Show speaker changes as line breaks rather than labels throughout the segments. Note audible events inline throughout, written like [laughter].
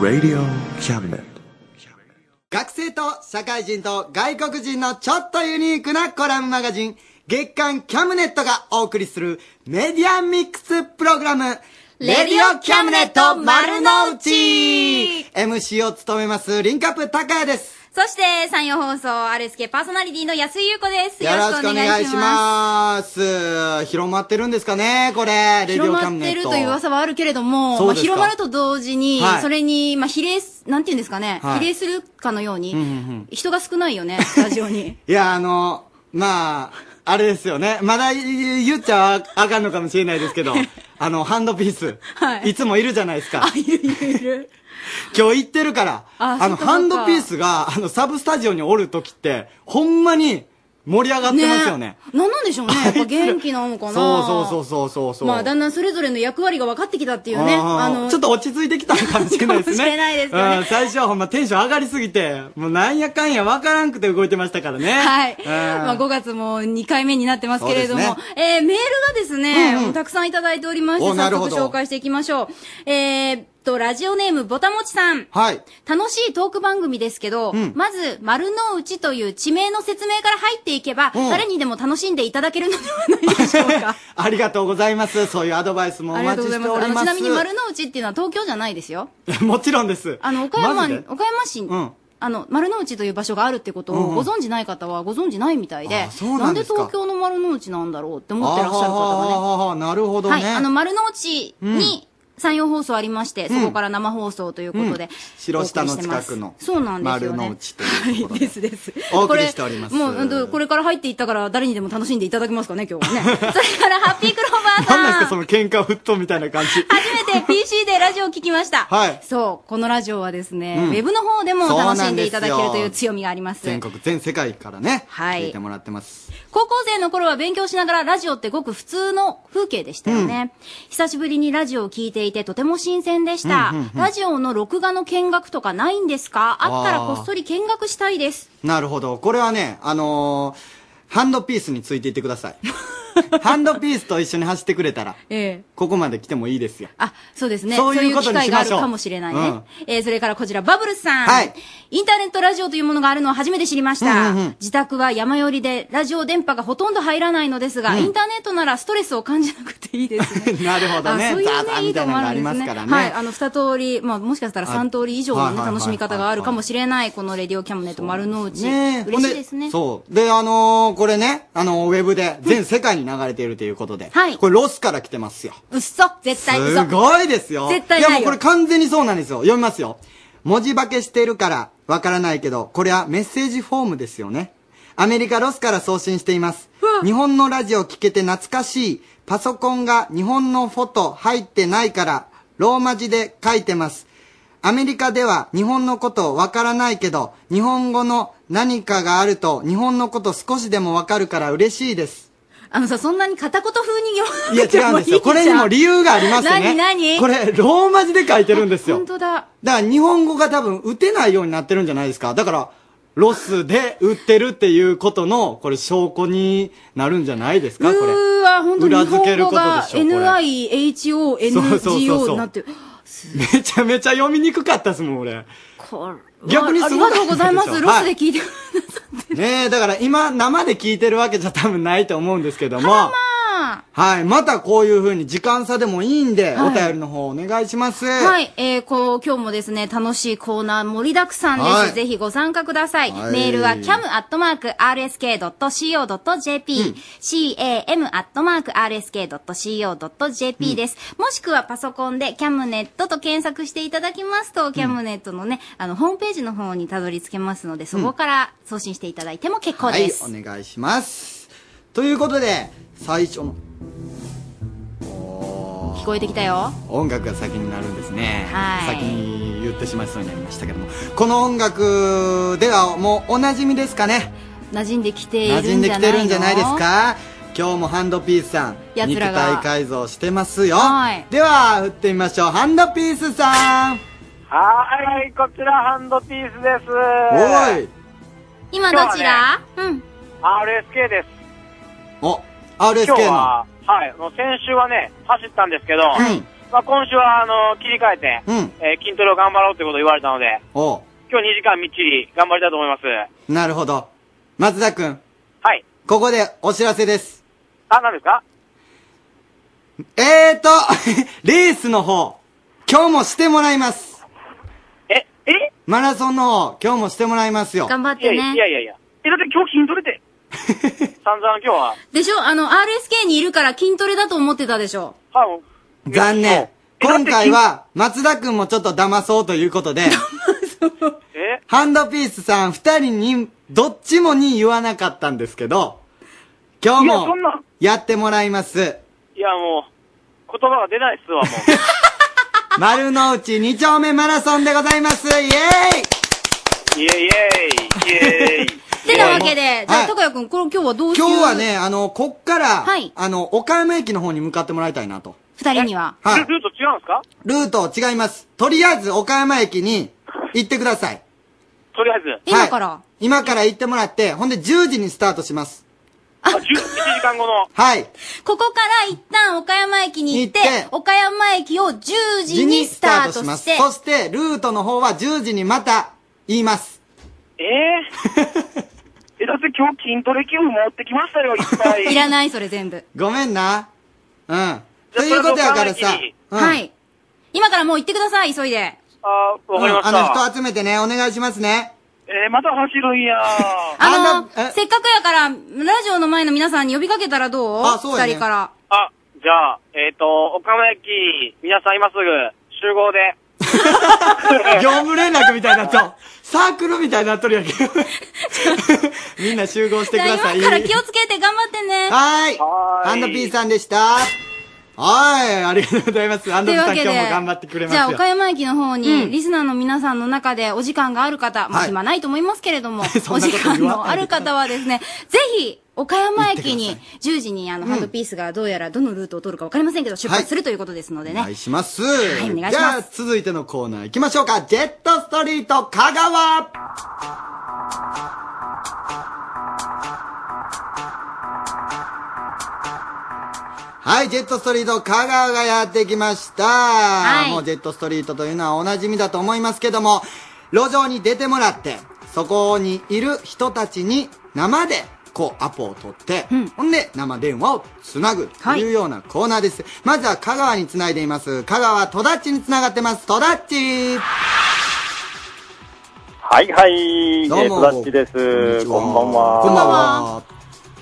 Radio Cabinet.
学生と社会人と外国人のちょっとユニークなコラムマガジン、月刊キャムネットがお送りするメディアミックスプログラム、レディオキャムネット丸の内 !MC を務めます、リンカップ高谷です。
そして、山陽放送 RSK パーソナリティの安井優子です。
よろしくお願いします。広まってるんですかねこれ、レディ
広
オキャ
まっ
ム
て
ネット。
るという噂はあるけれども、
そ
ま
う
あ、
ですか
広まると同時に、
はい
それに、まあ、比例す、なんていうんですかね、
はい
比例するかのように、
うんうんうん
人が少ないよ
[laughs]
ね、スタジオに。
いや、あの、まあ、あれですよね。まだい言っちゃあかんのかもしれないですけど、あの、ハンドピース、
はい
い、つもいるじゃないですか。
いる
今日行ってるから、
あ
あ
そっ
の、
かそっか
ハンドピースが、あの、サブスタジオにおるときって、ほんまに盛り上がってますよね。
なんなんでしょうね、やっぱ元気なのか
[laughs] そ
な。
うそうそうそうそうそう。
まあ、だんだんそれぞれの役割が分かってきたっていうね、
あ
あ
ー
の、
ちょっと落ち着いてきたのかもしれないですね。
かもしれないです [laughs] よね
うん最初はほんまテンション上がりすぎて、もうなんやかんやわからんくて動いてましたからね。
はい。
うん
まあ、5月も2回目になってますけれども、
そう
えーメールがですね、
うんうん
もうたくさんいただいておりまして、
おな
早
るほ
速
ど
紹介していきましょう。えーっと、ラジオネーム、ぼたもちさん。
はい。
楽しいトーク番組ですけど、
うん
まず、丸の内という地名の説明から入っていけば、
うん
誰にでも楽しんでいただけるのでは
ありがとうございます。そういうアドバイス [laughs] もお
ありが
待
とう
ち
ございます。
してお
あ
り
の
ます。
ちなみに丸の内っていうのは東京じゃないですよ。
[laughs] もちろんです。
あの、岡山
マジ
に
で、
岡山市に、
うん
あの、丸の内という場所があるってこと
うん
を
うん
ご存知ない方はご存知ないみたいで、
あそう
な
なんん
で
ですか
東京の丸の内なんだろうって思ってらっしゃる方がね。
ああ、なるほどね。
はい、あの、丸の内に山陽放送ありまして、
うん
そこから生放送ということで、
うん白下の近く
お
の
送りしてますそうなんですよね。
丸の内というところで
はい、ですです。
お送りしておりま
こ
す
れもううんと、これから入っていったから、誰にでも楽しんでいただけますかね、今日はね。
[laughs]
それから、ハッピークローバーさん。
何なんですか、その喧嘩沸騰みたいな感じ。
初めて PC でラジオを聞きました。
はい
そう、このラジオはですね、
うん
ウェブの方でも楽しんでいただけ
そう
る
なん
と
です
い
よ
う強みがあります。
全国、全世界からね、
はい
聞いてもらってます。
高校生の頃は勉強しながらラジオってごく普通の風景でしたよね。久しぶりにラジオを聞いていてとても新鮮でした、
うんうんうん
ラジオの録画の見学とかないんですかあったらこっそり見学したいです。
なるほど。これはね、あのーハンドピースについていってくだ
[laughs]
さい。ハンドピースと一緒に走ってくれたら、
ええ。
ここまで来てもいいですよ。
あ、そうですね。
そういうこ
機
とに
会
し
があ
ま
る
しょう
かもしれないね。
うん
えーそれからこちら、バブルさん。
はい
インターネットラジオというものがあるのは初めて知りました。
うんうんうん
自宅は山寄りで、ラジオ電波がほとんど入らないのですが、インターネットならストレスを感じなくていいですね。
[laughs] なるほどね。
あそうい
ザ
う
ーザ
ね、
ー
い
み
い
た
と
い
こも
な
あ
のが
る
あ
ん
り
ですね。
ますからね。
はい、あの、二通り、まあ、もしかしたら三通り以上の
はい
ね、
はいはい
楽しみ方があるかもしれない、このレディオキャムネット丸の内。嬉しいですね。
ほんそう。で、あのーこれね、あのーウェブで全世界に流れているということで、
はい
これロスから来てますよ。
うっそ絶対嘘
すごいですよ。
絶対ないよ
やもうこれ完全にそうなんですよ。読みますよ。文字化けしてるからわからないけど、これはメッセージフォームですよね。アメリカロスから送信しています
うわ。
日本のラジオ聞けて懐かしい。パソコンが日本のフォト入ってないから、ローマ字で書いてます。アメリカでは日本のことわからないけど、日本語の何かがあると日本のこと少しでもわかるから嬉しいです。
あのさ、そんなに片言風に読ま
い
な
や
くて
違うん
も
ですよ。これにも理由がありますよね。
何何
これ、ローマ字で書いてるんですよ
本。当だ。
だから日本語が多分打てないようになってるんじゃないですか。だから、ロスで打ってるっていうことの、これ証拠になるんじゃないです
う
か、これ。
ーわ、本当に
裏
日
付け
本
る
語
こと
が
でしょこれそうそうそう
NIHONGO
そう
になってる。
めちゃめちゃ読みにくかったですもん、俺。
これ
逆に
ああ
す
り
ごか
が
った
とうご
でしょ
ざいます。ロスで聞いてく
ねえ、だから今、生で聞いてるわけじゃ多分ないと思うんですけども。
だ
はい。またこういう風に時間差でもいいんで、
はい
お便りの方お願いします。
さい。はい。えー、こう、今日もですね、楽しいコーナー盛りだくさんです。
はい
ぜひご参加ください。
はい
メールは cam.rsk.co.jp、cam.rsk.co.jp です、もしくはパソコンで camnet と検索していただきますと、camnet のね、あの、ホームページの方にたどり着けますので、そこから送信していただいても結構
はい
で、す。
お願いします。ということで、最初の
聞こえてきたよ。
音楽が先になるんですね、
はい
先に言ってしまいそうになりましたけどもこの音楽ではもうおなじみですかね
馴染んできている
馴
んじゃな
染
いの
んできてるんじゃないですか今日もハンドピースさん
奴
肉
らが
体改造してますよ、
はい
では振ってみましょうハンドピースさん
はーい、こちらハンドピースです。
おい
今どちら、うん。
RSK です。
お
今日
RSK の
は、はい、もう先週はね、走ったんですけど、
うん
まあ、今週は、あの、切り替えて、
うん
えー筋トレを頑張ろうってことを言われたので、
おう
今日2時間みっちり頑張りたいと思います。
なるほど。松田くん、
はい。
ここでお知らせです。
あ、何ですか
えーと、 [laughs] レースの方、今日もしてもらいます。
え、え
マラソンの方、今日もしてもらいますよ。
頑張っ
いや
て
いやいや
ね。
いやいや。え、だって今日筋トレで。散々今日は、
でしょあの、RSK にいるから筋トレだと思ってたでしょ
はい。
残念。
えだって
今回は、松田くんもちょっと騙そうということで、
え
ハンドピースさん二人に、どっちもに言わなかったんですけど、今日
いやそ
も
んな、
やってもらいます。
いやもう、言葉が出ないっすわ、もう。
丸の内二丁目マラソンでございます。イエーイ [laughs]
イエイイエイイエイ。
ってなわけで、じゃ
は
あ、
い
高谷くん、これ今日はどうしよ
今
う
日は。ね、あの、こっから、
はい
あの、岡山駅の方に向かってもらいたいなと。
二人には。
はい
ルルート違うんですか
ルート違います。とりあえず岡山駅に行ってください。
とりあえず。
はい
今から。
今から行ってもらって、ほんで10時にスタートします。
あ、10 1時間後の。
はい。
ここから一旦岡山駅に行って
行って、
岡山駅を10時にスタート
ま
し
す
て、
そして、ルートの方は10時にまた言います。
えええ、だって今日筋トレ器具持ってきましたよ、いっぱ
[laughs]
い。
いらない、それ全部。
ごめんな。うん。ということやから
それは
さ
岡山駅に。
うん
は。い。今からもう行ってください、急いで。
あー、わかりまし
うんあの
た。
人集めてね、お願いしますね。
えー、また走るんや。
あ
あ
んな
の、
え
せっかくやから、ラジオの前の皆さんに呼びかけたらどう
あそうやね
二人から。
あ、じゃあ、えっ、と、岡山駅、皆さん今すぐ集合で。
業務連絡みたいになっちゃう。サークルみたいになっとるやん
[laughs]
けど。みんな集合して
じ
く
ゃあ
ださい。
今から気をつけて頑張ってね。
はーい。
はーい
ハンドピーさんでした。はい、ありがとうございます。ハン
と
ド
い
ピ
うわけ
ーさん今日
で、
も頑張ってくれます
じゃあ岡
よ。
山駅の方
う
に、
ん
リスナーの皆さんの中でお時間がある方、まあ
はい
暇ないと思いますけれども、
[laughs] そ
お
んな
時
こと言
間
わない
のある方はですね、ぜひ、岡山駅
行っ
に
て、
10時にあの、ハンドピースがどうやらどのルートを取るかわかりませんけど、出発するということですので
お
ね。
願いします。
いお願いします
じゃあ、続いてのコーナー行きましょうか。ジェットストリート香川はい、ジェットストリート香川がやってきました。
い
もうジェットストリートというのはお馴染みだと思いますけども、路上に出てもらって、そこにいる人たちに生で、こう、アポを取って、
うん
ほんで、生電話をつなぐというようなコーナーです。まずは香川につないでいます。香川、戸田っちにつながってます。戸田
[laughs]
っち
はいはい、え
どう
ー、
も
戸田っちです。こんばんは。
こんばん
は
は。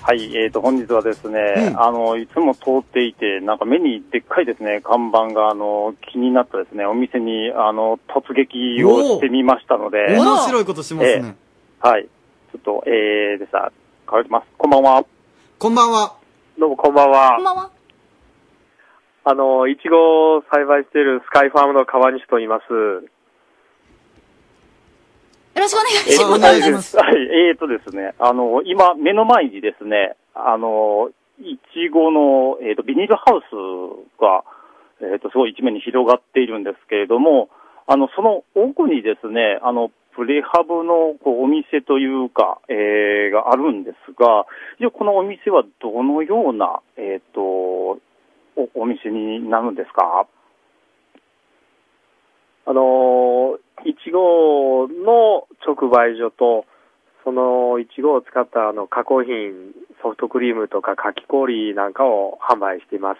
はい、えっ、と、本日はですね、
うん
あの、いつも通っていて、なんか目にでっかいですね、看板が、あの、気になったですね、お店に、あの、突撃をしてみましたので、
お
面白いことしますね。
はい、ちょっと、えー、でさ、変わります。こんばんは。
こんばんは。
どうもこんばんは
こん。ばんは。
あの、いちごを栽培しているスカイファームの川西と言います。
よろしくお願い
え
し
ー
お
と、
願いします
はい、えーとですね、あの、今、目の前にですね、あの、いちごの、えーと、ビニールハウスが、えーと、すごい一面に広がっているんですけれども、あの、その奥にですね、あの、プレハブのこうお店というか、えーがあるんですが、じゃあこのお店はどのような、えーと、お、お店になるんですか
あの、いちごの直売所と、そのいちごを使ったあの加工品、ソフトクリームとかかき氷なんかを販売しています。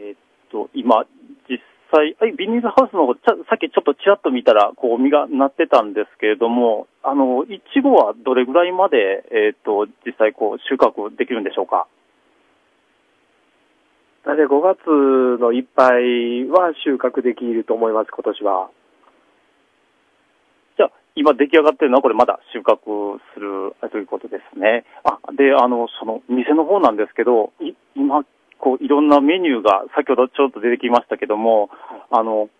えーっと、今、実際、あビニールハウスの方、ちゃさっきちょっとちらっと見たら、こう、実がなってたんですけれども、あの、いちごはどれぐらいまで、えーっと、実際、こう、収穫できるんでしょうか
だいたい5月のいっぱいは収穫できると思います、今年は。
じゃあ、今出来上がってるのは、これまだ収穫するあということですね。あ、で、あの、その、店の方なんですけど、い今、こう、いろんなメニューが、先ほどちょっと出てきましたけども、あの、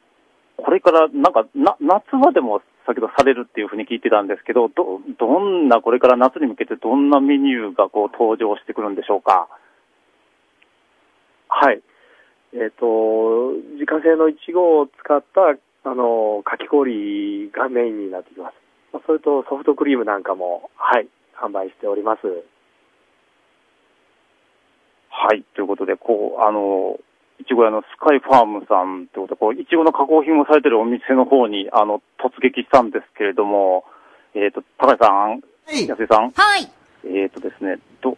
これから、なんか、な、夏までも、先ほどされるっていうふうに聞いてたんですけど、ど、どんな、これから夏に向けてどんなメニューが、こう、登場してくるんでしょうか。
はい。えっ、と、自家製のいちごを使った、あの、かき氷がメインになってきます。まあそれとソフトクリームなんかも、はい、販売しております。
はい、ということで、こう、あの、いちご屋のスカイファームさんってことで、こう、いちごの加工品をされてるお店の方に、あの、突撃したんですけれども、えっ、と、高橋さん、
はい
安井さん、
はい。
えっ、とですね、ど、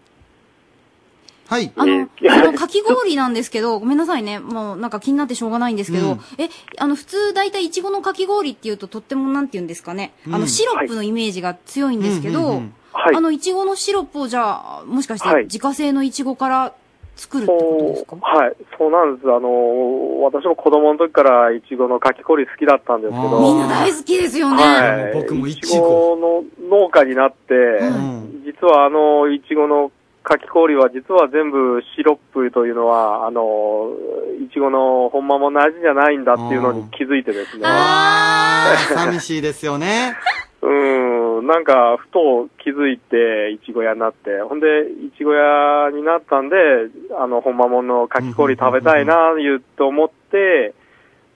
はい。
あ
え
の
ー、いや
あの
[laughs]
かき氷なんですけど、ごめんなさいね。もうなんか気になってしょうがないんですけど、
うん
え、あの、普通大体いちごのかき氷っていうととってもなんて言うんですかね。あの、
うん
シロップのイメージが強いんですけ
うんうんう
ど
ん、
はい
あの、いちごのシロップをじゃあ、もしかして
はい
自家製のいちごから作るってことですか、
はい、そうなんです。あの、私も子供の時からイチゴのかき氷好きだったんですけ
あー
みん
ど、
な大好きですよね。
はい、
僕もイ
い
チ
ち
ゴ
ごの農家になって、
ん
実はあの、いちごのかき氷は実は全部シロップというのは、あの、いちごの本間もの味じゃないんだっていうのに気づいてですね、
あ
寂しいですよね。
うん、なんか、ふと気づいて、いちご屋になって、ほんで、いちご屋になったんで、あの、本間もんのかき氷食べたいな、いうと思って、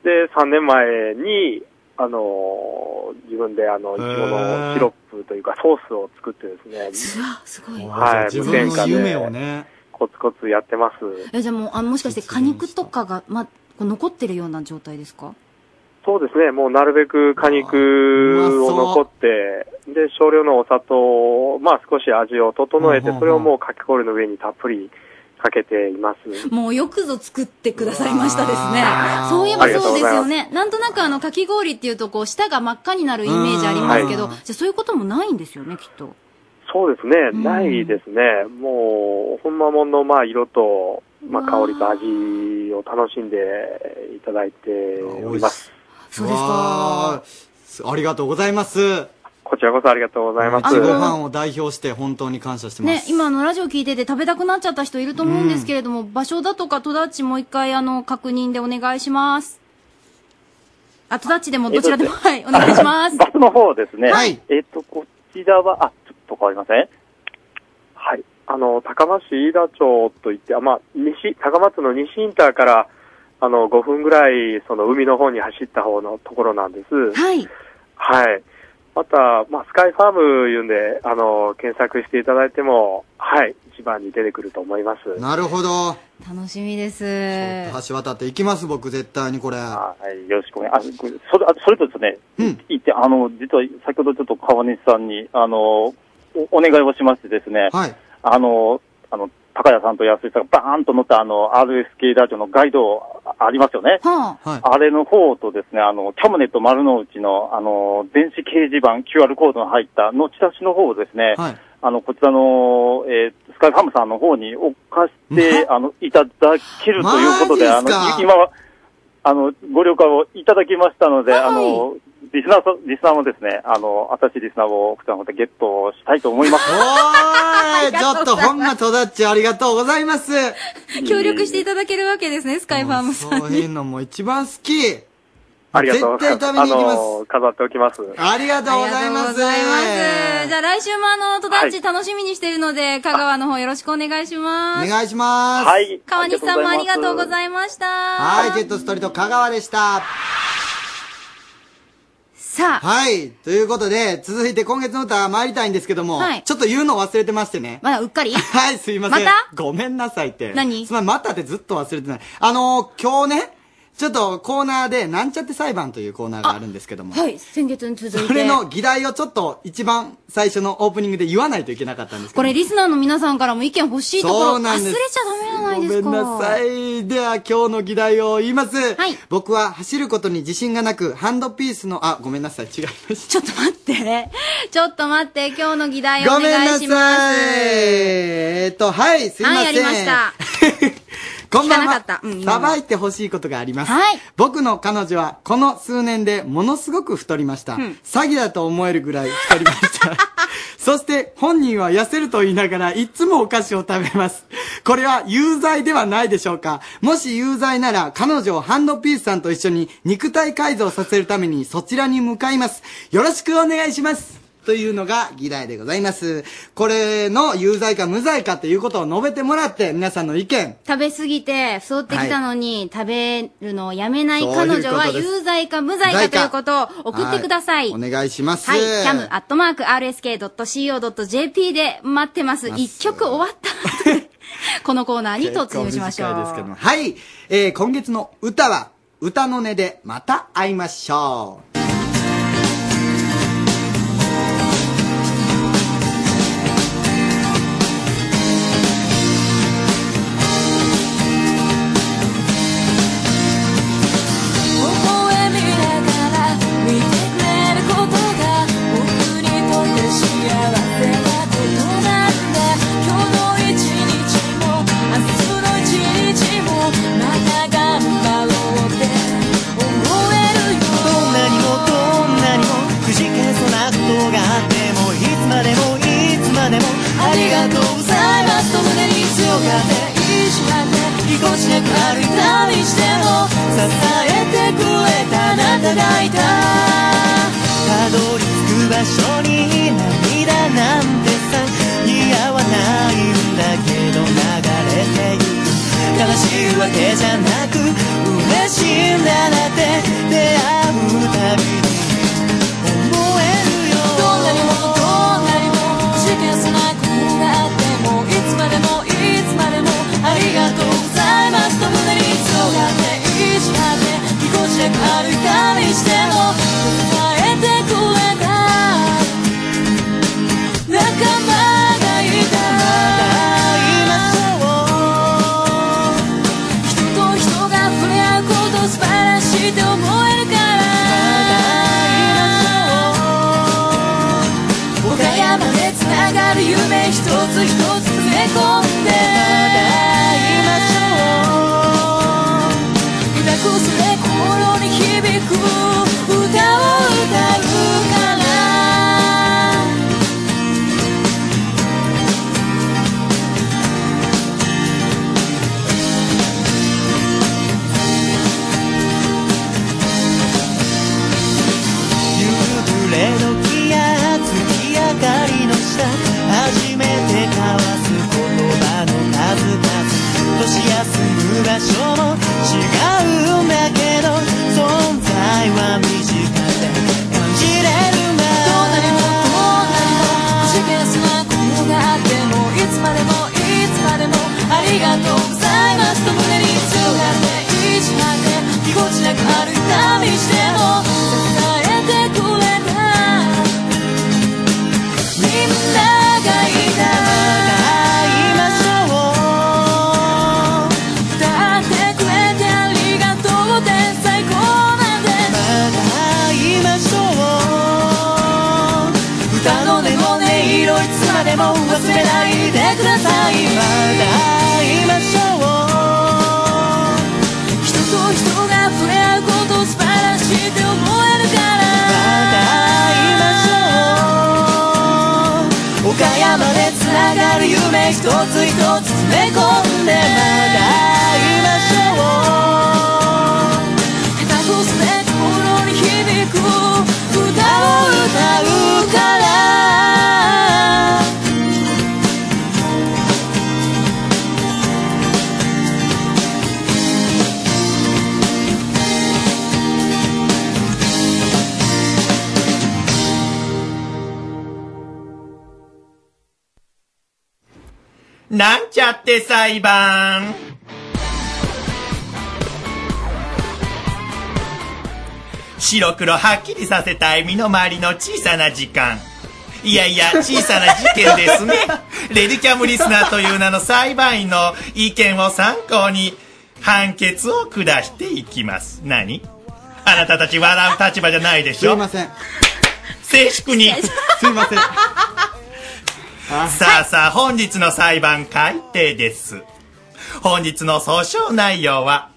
で、3年前に、あの、自分で、あの、いちごのシロップというか、ソースを作ってです
ー
ね、
うわ、すごい。
はい
自分の夢をね。
コツコツやってます。
え、じゃあもう、あの、もしかして果肉とかが、ま、こう残ってるような状態ですか
そうですね、もうなるべく果肉を残って、で、少量のお砂糖を、まあ少し味を整え
う
て
んうんうん、
それをもうかき氷の上にたっぷりかけています。
もうよくぞ作ってくださいましたですね
うわー。
そういえばそうですよね。なんとなくあの、かき氷っていうと、こう、舌が真っ赤になるイメージありますけ
う
ど、
ん
じゃあそういうこともないんですよね、きっと。
そうですね、
うん
ないですね。もう、本間もんの、まあ色と、まあ
うわ
香りと味を楽しんでいただいております。
そうですか。
すか。ありがとうございます。
こちらこそありがとうございま
い
す。
ちごフ
あの
ァンを代表して本当に感謝してま
ね、
す。
今あのラジオ聞いてて食べたくなっちゃった人いると思うんですけれども、場所だとか戸田っちもう一回あの、確認でお願いします。あ、戸田っちでもどちらでも、はい、お願いします。
バスの方ですね。
はい
えっ、と、こちらは、あ、ちょっと変わりません
はい。あの、高松市飯田町といって、あまあ、西、高松の西インターから、あの、5分ぐらい、その、海の方に走った方のところなんです。
はい。
はい。また、まあ、スカイファームいうんで、あの、検索していただいても、はい、一番に出てくると思います。
なるほど。
楽しみです。
橋渡っていきます、僕、絶対にこれ。
はい、よろしくお願いします。あこれそれあそれとですね、
うん
言って、あの、実は先ほどちょっと川西さんに、あの、おお願いをしましてですね、
はい。
あの、あの、高谷さんと安井さんがバーンと乗ったあの、RSK ラジオのガイドあありますよね。
はあ、
はい。
あれの方とですね、あの、キャムネット丸の内の、あの、電子掲示板、QR コードの入った、のち出しの方をですね、
はい。
あの、こちらの、えースカイファームさんの方に置かして、あの、いただけるということで、
マ
あ
ジっすか
の、い今は、あの、ご了解をいただきましたので、
はい
あの、リスナーさん、リスナーもですね、あの、新しいリスナーをこちらの方でゲットしたいと思いま
[laughs]
す。
おーいちょっと、本間戸田っちありがとうございます。
[laughs] 協力していただけるわけですね、スカイファームさん
そういうのも一番好き。
[laughs] [laughs] ありがとうございます。
絶対食べに行きます
あの、飾っておきます。
ありがとうございます。
ありがとうございますじゃあ来週もあの、戸田っ
は
ち
い
楽しみにしてるので、香川の方よろしくお願いします。
お願いします。
は。い。
川西さんもありがとうご
い
ざいました。
はい、ジェットストリート香川でした。
さあ、
はい、ということで、続いて今月の歌参りたいんですけども、
はい
ちょっと言うの忘れてましてね。
まだうっかり
[laughs] はい、すいません。
また
ごめんなさいって。
何
すまん、またってずっと忘れてない。あのー今日ね、ちょっとコーナーで、なんちゃって裁判というコーナーがあるんですけども。
はい、先月に続いて。
それの議題をちょっと一番最初のオープニングで言わないといけなかったんですけど。
これリスナーの皆さんからも意見欲しいところ、
そうなんです
忘れちゃダメじゃないですか。
ごめんなさい。では、今日の議題を言います。
はい
僕は走ることに自信がなく、ハンドピースの、あ、ごめんなさい、違いまし
ちょっと待って。 [laughs] ちょっと待って。今日の議題
た。
お
ごめん
願
ないさ
し
い。
ます。
えーっと、はい、すいません。
はいやりました。
こんばん
聞かな
は
かったうん。今
さ
の
ばいてほしいことがあります。
はい
僕の彼女は、この数年でものすごく太りました。詐欺だと思えるぐらい太りま
[laughs]
した。そして、本人は痩せると言いながら、いつもお菓子を食べます。これは有罪ではないでしょうかもし有罪なら、彼女をハンドピースさんと一緒に肉体改造させるためにそちらに向かいます。よろしくお願いします。というのが議題でございます。これの有罪か無罪かということを述べてもらって、皆さんの意見、
食べ過ぎて太ってきたのに、食べるのをやめない彼
そういう
女
こ
は
とです
有罪か無罪かということを送ってください。
はお願いします。
はい、cam.rsk.co.jp で待ってます。
ます [laughs]
一曲終わった後で。このコーナーに突入しましょう。
結構短いですけどもはい、えー今月の歌は、歌の音でまた会いましょう。
微笑みながら見てくれることが僕にとって幸せなことなんだ今日の一日も明日の一日もまた頑張ろうって思えるよ
どんなにもどんなにもくじけそうなことがあってもいつまでもいつまでもありがとうございますと胸に強がっていいしなってぎこちなく歩いたにしても支えてくれたあなたがいたたどり着く場所に涙なんてさ似合わないんだけど流れてゆく悲しいわけじゃなく嬉しいんだなって出会うたびに思えるよ
どんなにもどんなにもくじけそうなことがあってもいつまでもいつまでもありがとうございますと胸に強がって意地張ってぎこちなく歩いたりしても支えてくれた仲間がいた人と人が触れ合うこと素晴らしいって思えるから岡山でつながる夢一つ一つ詰め込んで今こそで心に響く歌を歌うから
夕暮れ時や月明かりの下初めて交わす言葉の数々年休む場所も違うんだけど存在は身近で感じれるんだ
どんなにもどんなにも不思議なことがあってもいつまでもいつまでもありがとうございますと胸に強がって意地張ってぎこちなく歩いたりしても支えてくれたみんながいた歌ってくれてありがとうって最高なんです歌の音も音色いつまでも忘れないでくださいまた会いましょう人と人が触れ合うこと素晴らしいって思えるからまた会いましょう岡山でつながる夢一つ一つ詰め込んでまた会いましょう下手くそで心に響く歌を歌うから
なんちゃって裁判白黒はっきりさせたい身の回りの小さな時間いやいや小さな事
[laughs]
件ですねレディキャムリスナーという名の裁判員の意見を参考に判決を下していきます何あなたたち笑う立場じゃないでしょ
すいません
静粛に
すいません
さあさあ、本日の裁判改定です。本日の訴訟内容は、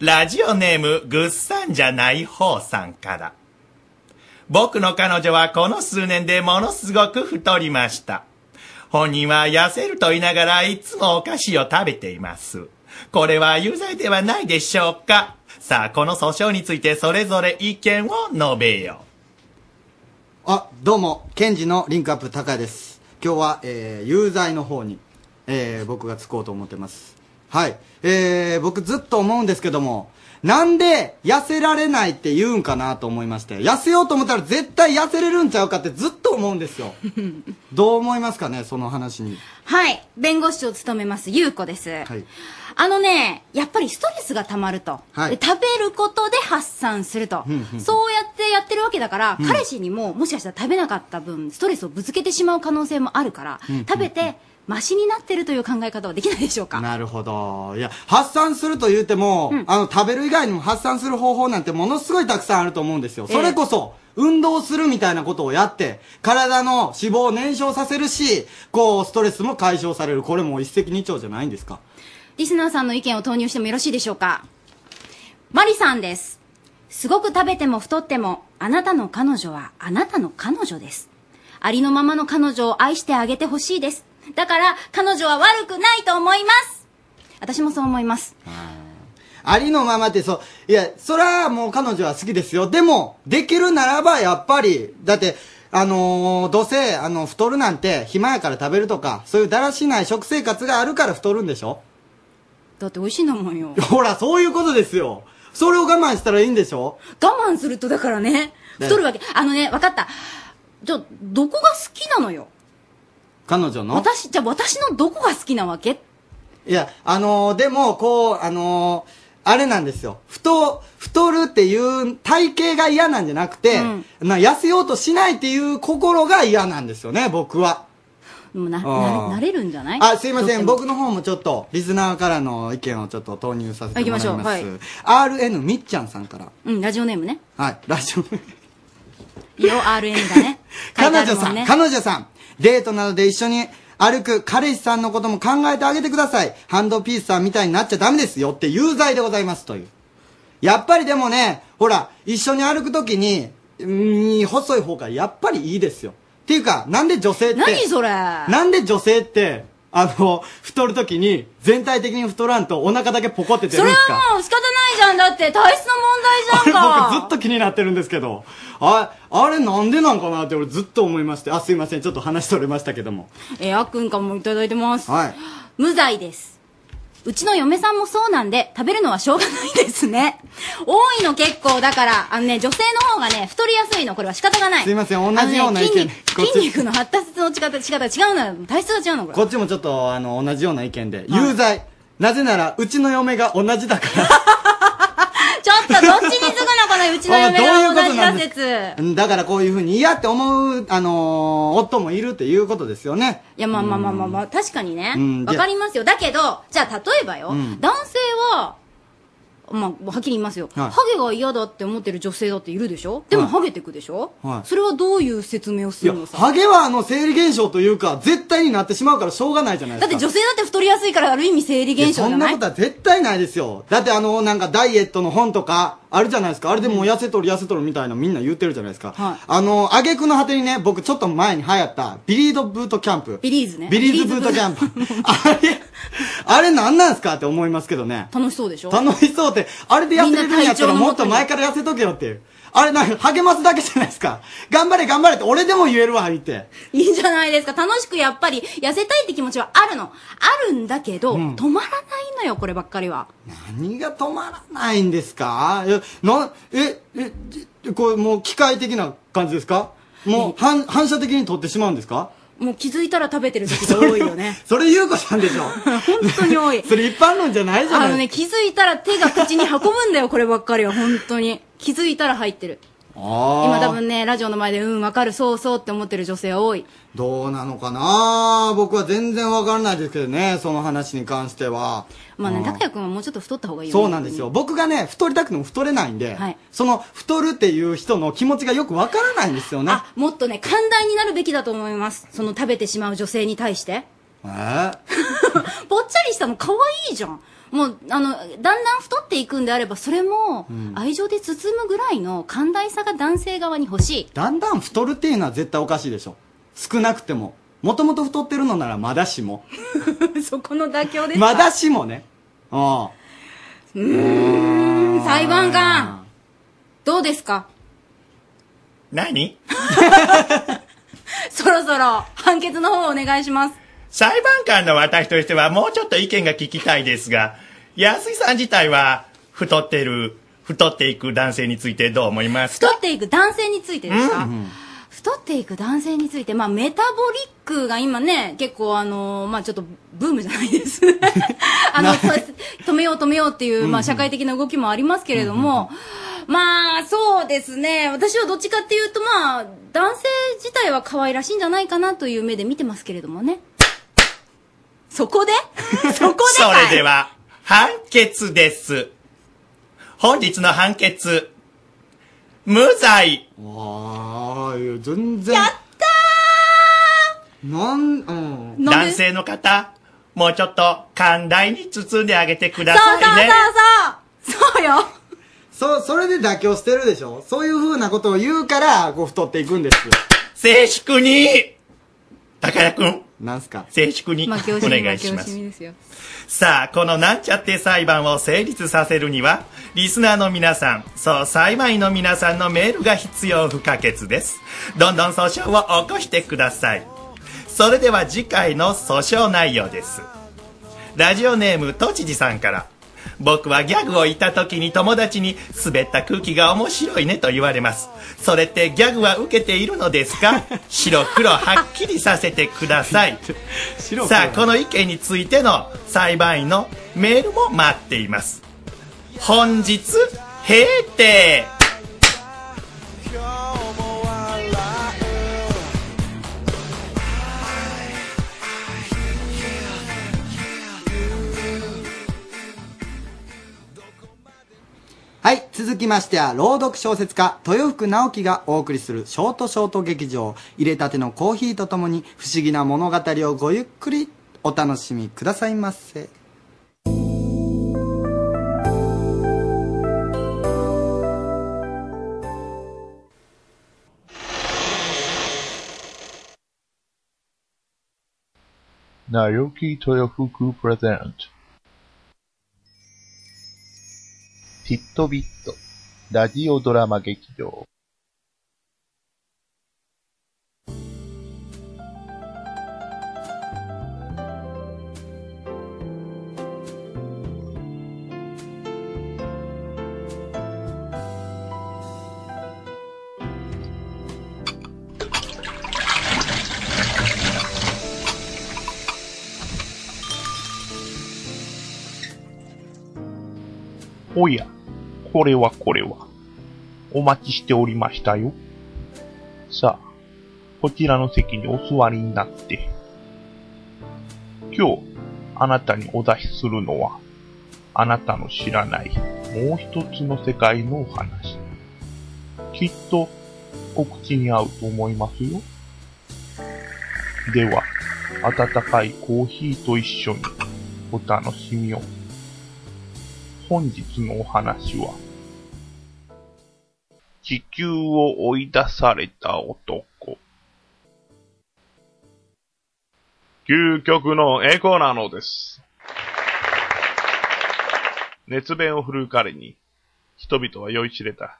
ラジオネームぐっさんじゃない方さんから。僕の彼女はこの数年でものすごく太りました。本人は痩せると言いながらいつもお菓子を食べています。これは有罪ではないでしょうかさあ、この訴訟についてそれぞれ意見を述べよう。
あ、どうも、ケンジのリンクアップ高谷です。今日は、えー、有罪の方に、えー、僕がつこうと思ってます。はい。えー、僕ずっと思うんですけども、なんで痩せられないって言うんかなと思いまして、痩せようと思ったら絶対痩せれるんちゃうかってずっと思う
[laughs]
んですよ。どう思いますかね、その話に。
はい。弁護士を務めます、ゆうこです。
はい。
あのね、やっぱりストレスが溜まると。
はい
で食べることで発散すると。
うんうん
そうやってやってるわけだから、
うん
彼氏にももしかしたら食べなかった分、ストレスをぶつけてしまう可能性もあるから、
うんうん
食べて、マシになってるという考え方はできないでしょうか。
なるほど。いや、発散すると言っても、あの、食べる以外にも発散する方法なんてものすごいたくさんあると思うんですよ。
ええ
それこそ、運動するみたいなことをやって、体の脂肪を燃焼させるし、こう、ストレスも解消される。これもう一石二鳥じゃないんですか。
リスナーさんの意見を投入してもよろしいでしょうか。マリさんです。すごく食べても太っても、あなたの彼女はあなたの彼女です。ありのままの彼女を愛してあげてほしいです。だから、彼女は悪くないと思います。私もそう思います。
ありのままって、そう、いや、そらもう彼女は好きですよ。でも、できるならば、やっぱり、だって、あのーどうせ、あの、太るなんて、暇やから食べるとか、そういうだらしない食生活があるから太るんでしょ [laughs]
だって美味しいんだもんよ。
ほら、そういうことですよ。それを我慢したらいいんでしょ
我慢するとだからね、
ね
太るわけ。あのね、わかった。じゃあ、どこが好きなのよ。
彼女の。
私、じゃあ私のどこが好きなわけ
いや、あのーでも、こう、あのーあれなんですよ。太、太るっていう体型が嫌なんじゃなくて、な痩せようとしないっていう心が嫌なんですよね、僕は。
もうな、
あー
なれ、なれるんじゃない
あ、すいま
とっ
せ
て
ん。
も
僕の方もちょっと、リスナーからの意見をちょっと投入させてもらいます。
行きましょ
RN みっちゃんさんから。
うん、ラジオネームね。
はい、ラジオ。
色 RN だね。書い
彼
てある
女
も
さ
ん
ん、
ね
彼女さん、デートなどで一緒に歩く彼氏さんのことも考えてあげてください。ハンドピースさんみたいになっちゃダメですよって有罪でございますという。やっぱりでもね、ほら、一緒に歩くときに、うーん細い方がやっぱりいいですよ。っていうか、なんで女性って。
何それ
なんで女性って、あの、太るときに、全体的に太らんとお腹だけポコって出
そ
るん
れ
ですか
はもう仕方ないじゃん。だって体質の問題じゃん
僕
か。
ずっと気になってるんですけど、ああれなんでなんかなって俺ずっと思いまして、あ、すいません、ちょっと話取れましたけども。
えー、あっくんからもいただいてます。
はい。
無罪です。うちの嫁さんもそうなんで、食べるのはしょうがないですね。多いの結構、だから、あのね、女性の方がね、太りやすいの、これは仕方がない。
すいません同じような意見
あのね
こっ
筋
ち
肉筋肉の発達の仕方、仕方違うな、体質が違うの、これ。
こっちもちょっと、あの、同じような意見で、有罪。なぜなら、うちの嫁が同じだから。
ちょっと、どっちにすぐな、このうちの嫁
あどういうこ
が同
と
じ
なん
だ
です
説。
うんだからこういうふうに嫌って思う、あのー夫もいるっていうことですよね。
いや、まあまあまあまあまあ、確かにね
うん。
わ
で
かりますよ。だけど、じゃあ、例えばよ、
うん
男性は、まあ、はっきり言いますよ、
はい
ハゲが嫌だって思ってる女性だっているでしょでも、
はい
ハゲてくでしょ、
はい
それはどういう説明をす
いや
るの、さ。
ハゲはあの、生理現象というか、絶対になってしまうからしょうがないじゃないで
だっ
すか。
て女性だって太りやすいから、ある意味生理現象じゃない
やそんなことは絶対ないですよ。だってあの、なんかダイエットの本とか、あるじゃないですか。あれでもう痩せとる痩せとるみたいなみんな言ってるじゃないですか。
はい
あの、挙句の果てにね、僕ちょっと前に流行った、ビリードブートキャンプ。
ビリーズね。
ビリーズブートキャンプ。あれ、あれ何なんすかって思いますけどね。
楽しそうでしょ
楽しそうって、あれで痩せれるんやったら
みんな体調の
も
も
っ
と
と
に
前から痩せとけよっていう。あれなんか励ますだけじゃないですか。頑張れ頑張れって俺でも言えるわ、言って。
いいんじゃないですか。楽しくやっぱり、痩せたいって気持ちはあるの。あるんだけど、
うん
止まらないのよ、こればっかりは。
何が止まらないんですかえ、な、え、え、じこれもう機械的な感じですかもう反反射的に取ってしまうんですか
もう気づいたら食べてる時が多いよね。
それ優子さんでしょ本
当に多い。
[laughs] それ一般論じゃないじゃない
あのね、気づいたら手が口に運ぶんだ
[laughs]
よ、こればっかりは、本当に。気づいたら入ってる。
あー
今多分ね、ラジオの前で、うん、わかる、そうそうって思ってる女性多い。
どうなのかな僕は全然わからないですけどね、その話に関しては。
まあ
う
ね、
ん
拓也くんはもうちょっと太った方がいいよ、ね。
そうなんですよ。僕がね、太りたくても太れないんで、その太るっていう人の気持ちがよくわからないんですよね。
もっとね、寛大になるべきだと思います。その食べてしまう女性に対して。
えー
ぽっちゃりしたの可愛いじゃん。もう、あの、だんだん太っていくんであれば、それも
うん、
愛情で包むぐらいの寛大さが男性側に欲し
[laughs]
い。
だんだん太るっていうのは絶対おかしいでしょ少なくてももともと太ってるのならまだしも
そこの妥協ですか
まだしもねうん
うーん、裁判官。どうですか
何
[laughs] そろそろ判決の方をお願いします。
裁判官の私としてはもうちょっと意見が聞きたいですが、安井さん自体は太ってる、太っていく男性についてどう思いますか
太っていく男性についてですか、
うん
太っていく男性について、まあ、メタボリックが今ね、結構、あのまあ、ちょっとブームじゃないです、 [laughs] あのそう止めよう、止めようっていう、まあ、社会的な動きもありますけれども、まあ、そうですね、私はどっちかっていうと、まあ、男性自体は可愛らしいんじゃないかなという目で見てますけれどもね。そこでそこで
そ
かい
れでは、判決です。本日の判決、無罪。
ああ、いや、全然。やったーなん、うん。
男性の方、もうちょっと、寛大に包んであげてくだ
そう
さいね。
そうそうそうよ
そ、それで妥協してるでしょそういう風なことを言うから、こう太っていくんですよ。
静粛に高谷くん。
なんすか
静粛にお
負け惜しみ
願い
負け
しま
惜し
す。
みですよ。
さあ、このなんちゃって裁判を成立させるには、リスナーの皆さん、そう、裁判員の皆さんのメールが必要不可欠です。どんどん訴訟を起こしてください。それでは次回の訴訟内容です。ラジオネーム都知事さんから。僕はギャグを言った時に友達に滑った空気が面白いねと言われます。それってギャグは受けているのですか白黒はっきりさせてください。さあ、この意見についての裁判員のメールも待っています。本日、閉廷
はい、続きましては、朗読小説家、豊福直樹がお送りするショートショート劇場、入れたてのコーヒーとともに、不思議な物語をごゆっくりお楽しみくださいませ。
Naoki Toyofuku present ティットビットラジオドラマ劇場おや、これはこれは。お待ちしておりましたよ。さあ、こちらの席にお座りになって。今日、あなたにお出しするのは、あなたの知らないもう一つの世界のお話。きっと、お口に合うと思いますよ。では、温かいコーヒーと一緒にお楽しみを。本日のお話は、地球を追い出された男。
究極のエコなのです。熱弁を振るう彼に、人々は酔いしれた。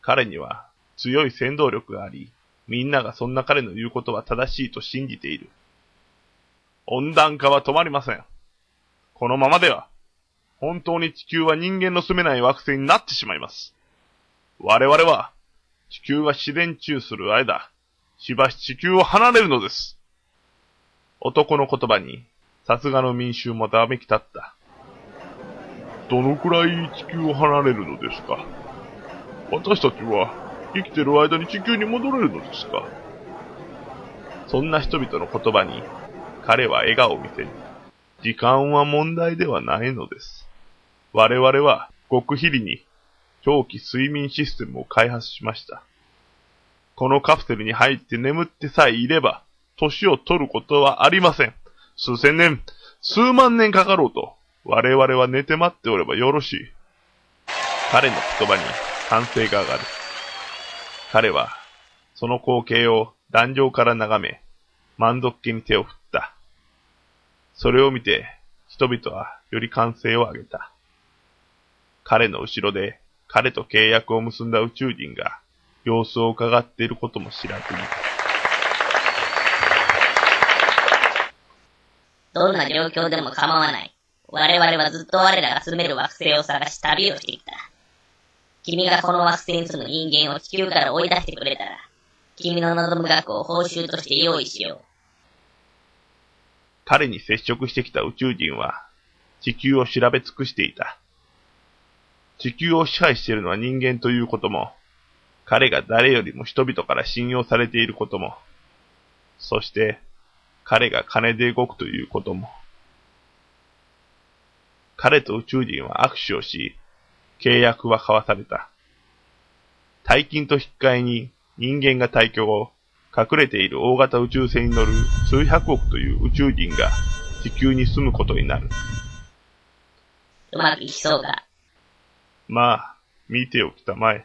彼には強い先導力があり、みんながそんな彼の言うことは正しいと信じている。温暖化は止まりません。このままでは、本当に地球は人間の住めない惑星になってしまいます。我々は、地球が自然中する間、しばし地球を離れるのです。男の言葉に、さすがの民衆もためき立った。
どのくらい地球を離れるのですか私たちは生きてる間に地球に戻れるのですか
そんな人々の言葉に、彼は笑顔を見せる。時間は問題ではないのです。我々は、極秘裏に、長期睡眠システムを開発しました。このカプセルに入って眠ってさえいれば、年を取ることはありません。数千年、数万年かかろうと、我々は寝て待っておればよろしい。彼の言葉に歓声が上がる。彼は、その光景を壇上から眺め、満足気に手を振った。それを見て、人々はより歓声を上げた。彼の後ろで、彼と契約を結んだ宇宙人が、様子を伺っていることも知らずに。
どんな状況でも構わない。我々はずっと我らが住める惑星を探し旅をしてきた。君がこの惑星に住む人間を地球から追い出してくれたら、君の望む額を報酬として用意しよう。
彼に接触してきた宇宙人は、地球を調べ尽くしていた。地球を支配しているのは人間ということも、彼が誰よりも人々から信用されていることも、そして、彼が金で動くということも。彼と宇宙人は握手をし、契約は交わされた。大金と引き換えに人間が退去後、隠れている大型宇宙船に乗る数百億という宇宙人が地球に住むことになる。
うまくいきそうか。
まあ、見ておきたまえ。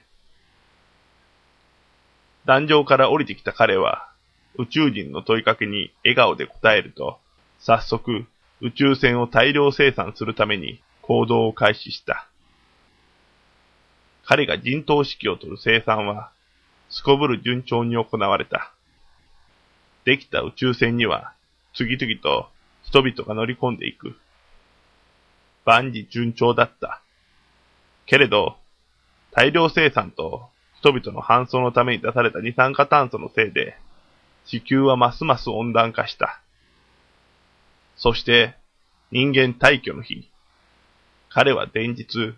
壇上から降りてきた彼は、宇宙人の問いかけに笑顔で答えると、早速、宇宙船を大量生産するために行動を開始した。彼が陣頭指揮を取る生産は、すこぶる順調に行われた。できた宇宙船には、次々と人々が乗り込んでいく。万事順調だった。けれど、大量生産と人々の搬送のために出された二酸化炭素のせいで、地球はますます温暖化した。そして、人間退去の日、彼は前日、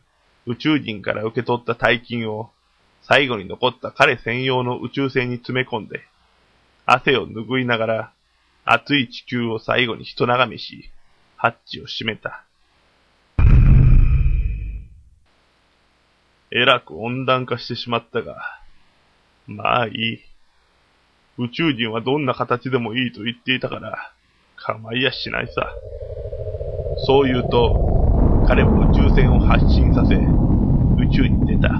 宇宙人から受け取った大金を、最後に残った彼専用の宇宙船に詰め込んで、汗を拭いながら、熱い地球を最後に人眺めし、ハッチを閉めた。えらく温暖化してしまったが、まあいい。宇宙人はどんな形でもいいと言っていたから、構いやしないさ。そう言うと、彼は宇宙船を発進させ、宇宙に出た。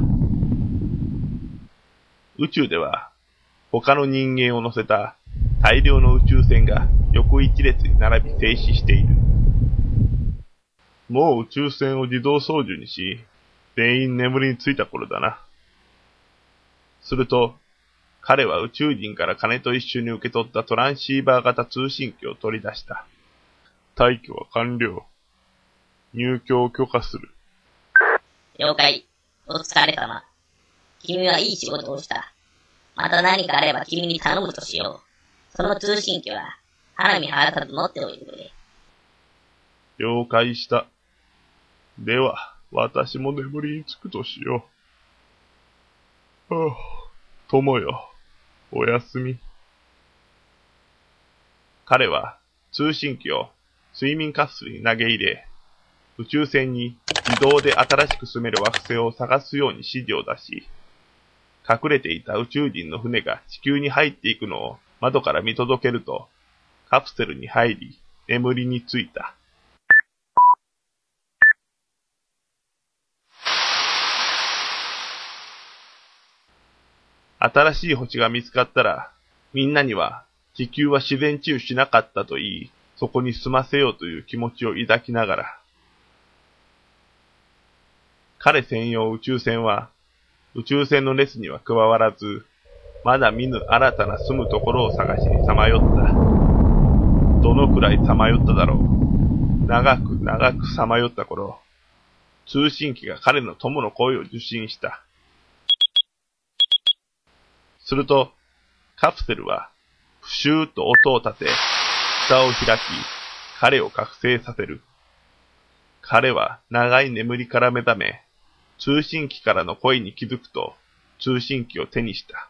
宇宙では、他の人間を乗せた大量の宇宙船が横一列に並び停止している。
もう宇宙船を自動操縦にし、全員眠りについた頃だな。
すると、彼は宇宙人から金と一緒に受け取ったトランシーバー型通信機を取り出した。
退去は完了。入居を許可する。
了解。お疲れ様。君はいい仕事をした。また何かあれば君に頼むとしよう。その通信機は、花見原田と持っておいてくれ。
了解した。では、私も眠りにつくとしよう。はあ、友よ、おやすみ。
彼は通信機を睡眠カプセルに投げ入れ、宇宙船に自動で新しく住める惑星を探すように指示を出し、隠れていた宇宙人の船が地球に入っていくのを窓から見届けると、カプセルに入り、眠りについた。新しい星が見つかったら、みんなには地球は自然治癒しなかったと言い、そこに住ませようという気持ちを抱きながら、彼専用宇宙船は、宇宙船の列には加わらず、まだ見ぬ新たな住むところを探しにさまよった。どのくらいさまよっただろう。長く長くさまよった頃、通信機が彼の友の声を受信した。すると、カプセルは、プシューと音を立て、蓋を開き、彼を覚醒させる。彼は長い眠りから目覚め、通信機からの声に気づくと、通信機を手にした。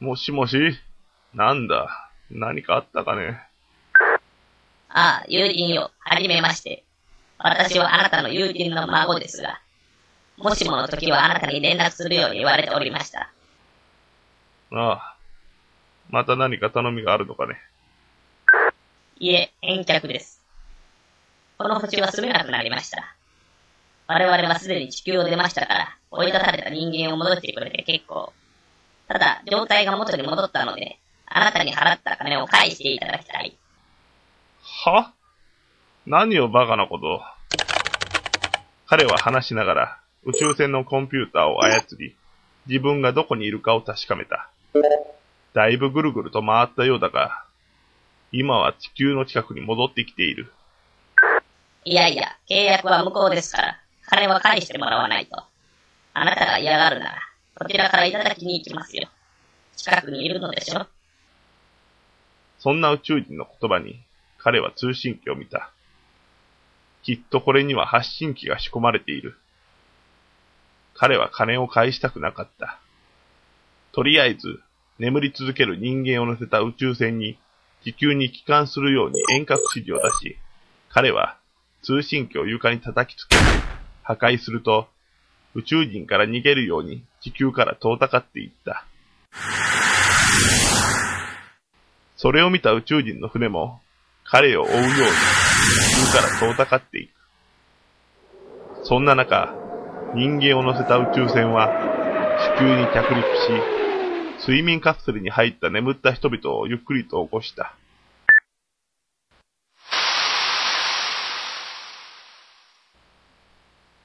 もしもしなんだ何かあったかね
ああ、友人よ、はじめまして。私はあなたの友人の孫ですが、もしもの時はあなたに連絡するように言われておりました。
ああ。また何か頼みがあるのかね
いえ、返却です。この星は住めなくなりました。我々はすでに地球を出ましたから、追い出された人間を戻してくれて結構。ただ、状態が元に戻ったので、あなたに払った金を返していただきたい。
は何をバカなことを。彼は話しながら、宇宙船のコンピューターを操り、自分がどこにいるかを確かめた。だいぶぐるぐると回ったようだが、今は地球の近くに戻ってきている。
いやいや、契約は無効ですから、金は返してもらわないと。あなたが嫌がるなら、こちらからいただきに行きますよ。近くにいるのでしょ
そんな宇宙人の言葉に、彼は通信機を見た。きっとこれには発信機が仕込まれている。彼は金を返したくなかった。とりあえず、眠り続ける人間を乗せた宇宙船に、地球に帰還するように遠隔指示を出し、彼は通信機を床に叩きつけ、破壊すると、宇宙人から逃げるように地球から遠ざかっていった。それを見た宇宙人の船も、彼を追うように地球から遠ざかっていく。そんな中、人間を乗せた宇宙船は地球に着陸し、睡眠カプセルに入った眠った人々をゆっくりと起こした。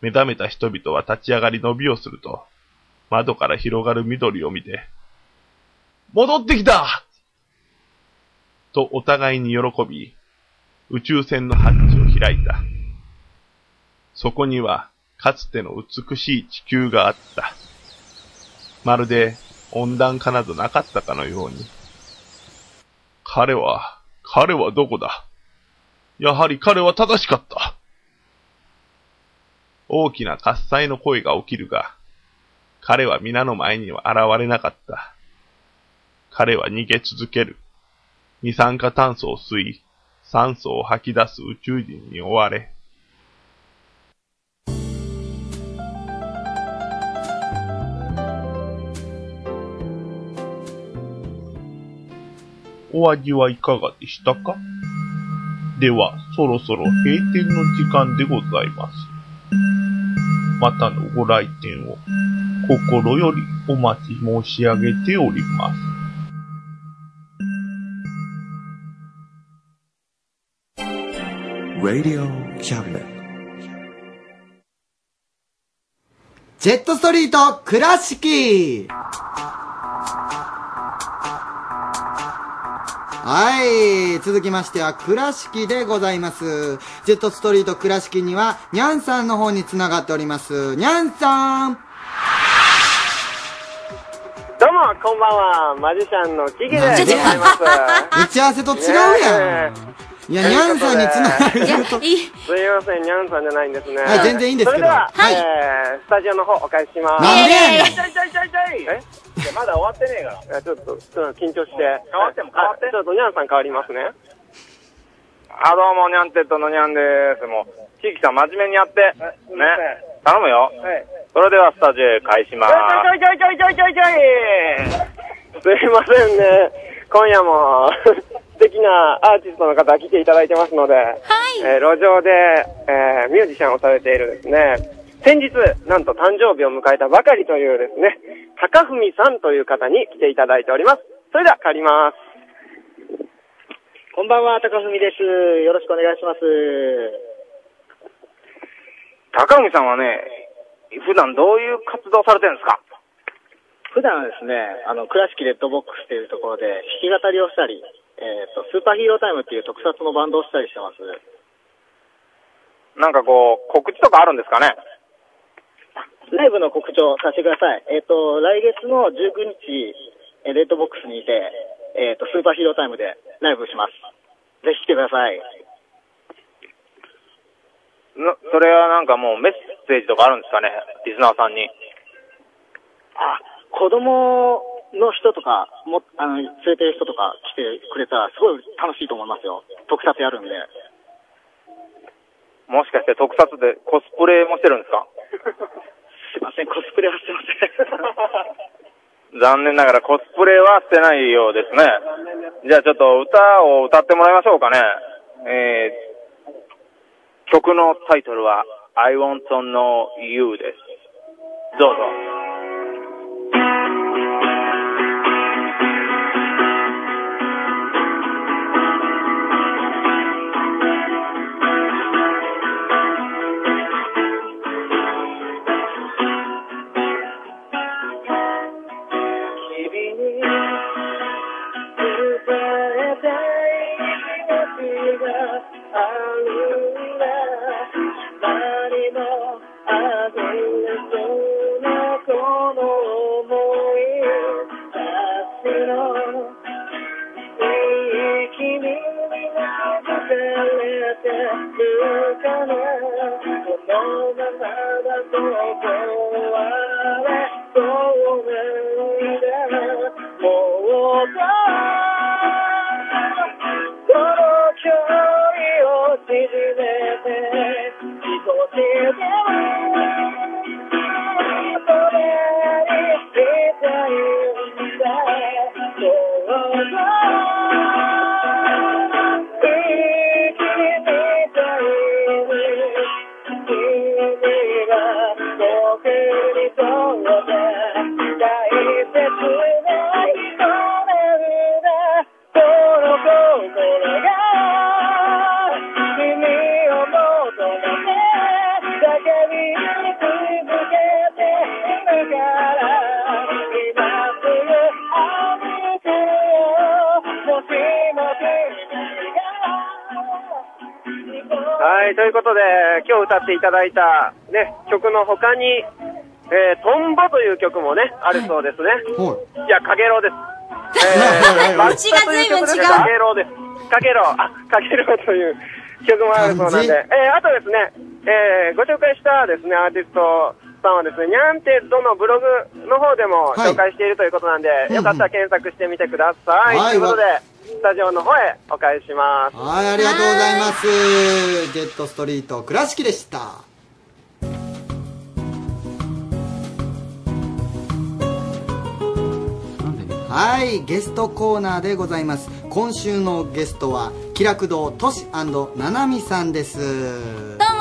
目覚めた人々は立ち上がり伸びをすると、窓から広がる緑を見て、戻ってきたとお互いに喜び、宇宙船のハッチを開いた。そこには、かつての美しい地球があった。まるで温暖化などなかったかのように。彼は、彼はどこだやはり彼は正しかった。大きな喝采の声が起きるが、彼は皆の前には現れなかった。彼は逃げ続ける。二酸化炭素を吸い、酸素を吐き出す宇宙人に追われ、
お味はいかがでしたかでは、そろそろ閉店の時間でございます。またのご来店を心よりお待ち申し上げております。
Radio Cabinet.
ジェットストリート倉敷はい。続きましては、倉敷でございます。ジェットストリート倉敷には、にゃんさんの方に繋がっております。にゃんさん
どうも、こんばんは。マジシャンのキキでございます。
打ち合わせと違うやん。い
い
や、にゃんさんに繋がる。
すいません、にゃんさんじゃないんですね。
はい全然いいんですけど
それでは、
はい
えースタジオの方お返しします。
なんでやねん
ちょいちょいちょいちょいえまだ終わってねえから。ちょっと、ちょっと緊張して。変わっても変わって。ちょっとにゃんさん変わりますね。
あ、どうも、にゃんてっとのにゃんです。もう、キーキさん真面目にやって。ね。
すいません
頼むよ。
はい。
それではスタジオへ返しまー
ちょいちょいちょいちょいちょいちょいちょいすいませんね。今夜も素敵なアーティストの方来ていただいてますので、えー路上で、えーミュージシャンをされているですね、先日、なんと誕生日を迎えたばかりというですね、高文さんという方に来ていただいております。それでは借ります。
こんばんは、高文です。よろしくお願いします。
高海さんはね、普段どういう活動されてるんですか
普段はですね、あの、倉敷レッドボックスというところで弾き語りをしたり、えっ、と、スーパーヒーロータイムっていう特撮のバンドをしたりしてます。
なんかこう、告知とかあるんですかね
ライブの告知をさせてください。えっ、と、来月の19日、えーレッドボックスにいて、えっ、と、スーパーヒーロータイムでライブします。ぜひ来てください。
なそれはなんかもうメッセージとかあるんですかねリスナーさんに。
あ、子供の人とか、も、あの、連れてる人とか来てくれたら、すごい楽しいと思いますよ。特撮やるんで。
もしかして特撮でコスプレもしてるんですか
すいません、コスプレはしてません。
残念ながらコスプレはしてないようですね。じゃあちょっと歌を歌ってもらいましょうかね。えー、曲のタイトルは I want to know you です。どうぞ。
君に奪われたいてるかなこのままだと怖れそうなんだもうどうこの距離を縮めて少しでもそれにしたいんだちょうど生きてたい君が僕にとって大切な人なんだこの心が君を求めて叫び続けて今から今すぐ歩くよもしも君が
はい、ということで、今日歌っていただいた、ね、曲の他に、えー、トンボという曲もね、あるそうですね。いや、かげろう [laughs] です。え
うちが随分違う
かげろうです。かげろう、あ、かげろう [laughs] という曲もあるそうなんで。
漢
えーあとですね、えーご紹介したですね、アーティストさんはですね、にゃんてどのブログの方でも紹介しているということなんで、よかったら検索してみてください。
はい
ということで、スタジオの方へお返しします。
はい、ありがとうございます。ジェットストリート倉敷でした。はい、ゲストコーナーでございます。今週のゲストは、気楽堂としななみさんです。
どうも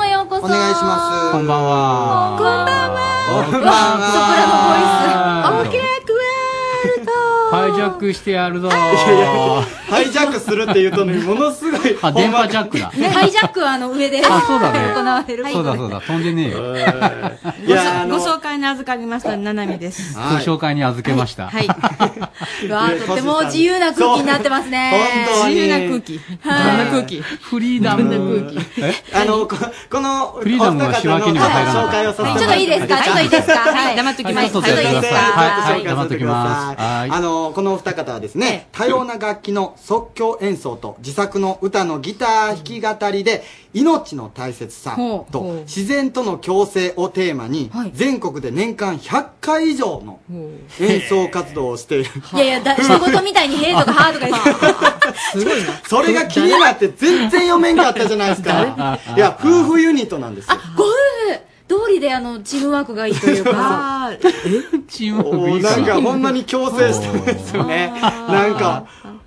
ようこそ
お願いします。
こんばんは。
こんばんは
こ
ソプ
んばんは
ラノボイスオーケーク
ハイジャックして
[laughs]
やるぞ
ハイジャックするって言うとね、ものすごい。
あ、電波ジャックだ。
ね、ハイジャック [laughs] はあの上で
あそうだね
行われる
そうだそうだ、飛んでねえよ。
ご紹ご紹介に預かりました、ななみです。
ご紹介に預けました。
はい。
うわーとっても自由な空気になってますね。
自由な空気。
はい
自由な空気。
フリーダムな空気。
あの、ここの、フ
リーダムは仕分けには入らない。
紹介をさせてもら
ちょっといいですかちょっといいですかはい黙っときます
ちょっといいですか
はい
ちょっと紹介させくださいあの、このお二方はですね、多様な楽器の即興演奏と自作の歌のギター弾き語りで、命の大切さ
ほう
と自然との共生をテーマに、全国で年間100回以上の演奏活動をしている。
いやいや、だ仕事みたいにへーとかはーとか言って。
それが気になって全然読めんかったじゃないですか。いや、夫婦ユニットなんですよ。
ゴルフ通りであの、チームワークがいいと
[laughs]
いうか。
チームワ
ーク
いいかな
なんかほんまに強制してるんですよね。なんか、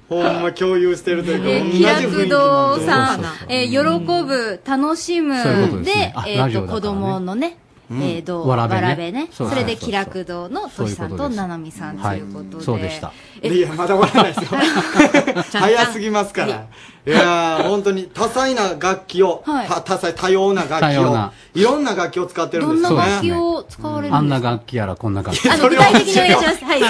ほんま共有してるというか、
え
同
ー、
じ
気
雰
楽
囲気な
堂
んで。
さん、えー、喜ぶ、楽しむ
そういうこと、です
で
ねあ、
え
ラ
っ
ジ
と、
オだから
子
ね
供のね、え
うん
ーどう、
わらべね
わらべね。
そう
そ
そうそう
れで気楽堂のとしさん
そ
と
ういうことです
ななみさんと
はい
いうことで。
そうでした。
え
いや、まだ終わらないですよ。早すぎますから。いやー、本当に多彩な楽器を、た多彩、多様な楽
多
器
様
を
な、
いろんな楽器を使ってる
ど
ん
ん
です
な
よ
楽器
ね。
を使われる
あ
ん
ん
です
な
か
楽器やらこんな楽器。
あの、具体的にお願いします。はい、それ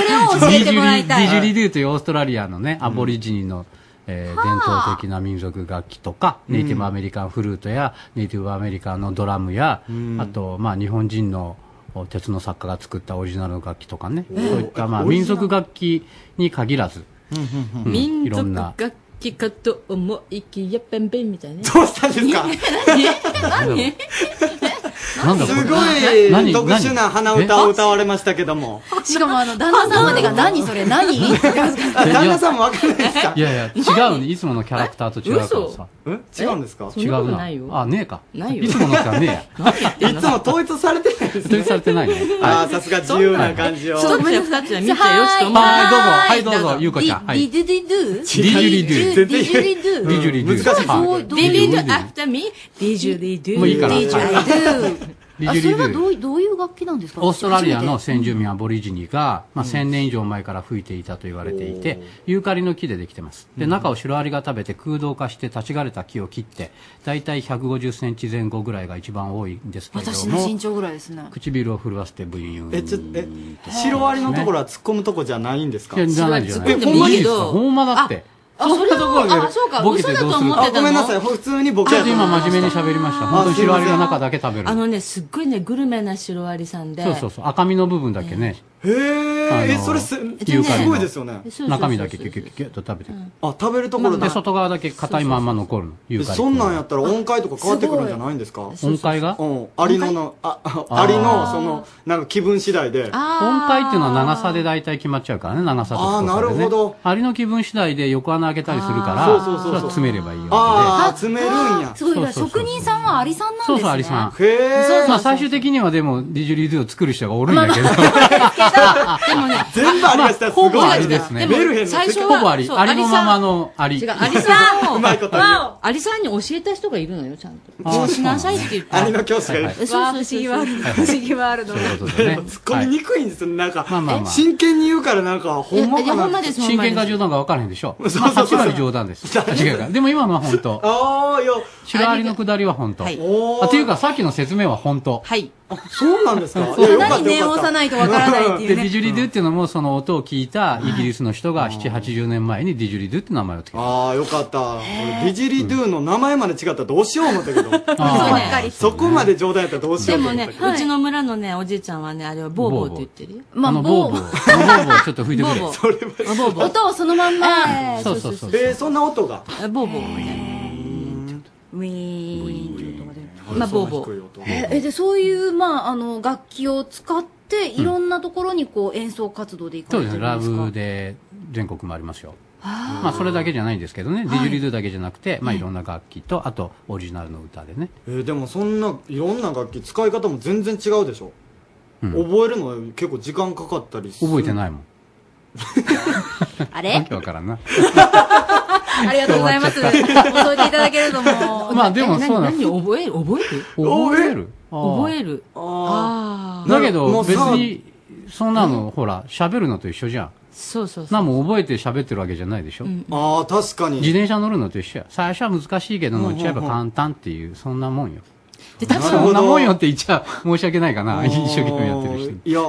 を教えてもらいたい。
ディジュリディジュリデューというオーストラリアのね、アボリジニの、えー伝統的な民族楽器とか、
うん
ネイティブアメリカンフルートや、ネイティブアメリカンのドラムや、
ん
あと、まあ、日本人のお鉄の作家が作ったオリジナルの楽器とかね、
うん
そういった、まあ、
オリ
民
ジナル
族楽器に限らず、うん
民
いろ
族
んな、
楽器かと思いきや、ペンペンみたいなね。
どうしたんです
[laughs]
か
何
なんだこれ
すごい
何
特殊な鼻歌を歌われましたけども。
しかもあの、旦那さんまでが何それ何
[laughs]
あ旦那さんもわかんないですか
いやいや、違うね。いつものキャラクターと違うからさ。
え違うんですか
違
そんなこ
う
とないよ
な。あ、ねえか。
ないよ
いつものじゃね
いつも統一されてないですね。
統一されて
[laughs]
ないね
ああ、さすが自由な感じを。
そうごめんな [laughs] さい二つは見ちゃよしと思う
はいどうぞはいどうぞゆうこちゃんは
ディ
い
ディディドゥデ
ディジュリドゥ
ディジュリドゥ
ディジュリドゥ
難しい
はい
ディリドゥ、アフターミー、ディジュリドゥ。
もういいか
デ
ら
ィジュリドゥ。
ディ
あ
ジュ
そ
リ
れ
ド
はど
ゥ
うどういう楽器なんですか
オーストラリアの
初め
先住民アボリジニが、まあ、1000年以上前から吹いていたと言われていて、ユーカリの木でできてます。で、中をシロアリが食べて空洞化して立ち枯れた木を切って、だいたい150センチ前後ぐらいが一番多いんですけれども。
私の身長ぐらいですね
唇を震わせてブイーン。
え、ちょっと、え、シロアリのところは突っ込むとこじゃないんですか
いやじゃないじゃない
えほんまに
いいですかほんまだって。
あ、
それはそんなところであそうかボケてどうする嘘だと思ってたの
ごめんなさい、普通にボケ
ちょ
や
っ
と
と
思
今
いました
真面目に喋りました。本当にシロアリの中だけ食べる
あ。のね、すっごいね、グルメなシロアリさんで。
そうそうそう。赤身の部分だけね、
へえ、え
あの
それす、
ユーカリの
すごいですよね。
中身だけキュキュキュキュッと食べていく
あ、食べるところ
で外側だけ硬いまんま残るのユーカリ
そんなんやったら音階とか変わってくるんじゃないんですか
音階が
うん。アリのの、あ、あアリの、その、なんか気分次第で。
音階っていうのは長さで大体決まっちゃうからね長さと太さで、ね、
あーなるほ
どアリの気分次第で横穴開けたりするから
あーそうそうそうそう
れは詰めればいいよ
ああ、詰めるんや。
すごい、だから職人さんはアリさんなんです
そ
ね。
うそうアリさん
へえ
まあ最終的にはでもディジュリドゥを作る人がおるんだけど、
全部アリがしたらす
ほ
ご
ぼア
い
リですねメルヘンの
最初
ほぼアリ
そう
アリのままのアリ
[laughs] 違う、アリさんを、
うまいこと
わおアリさんに教えた人がいるのよ、ちゃんと。
あー
こうしなさいって言って。
アリの教師がいる
はいはいわあ不思議ワールド。不思議ワールド。
でも突っ込みにくいんですよ、なんか、
まあまあ
真剣に言うからなんか、ほんま
いやいやほ
か
んま
な
です
真剣か冗談か分からへんでしょ
[laughs] そうそう
まあ8割冗談
[laughs]
です違うからでも今のは本当
ああ、いや。
白アリの下りは本当、
はい
おー
あというかさっきの説明は本当
はい
そうなんですか
そう
いやよかったよかった
念を押さないとわからないっていうね
でディジュリドゥっていうのもその音を聞いたイギリスの人が780年前にディジュリドゥって名前をつけた
ああ、よかった。俺ディジリドゥの名前まで違ったらどうしよう思
[laughs]
ったけど。
かり
そこまで冗談やったらどうし
で
よう
も
思っ
ね、
たけど。
うちの村のね、おじいちゃんはね、あれをボーボーって言ってるよ。
あのボーボーボーボーをちょっと拭いてくれ
ボーボー
それは
ボーボー
音をそのまんま。
そうそうそう
えー、そんな音が。
ボーボーみたいな。
ウィーン
まあ、ボーボー。
ええでそういう、まあ、あの楽器を使っていろんなところにこう演奏活動で行か
そう
れ
で
て
す
る
ね
んですか
ラブで全国もありますよまあそれだけじゃないんですけどね、ディジュリドゥだけじゃなくて、まあいろんな楽器と、あとオリジナルの歌でね。
えー、でもそんないろんな楽器使い方も全然違うでしょ。覚えるの結構時間かかったりする
覚えてないもん。
あ
わ
れ
けわからんな。
ありがとうございます
終わ
教
っち
え
ゃ
てい
っ
た
た
だけるともう
[laughs] まあでもそうなん
何を覚える覚える
覚える
覚える。ああ。
だけど、別
さ
に、そんなの、ほら、喋るのと一緒じゃん。
そうそうそう。
何も覚えて喋ってるわけじゃないでしょ。
ああ、確かに。
自転車乗るのと一緒や。最初は難しいけど、
うんうんう
乗
ん
っちゃえば簡単っていう、そんなもんよ。
で、
多分
そんなもんよって言っちゃ申し訳ないかな。一生懸命やってる人に。
いや、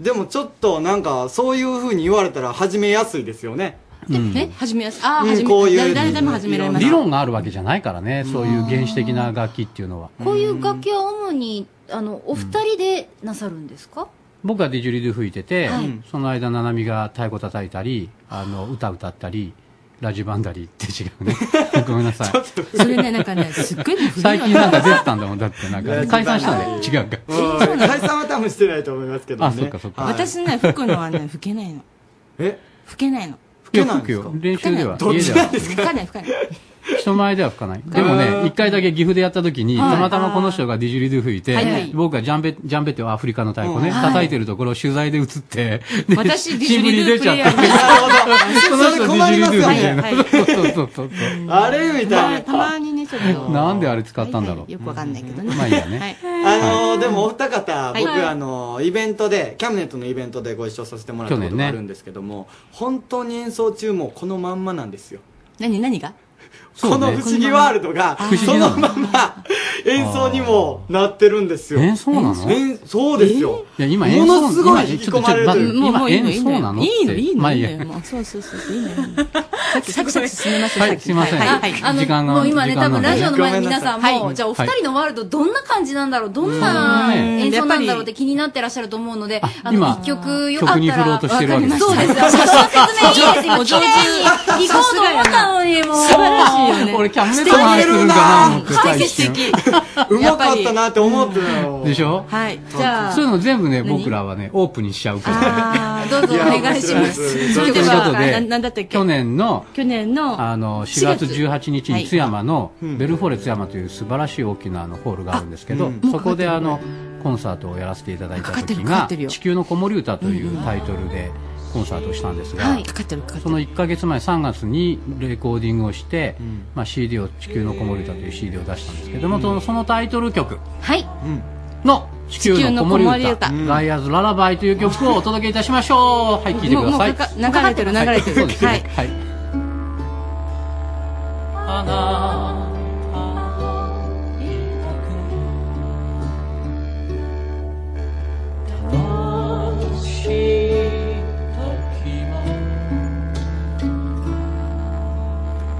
でもちょっとなんか、そういう風に言われたら始
[laughs]
めやすいですよね。
うん
え、始めやす。ああ、始
うんこう
め、
いう
誰誰でも始められます。
理論があるわけじゃないからね、そういう原始的な楽器っていうのは。
こういう楽器は主にあのお二人でなさるんですか、
僕はディジュリドゥ吹いてて、
はい
その間、ななみが太鼓叩いたり、あの、歌歌ったり、ラジバンダリーって違
[laughs]
うね。ごめんなさい。
それね、なんかね、すっごいね古い
最
よ
近
ね
なんか出てたんだもん、だってなん
ラ
か、
ジバン
解
ダリー
散したんだよ。違うか。
うん解散は多分してないと思いますけどね。
あそっかそっか
はい
私ね、吹くのはね、 [laughs] 吹けないの。
え
吹けないの。
いや吹くよ。練習では、
どっ
家
ち
で
なん
は
で。す
吹
か
かない、吹かない。
人前では吹かない。でもね、一回だけ岐阜でやった時に、
はい
たまたまこの人がディジュリドゥ吹いて、
はいはい
僕がジャンベ、ジャンベってアフリカの太鼓ね、
はい
叩いてるところを取材で映って、
[laughs]
で
私、ディジュリドゥプレイヤー
新聞に出ちゃった [laughs] その人ディジュリドゥみたいな。そうそうそうそう。
あれみたい
たまにね、ちょっと。
なんであれ使ったんだろう。
よくわかんないけどね。
まあいいやね
はい。
あのーでもお二方、
はい
僕、
はい
あのーイベントで、キャムネットのイベントでご一緒させてもらったことがあるんですけども、本当に演奏中もこのまんまなんですよ。
何、何が
[laughs] この不思議ワールドが、そのまんま演奏にもなってるんですよ。演
奏なの
演そうですよ。
いや、今
も
演奏、
のすご
今
い引き
ちょ
込
っと
まれるという
今今演奏
いい
なの
いいの、
って
いい
ま
の、
あい
い
い
い
や
のよ。もうそうそうそう、いいのよ。さっき、さきさき進めましょう。
はい
さき
すいません
はい
あの時間が
もう今ね、
時間
多分
なんで
ラジオの前の皆さんも、
はい
じゃあお二人のワールドどんな感じなんだろう、どんな
はい
演奏なんだろうって気になってらっしゃると思うので、あの、
今
一曲よかったら。
曲に振ろうとしてるわけです
そうです。あの説明いいですよ。綺
お上手
麗に行こうと思ったのに、もう。
素晴らしいよね。
俺、キャムネットの話するんかな思って最近
うまかったなって思ってたよ。
でしょ
はい。じゃあ、
そういうの全部ね、僕らはね、オープンにしちゃうから。
どうぞお願いします。それでは、ななんだったっけ
去年の、
去年の、
あの、4月18日
は
に
い
津山の、ベルフォレ津山という素晴らしい大きなあのホールがあるんですけど、そこであの、コンサートをやらせていただいた時が、地球の子守歌というタイトルでコンサートをしたんですが、
かかってるかかってる
その1ヶ月前3月にレコーディングをして、まあ、CD を「地球の子守歌」という CD を出したんですけども、そのそのタイトル曲
はい。
の「地球の子守
地球の子守
歌
歌うん
ガイアーズ・ララバイ」という曲をお届けいたしましょうはい聴いて
も
く
う
だ
もう
さい
かか流れてる流れて
はいそ
る
うですね
はい
はい
花正しい時も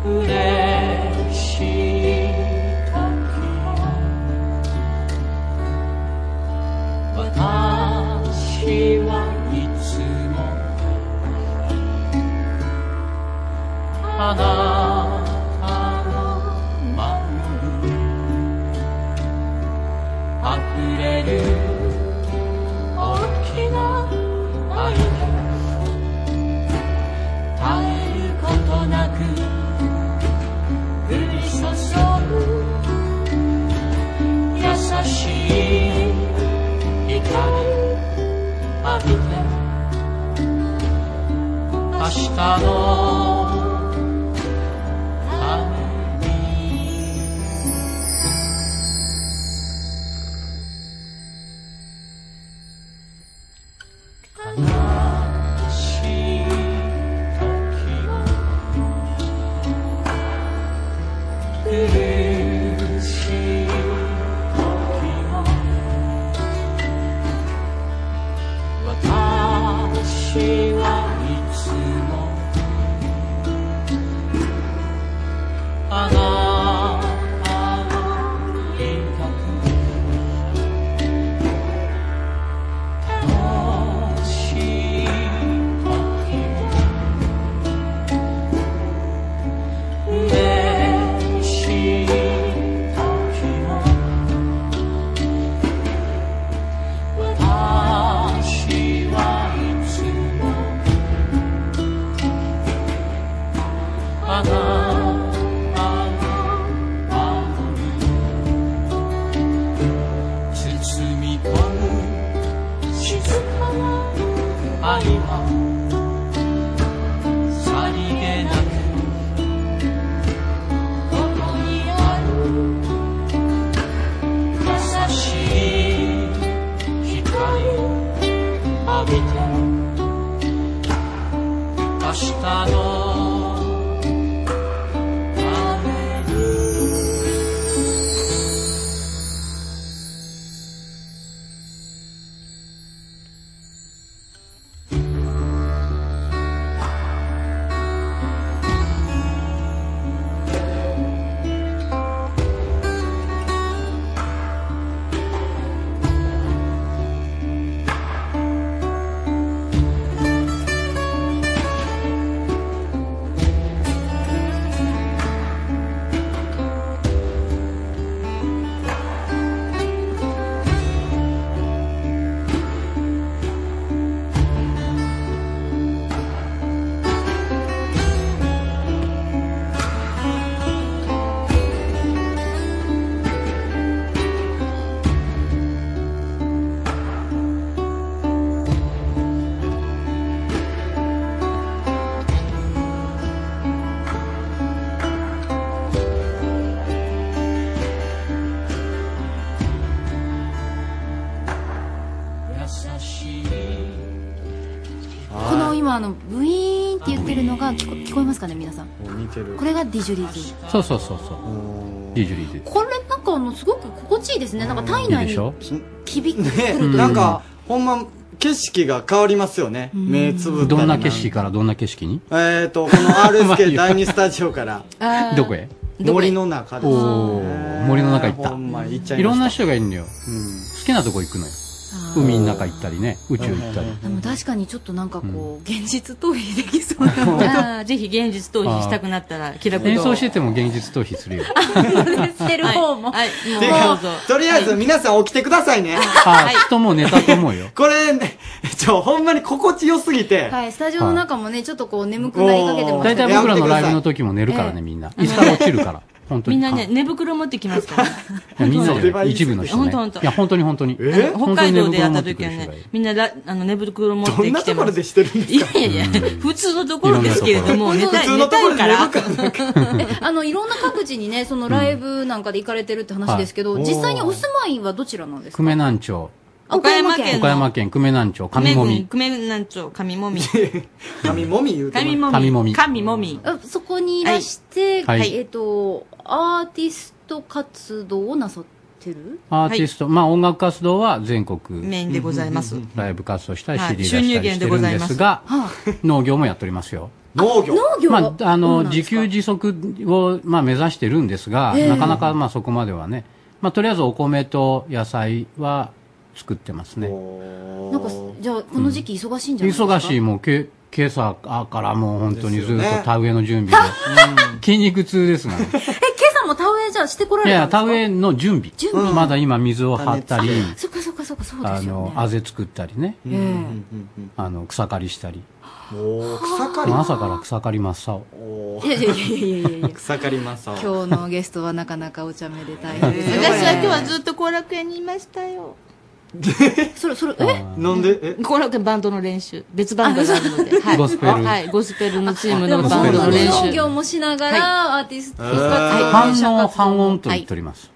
嬉しい時も私はいつ溢れる大きな愛で絶えることなく降り注ぐ優しい光浴びて明日のため悲しい時は苦しい時は私はいつもあなたのいた楽しい時も嬉しい時も私はいつもあなたの窓に包み込む静かな愛はさりげなくここにある優しい光浴びて明日のために優しい
この今あのブイーンって言ってるのが聞こ聞こえますかね皆さん
似てる
これがディジュリーズ
そうそうそうそうディジュリーズ
これなんかあのすごく心地いいですねなんか体内
いいでしょ
に響く
ね
うん
なんか、ほんま、景色が変わりますよね。目つぶった
ど
ら
んな景色からどんな景色に
えっ、ー、と、この RSK 第2スタジオ
[laughs]
から、
どこへ
森の中です、
おー森の中行った
ほんま行っちゃいました
いろんな人がいるのよ好きなとこ行くのよ
あー
海の中行ったりね宇宙行ったり
でも確かにちょっとなんかこう現実逃避できそう
あー [laughs] ぜひ現実逃避したくなったら、気楽堂 [laughs]
演奏してても現実逃避するよ
捨てる方も。
はい、
て
はいもうどう
か
ぞ。
とりあえず皆さん起きてくださいね。
あーきっともう寝たと思うよ
これ、ね、ちょ、ほんまに心地よすぎて、
はい、スタジオの中もね、ちょっとこう眠くなりかけてます
大
けど
体僕らのライブの時も寝るから
ええ
ねみんな椅子から落ちる
[laughs]
から本当
み
に
んなね、寝袋持ってきますから。
いやみんな
それ
で
は
ね
いいです
一部の人ね
本当本当
いや本当に本当に
あの北海道でやった
本当
時
に寝
は
袋持ってくる人がい
ね
る、
みんなら、あの、寝袋持ってきてます。
でしてるん
ですかいやいや、普通のところですけれども、
い
寝
ろんな
たい、
とこ
寝たいから。
えあの、いろんな各地にね、そのライブなんかで行かれてるって話ですけど、
はい
実際にお住まいはどちらなんですか
久米南町
岡山
県
岡山県久米南町上
久
も
米
み
久米南町、上もみ。
神もみ言うて
上も
ま
み。
す上もみ
上もみ。
あそこにいらして、
はいはい
えっと、アーティスト活動をなさってる
アーティスト、まあ音楽活動は全国
メインでございます
ライブ活動したり
はい
CD 出したりしてるんですが農業もやっておりますよ
農
業
農業
まあ、あ
そう
の
なんで
自給自足を、まあ、目指してるんですが、
ええ
なかなかまあそこまではね、まあ、とりあえずお米と野菜は作ってますね
なんか、じゃあ、この時期忙しいんじゃないですか
忙しいもうけ今朝からもう本当にずっ
ですよ
と
ね
田植えの準備で、筋肉痛ですがね
え、今朝も田植えじゃあしてこら
い
れた
や、
んです
田
か
植えの準備。
準備
まだ今水を張ったり、
あそっかそっかそっかそうで
あ
すよ
の
ね、
あぜ作ったりね
うんうん
あの、草刈りしたり。
草刈り
朝から草刈り真っ青。
いやいやいやいやいや
草刈り真っ
今日のゲストはなかなかお茶目で大変です。 [laughs] 私は
[laughs]
今日はずっと後楽園にいましたよ。それ、それ、え
なんでえ
後楽園バンドの練習。別バンドがあるので。はい
ゴスペル
はい、ゴスペルのチーム
で
の
も
バンドの練
農
習。
業もしながらアーティスト活動
半農半音と言っております。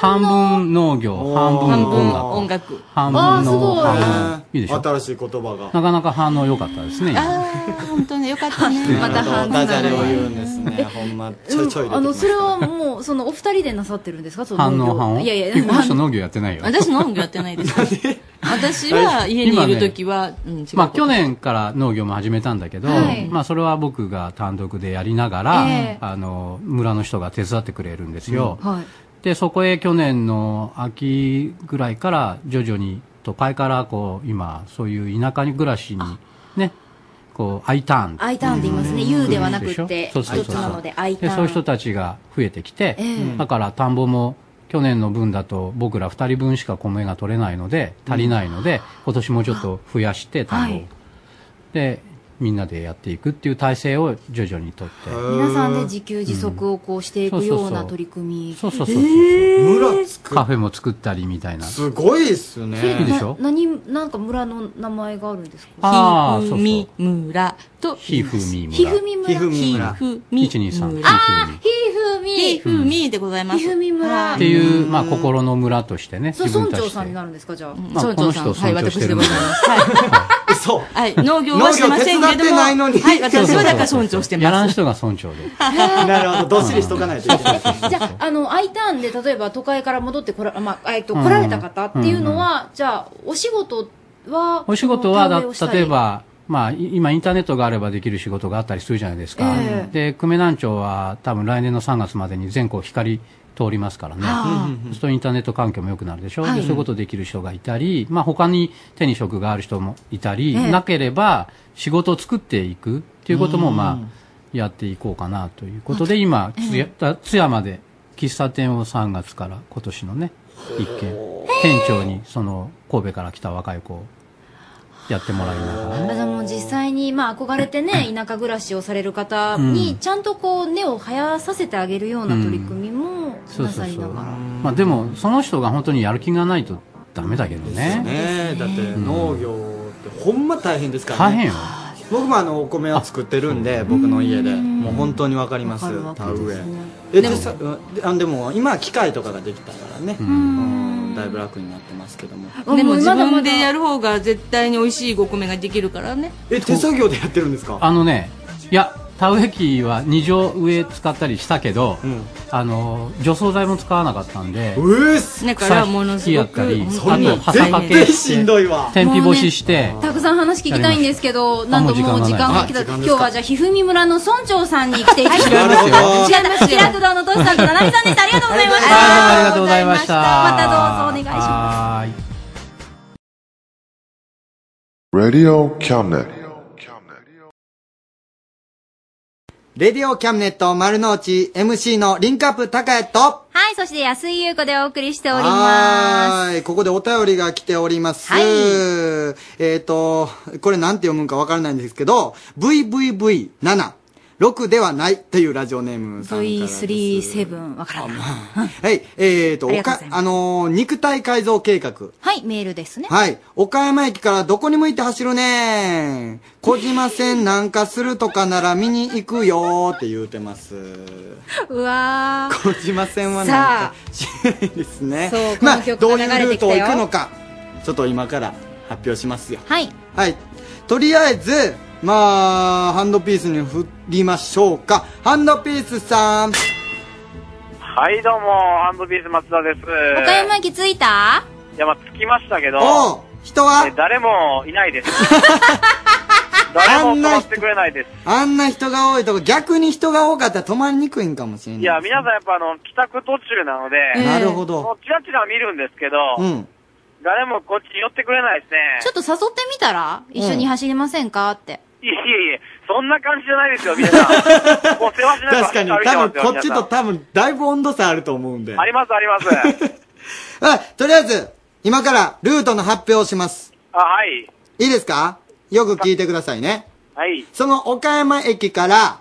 半分農業、半分音楽。
音楽。
半分の半音。いいでしょ
新しい言葉が。
なかなか反応良かったですね。
ああ、本当によかったね。また反応
ダジャレを言うんですね。ほんま、ちょいちょい入れてき
あ
ま
の
す
それはもうそのお二人でなさってるんですかその
反
農業
応反応
いやいや
この人農業やってないよ。
私農業やってない
[laughs]
です。私は家にいる時は、うん、違う。
まあ去年から農業も始めたんだけど、
はい
まあそれは僕が単独でやりながら、
ええ
あの、村の人が手伝ってくれるんですよ。
はい。
で、そこへ去年の秋ぐらいから徐々に都会からこう今、そういう田舎に暮らしにね、こう I ターン。
I ターンって言いますね U ではなくって
そうそうそう
一つなので I タ
で
ーン
そういう人たちが増えてきて、
ええ
だから田んぼも去年の分だと僕ら2人分しか米が取れないので足りないので、今年もちょっと増やして田んぼを、
はい
でみんなでやっていくっていう体制を徐々にとって
皆さんで自給自足をこうしてい
うん
く
そうそうそう
ような取り組み
そうそうそうそう
村
カフェも作ったりみたいな
すごいっすね
いいでしょ
な何なんか村の名前があるんですか
あー
ひふみ村と言います。
ひふみ村
ひふみ村ひふみ村
ひふみ
一二三
村あ
ひふみ
ひふみでございます。ひふ
み村
っていう、まあ、心の村としてね
そう
自分
村
た
長
ちで
さんになるんですかじゃあ、
まあ、この人を尊重してるんで、
[laughs] そう
はい、農業はしてませんけども。はい、私はだから尊重して
や
ま
らん人が村長で。
[laughs] なるほど、どっしりしとかないといけない。
じゃあ、あの、I ターンで、例えば都会から戻ってこら、まあ、えっと、
うん
来られた方っていうのは、じゃあ、お仕事は、
[laughs] お仕事は、だ例え
ば、
ば、まあ、い今インターネットがあればできる仕事があったりするじゃないですか。
ええ
で、久米南町は多分来年の3月までに全国光通りますからね。
ああ
そうするとインターネット環境も良くなるでしょ、
はい
でそういうことできる人がいたり、まあ他に手に職がある人もいたり、
ええ
なければ仕事を作っていくっていうことも、
うん
まあ、やっていこうかなということで、今、津や津山で喫茶店を3月から今年のね、一軒、店長にその神戸から来た若い子をやってもらいながらね。
あじゃあもう実際に、まあ、憧れてね、田舎暮らしをされる方に、
うん
ちゃんとこう、根を生やさせてあげるような取り組みも、
そう
な
そ
さ
う
り
そ
な
う。
がら。
まあでも、その人が本当にやる気がないとダメだけどね。
ねえだって農業ってほんま大変ですから
大
ね
変よ。
僕もあのお米を作ってるんで僕の家でもう本当にわかります
わか
田
るわかる
植ええでさであでも今は機械とかができたからねうんだいぶ楽になってますけども
す。でも自分でやる方が絶対に美味しいお米ができるからね。
え手作業でやってるんですか
あのね、いや、田植え機は二畳上使ったりしたけど、あの、除草剤も使わなかったんで、
う
だからものす
や
ご
った
く
り、あと
本当に
はさかけ
絶対
しんどいわ
天日干しして、
たくさん話聞きたいんですけど、なんともう時間が来た。
あ
今
もう
日
時間が
はじゃあ、ひふみ村の村長さんに来ていただきま
違いますよ
した。違います。平工堂のトシさんとななみさんでした。ありがとうございました。
ありがとうございました。
またどうぞお願いします
ます。
Radio Cabinet.
レディオキャムネット丸の内 MC のリンクアップ高谷と
はい、そして安井優子でお送りしております。
はーいここでお便りが来ております。
はい
えっ、と、これなんて読むんかわからないんですけど、VVV7、6ではないというラジオネームさんからです。
V37、わからない。
はい、えっ、と、
ありが
お
とうご
か
ざい、
あのー肉体改造計画。
はい、メールですね。
はい。岡山駅からどこに向いて走るねん。小島線南下するとかなら見に行くよーって言うてます。
うわー。
小島線はなんか知らないですね。
そう
まあ、
この
ど
曲
う
が
い
流れ
うル
て
ー
きたよ
トを行くのか、ちょっと今から発表しますよ。
はい。
はい。とりあえず、まあ、ハンドピースに振りましょうか。ハンドピースさん。
はい、どうも、ハンドビーズ松田です。
岡山駅着いた
いや、まあ、着きましたけど、
おう人は
え誰もい
[laughs]
ないです。誰も止まってくれないです。
あんな人が多いとこ、逆に人が多かったら止まりにくいんかもしれない。
いや、皆さんやっぱあの、帰宅途中なので、
ええなるほど
もうチラチラ見るんですけど、
うん。
誰もこっちに寄ってくれないですね。
ちょっと誘ってみたら一緒に走りませんかって。
いえいえいえ、
そんな感じじゃないですよ、
[laughs]
皆さん。もう世話しな
確かに、
歩いてま
多
すよ
分こっちと多分だいぶ温度差あると思うんで。
皆さんあります、あります。
あとりあえず、今からルートの発表をします。
あ、はい。
いいですかよく聞いてくださいね。
はい。
その岡山駅から、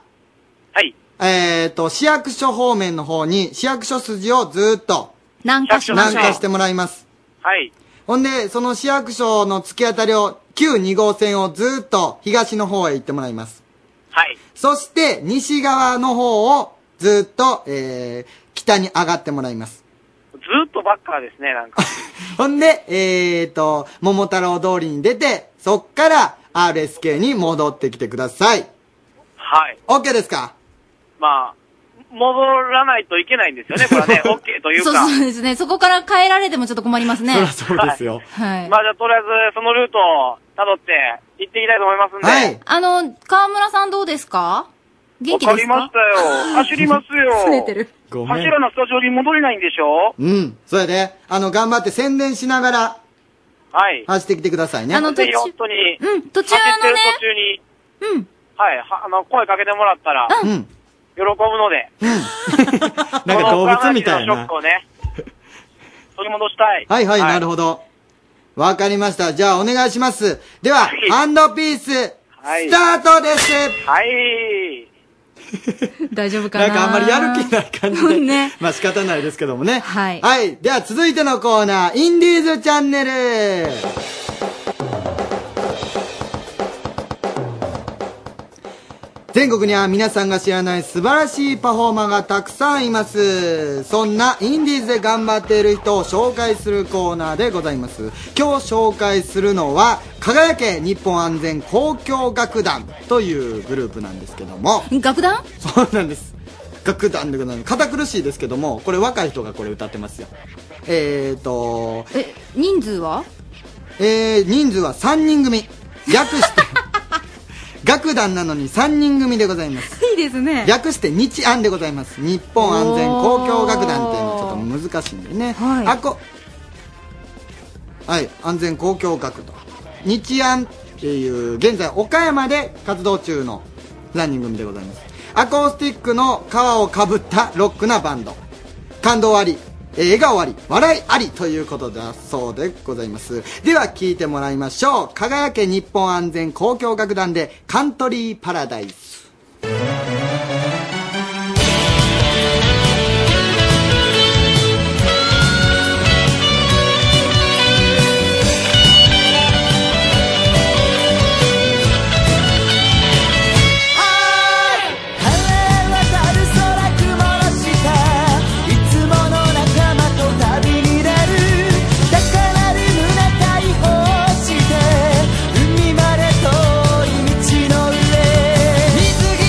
はい。
えっ、と、市役所方面の方に、市役所筋をずーっと、
南
下
しましょう
してもらいます。
はい。
ほんで、その市役所の突き当たりを、旧2号線をずーっと東の方へ行ってもらいます。
はい。
そして、西側の方をずーっと、えー、北に上がってもらいます。
ずーっとばっかですね、なんか。
ほんで、えーと、桃太郎通りに出て、そっから RSK に戻ってきてください。
はい。
OK ですか
まあ、戻らないといけないんですよね、これ
[laughs]
はね。OK という
そう
か。
そうですね。そこから変えられてもちょっと困りますね。
そうですよ。
はい。
まあじゃあ、とりあえず、そのルートを辿って行っていきたいと思いますんで。
あの、河村さんどうですか元気ですか
わかりましたよ。走りますよ。
拗ねてる。
ごめん
走らなスタジオに戻れないんでしょ
うん。それで、あの、頑張って宣伝しながら
はい。
走ってきてくださいね。
あの、途中。本当に。
うん、途
中走ってる途中に。うん。はい、はあの、声かけてもらったら。
うん。
喜ぶので。 [laughs]
なんか動物みたい
このショッ
な
ク。をね。取り戻したい。
はいはい、なるほど。わかりました。じゃあお願いします。では、ハンドピース、ス
はい
タートです
はい。
大丈夫か
な
なん
かあんまりやる気ない感じで。まあ仕方ないですけどもね。 [laughs] はい。はい。では続いてのコーナー、インディーズチャンネル全国には皆さんが知らない素晴らしいパフォーマーがたくさんいます。そんなインディーズで頑張っている人を紹介するコーナーでございます。今日紹介するのは、輝け日本安全交響楽団というグループなんですけども。
楽団
そうなんです。楽団でございます。堅苦しいですけども、これ若い人がこれ歌ってますよ。えーと、
え、人数は
えー、人数は3人組。略して、楽団なのに3人組でございます。
いいですね。
略して日安でございます日本安全交響楽団っていうのはちょっと難しいんでねはい、あこはい安全交響楽団日安っていう現在岡山で活動中の何人組でございますアコースティックの皮をかぶったロックなバンド感動ありえー笑顔あり笑いありということだそうでございますでは聞いてもらいましょう輝け日本安全交響楽団でカントリーパラダイス
晴れ渡る空曇らしたいつもの仲間と旅に出る宝に胸解放して海まで遠い道の上水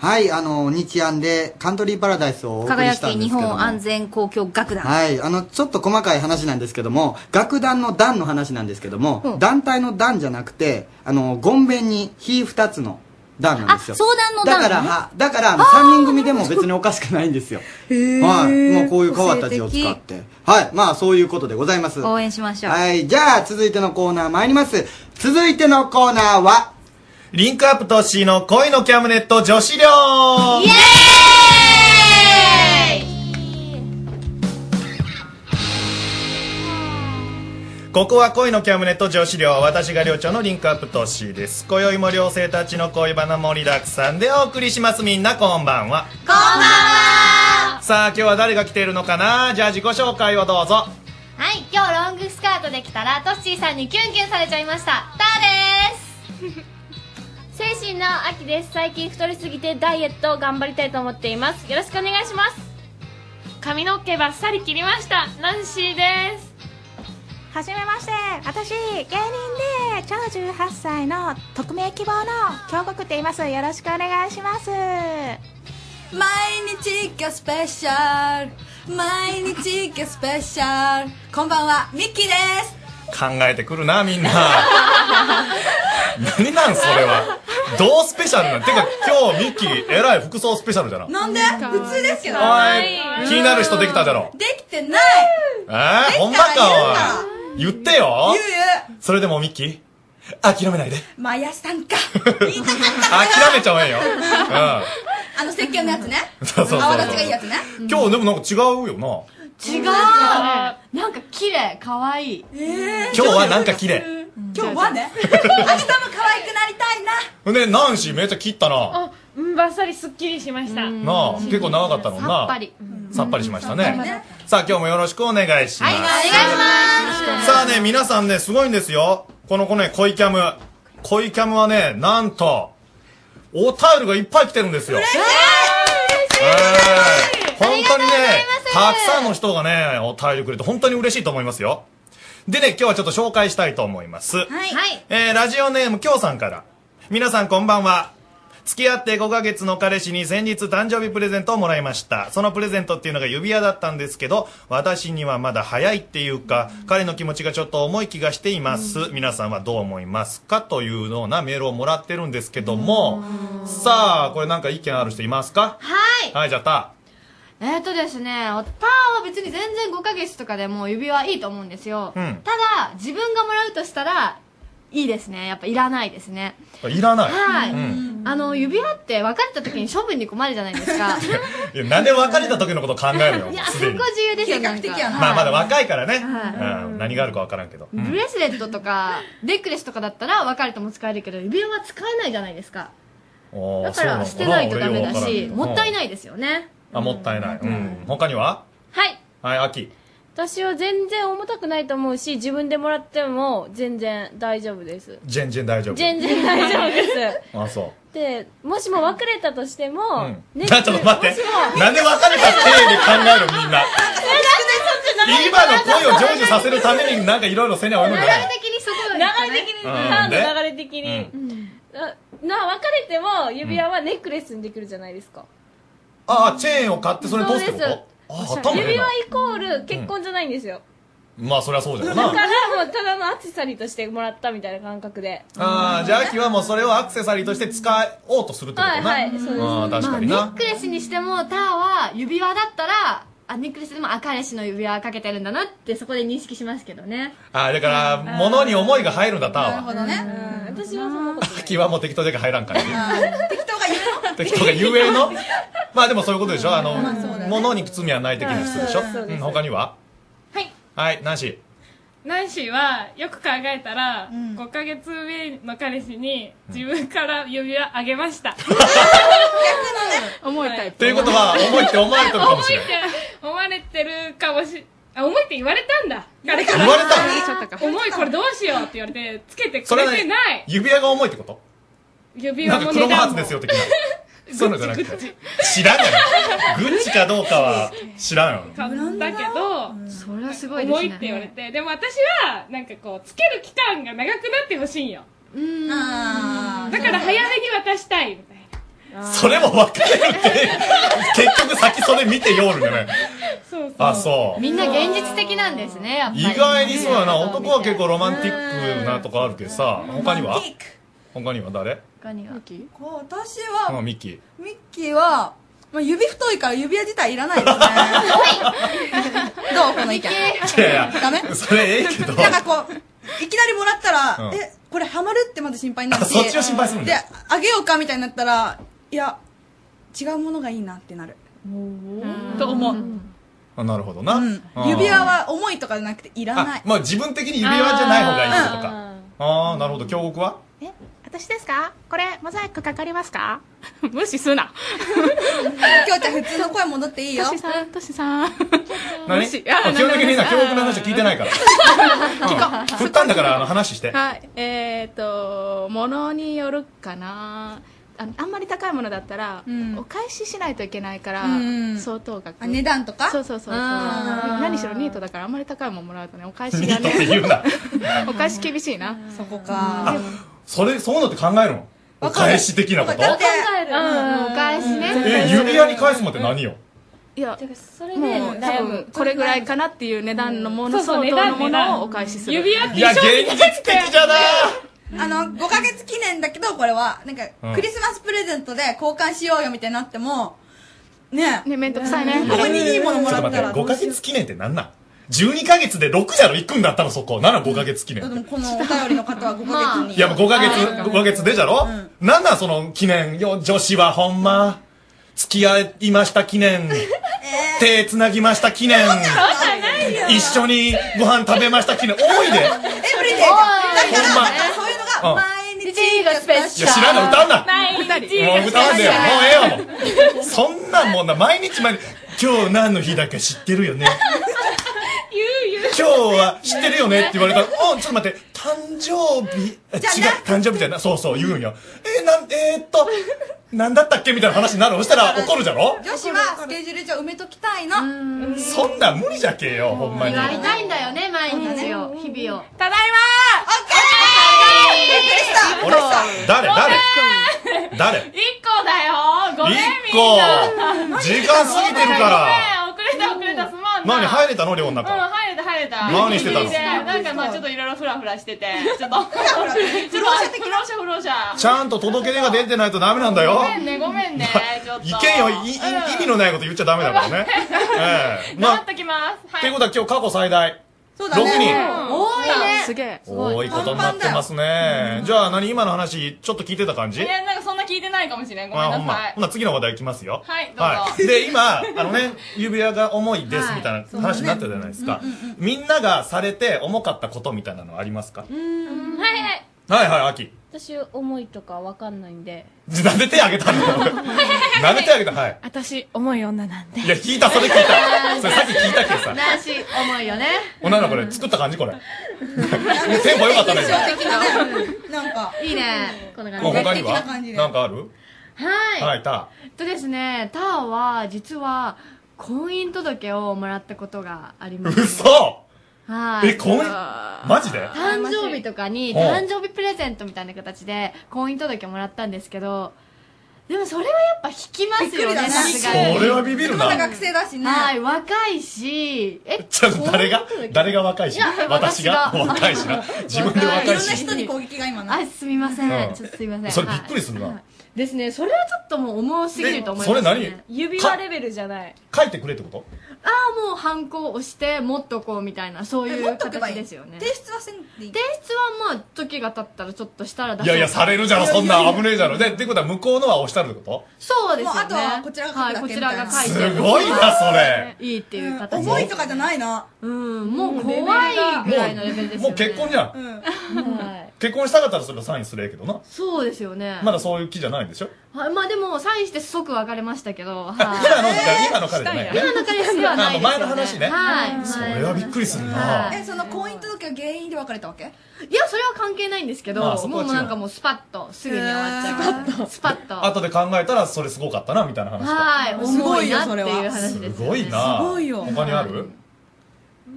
はい、あの、日安でカントリーパラダイスをお送り
輝
した
け
んで
日
すけども。
本安全公共楽団。
はい、あの、ちょっと細かい話なんですけども、楽団の団の話なんですけども、団体の団じゃなくて、あの、ゴンベンに火二つの団なんですよ。
あ相談の団ね
だから、はだから、あの、三人組でも別におかしくないんですよ。はい、もうこういう変わった字を使って。はい、まあそういうことでございます。
応援しましょう。
はい、じゃあ続いてのコーナー参ります。続いてのコーナーは、
リンクアップと C の恋のキャムネット女子寮イエーイここは恋のキャムネット女子寮私が寮長のリンクアップと C です今宵も寮生たちの恋バナ盛りだくさんでお送りしますみんなこんばんはこんばんはさあ今日は誰が来ているのかなじゃあ自己紹介をどうぞ
はい、今日ロングスカートできたら、トッシーさんにキュンキュンされちゃいました。ターです精神の秋です。最近太りすぎてダイエットを頑張りたいと思っています。よろしくお願いします。髪の毛ばっさり切りました。ナンシーです。
はじめまして私芸人で超18歳の匿名希望の京極っていますよろしくお願いします
毎日がスペシャル毎日がスペシャルこんばんはミッキーです
考えてくるなみんな [laughs] 何なんそれはどうスペシャルなんてか今日ミッキーえらい服装スペシャルじゃな
なんで普通ですけど
おい気になる人できただろ
できてない
えー、ほんまかおい言ってよ
ゆうゆ
それでもミッキー諦めないで
うマヤさんか
諦めちゃおえよ、う
あの石鹸のやつね
ん、そうそうそう
泡立ちがいいやつね
そう今日でもなんか違うよな
違う
なんか綺麗可愛い
今日はなんか綺麗
今日はね明日も可愛くなりたいな
ほんでナンシーめっちゃ切ったな
あ、うんバッサリすっきりしました。
なあ結構長かったもんな
さっぱり。
さっぱりしました
さっぱり
ねさあ今日もよろしくお願いします、
願いし
さあね、皆さんね、すごいんですよ。この子ね、恋キャム。恋キャムはね、なんと、おタイルがいっぱい来てるんですよ。嬉しい本当にね、たくさんの人がね、おタイルくれて、本当に嬉しいと思いますよ。でね、今日はちょっと紹介したいと思います。
はい。
えー、ラジオネーム、きょうさんから。皆さんこんばんは。付き合って5ヶ月の彼氏に先日誕生日プレゼントをもらいました。そのプレゼントっていうのが指輪だったんですけど、私にはまだ早いっていうか、彼の気持ちがちょっと重い気がしています。皆さんはどう思いますかというようなメールをもらってるんですけども、さあ、これなんか意見ある人いますか
はい。
はい、じゃあた。
えーとですね、おたは別に全然5ヶ月とかでもう指輪いいと思うんですよ。
うん
ただ、自分がもらうとしたら、いいですね。やっぱいらないですね。
いらない。
はい
うん。
あの、指輪って別れた時に処分に困るじゃないですか。
[laughs] いやなんで別れた時のことを考えるの
いや、そ
す
こ
でに。
自由ですよ、なんか。
まあまだ若いからね。
はい
うん、何があるかわからんけど。うん
ブレスレットとか、ネックレスとかだったら別れても使えるけど、指輪は使えないじゃないですか。だから、捨てないとダメだし、もったい
い。
ないですよね。
あ、もったいない。うん。他には
はい。
はい、秋。
私は全然重たくないと思うし、自分でもらっても全然大丈夫です。
全然大丈夫。
全然大丈夫です。
夫。あ、そ
で、もしも別れたとしても、
う。
ネッ
ちょ
ク
っと待っ
もしても。
なんで別れた体で考えるみんな。今の恋を成就させるためになんかいろいろせにゃおいの
流
ん
れ
じゃない
的にすごい、流れ的に、
にうん
ターン
で
の流れ的に。な、な別れても指輪はネックレスにできるじゃないですか。
あ、チェーンを買ってそれ通すってことあ、頭いい
指
な
輪イコール結婚じゃないんですよ。
まあそりゃそうじゃ
だ
よ
からも
な。
うただのアクセサリーとしてもらったみたいな感覚で。
あーじゃあ秋はもうそれをアクセサリーとして使おうとするってこと
はい
な。
はい、そうです。
あー確かに
まあネ
な
ック。レスにしても、ターは指輪だったら、あ、ネックレスでも、あ、彼氏の指輪かけてるんだなって、そこで認識しますけどね。
あ、だから、物に思いが入るんだ、タワーは。
どね。私はそんなこと
秋はもう適当でか入らんからね。
適当が言う
適当がゆえのまあでもそういうことでしょあの、物に罪はない的な質でしょ、
うんそう
う
です
ん、他には
はい
はい、ナンシ
ナンシーはよく考えたら、5ヶ月上の彼氏に自分から指輪あげました、
重いタイ
プということは重いって思われてるかもしれない
重いって思われてるかもしあ重いって言われたんだ彼から
言われたの
重いこれどうしようって言われてつけて
ーそ
く
れ
れ
は
て
ね
ない
指輪が重いってこと
指
な
輪
ん
も
かク
値
ロムハー
段
ツ
も
ですよ的なそういうのじゃなくて知らんがなグッチかどうかは知らんよ
買ったけど
それはすごいですね
重いって言われてでも私はなんかこうつける期間が長くなってほしいんよ
うん
だから早めに渡したいみたいな
それも分かれるって、結局先それ見てよるんじゃない
そうそう
あ、そう。
みんな現実的なんですねやっぱり
意外にそうやな。男は結構ロマンティックなとこあるけどさ、他には他には誰
他にはミキ私は
うん、ミッキー。
ミッキーは、まあ、指太いから指輪自体いら
[laughs]
ないですねどうこの意見
いやいや
ダメ
それええけど
なんかこういきなりもらったら、
うん
えこれハマるってまず心配になるし
あそっちを心配するんだ
であげようかみたいになったらいや違うものがいいなってなると思う
あなるほどな。うん
指輪は重いとかじゃなくていらない
あまあ自分的に指輪じゃない方がいいってこと
うん
か。ああ、なるほど。京極は
私ですかこれモザイクかかりま
[laughs]
すか無視す
[laughs]
な
きょうちゃん普通の声戻っていいよ
としさんとしさん
何
も
基
し
本的にみんな京極の話は聞いてないから。
聞こう
振ったんだから、あの話して。
はい、えっ、と、ものによるかな。あのあんまり高いものだったら、お返ししないといけないから、
うん
相当額
あ値段とか
そうそうそうそう
あー
何しろニートだからあんまり高いものもらうとねお返し
ニ
が
ートって
ね
言うな。
[laughs] お返し厳しいな
そこか
それ、そういうのって考えるのお返し的なこと
だって
うんお返しね
え、指輪に返すもんって何よ
いや
そ
れ
で
もう
悩
多
む
分これぐらいかなっていう値段のもの、
[laughs]
うんそうそう
相当のも
値段値
の
段
をお返しする
指輪
っていや一緒に現実的じゃな
あの5ヶ月記念だけどこれはなんか
うん
クリスマスプレゼントで交換しようよみたいになってもね
ね面倒くさいね
ちょっ
ここにいいものもら
と
っ
待
た
っ
ら
て、5ヶ月記念ってなんなん12ヶ月で6じゃろ行くんだったのそこ。なら5ヶ月記念
で。もこのお便りの方は5ヶ月に
いや、もう5ヶ月、五ヶ月でじゃろなんなんその記念。よ、女子はほんま。付き合いました記念。手繋ぎました記念。
ないよ
一緒にご飯食べました記念。多いで。
[laughs] エブリデイだ
ほんま
からそういうのが
うん
毎日がスペシ
い
ャル
や知らない歌うなもう歌わんでよ。もうええわもう。そんなんもんな、毎日毎日、今日何の日だか知ってるよね。
言う言う
今日は知ってるよねって言われたら、おちょっと待って、誕生日、あ違う、誕生日じゃない、そうそう言うんよ。えー、なん、えー、っと、なんだったっけみたいな話になる。そしたら怒るじゃろ
[laughs] 女子はスケジュール上埋めときたいの
そんなん無理じゃけえよ、ほんまに。
祝いたいんだよね毎日を日々を
ただいま
オッケー
俺誰誰誰
一個だよごめん
一
み
個
んな
時間過ぎてるから
ごめん遅れた遅れたすまんな
何入れたの寮の
うん
中。
入れた入れた
何してたの
ギリギリでなんかまあちょっといろいろフラフラ
[laughs]
しててちょっとちょっと不老者不老者不老者
ちゃんと届け出が出てないとダメなんだよ
ご。めんねごめんねちょっと
いけんよ、いい意味のないこと言っちゃダメだ
[laughs]
からね。ええま
っときます
あ、ということは今日過去最大。
そう
だね六人
多いね
すげえ
多いことになってますね。じゃあ何今の話、ちょっと聞いてた感
い
じ
やなんかそんな聞いてないかもしれんごめん
あほ
なん
ま
さい
ほな次の話題いきますよ。
はいどうぞ
はい。で、今、あのね、指輪が重いですみたいな話になったじゃないですか。みんながされて重かったことみたいなのありますか
うんはいはい
はいはい、秋。
私思いとかわかんないんで
なんで手あげたのなんで手あげたはい。
私重い女なんで
いや、聞いた、それ聞い
[laughs]
た。それさっき聞いたけどさ。
し重いよね
おなのこれ、作った感じこれ。テンポ良かったね。今
的なねなんか
いいねこの感じ
もう他に
的な感じ
は
で
なんかある
はい、
はい、た。
えっとですねターは実は婚姻届をもらったことがあります
嘘
はい
え、婚姻マジで
誕生日とかに
うん
誕生日プレゼントみたいな形で婚姻届をもらったんですけどでもそれはやっぱ引きますよね
びっくりだね
さすがに
それはビビるな
ま
学
生だし
ねはい若いしえ
ちょっと誰が
婚姻届
誰が若いし
いや
私が
私が
若いしな。自分
[laughs]
で若いし。
人に攻撃が今なあすみません、
うん
ちょっとすみません
それび
はい
っくりするな。
ですねそれはちょっともう重すぎると思います、ね、
えそれ何
指輪レベルじゃない
書いてくれってこと
ああもう反抗押して持っとこうみたいなそういう形ですよね提出はせん提出はまあ時が経ったらちょっとしたら出
い
せ
や
る
いや、されるじゃろ、そんなん危ねえじゃろ。で、ってことは向こうのは押したるってこ
そうですよね
もうあとはこちらが
は
書くだけ
いこちらが
と
書い
す
てる
ごいな、それ。
いいっていう形
重いとかじゃないな
うんもう怖いぐらいのレベルです
も
よ
う
ね
結婚じゃん。
はい
結婚したかったらそれはサインするやけどな。
そうですよね
まだそういう気じゃないんでしょ
はいまあでもサインして即別れましたけどはい
今の彼、今の彼じゃないよね。
今の彼氏ではないですよね
あもう前の話ね。
はい
それはびっくりするな。
えその婚姻届が原因で別れたわけいやそれは関係ないんですけど、
まあそこ
も
は
う
違う
なんかもうスパッとすぐに終わっちゃいましたスパッと
後で考えたらそれすごかったな、みたいな話。
はい
すご
重
い
い
よ
なって
それ
いう
は
話です
すごいな。
すごいよ
他にある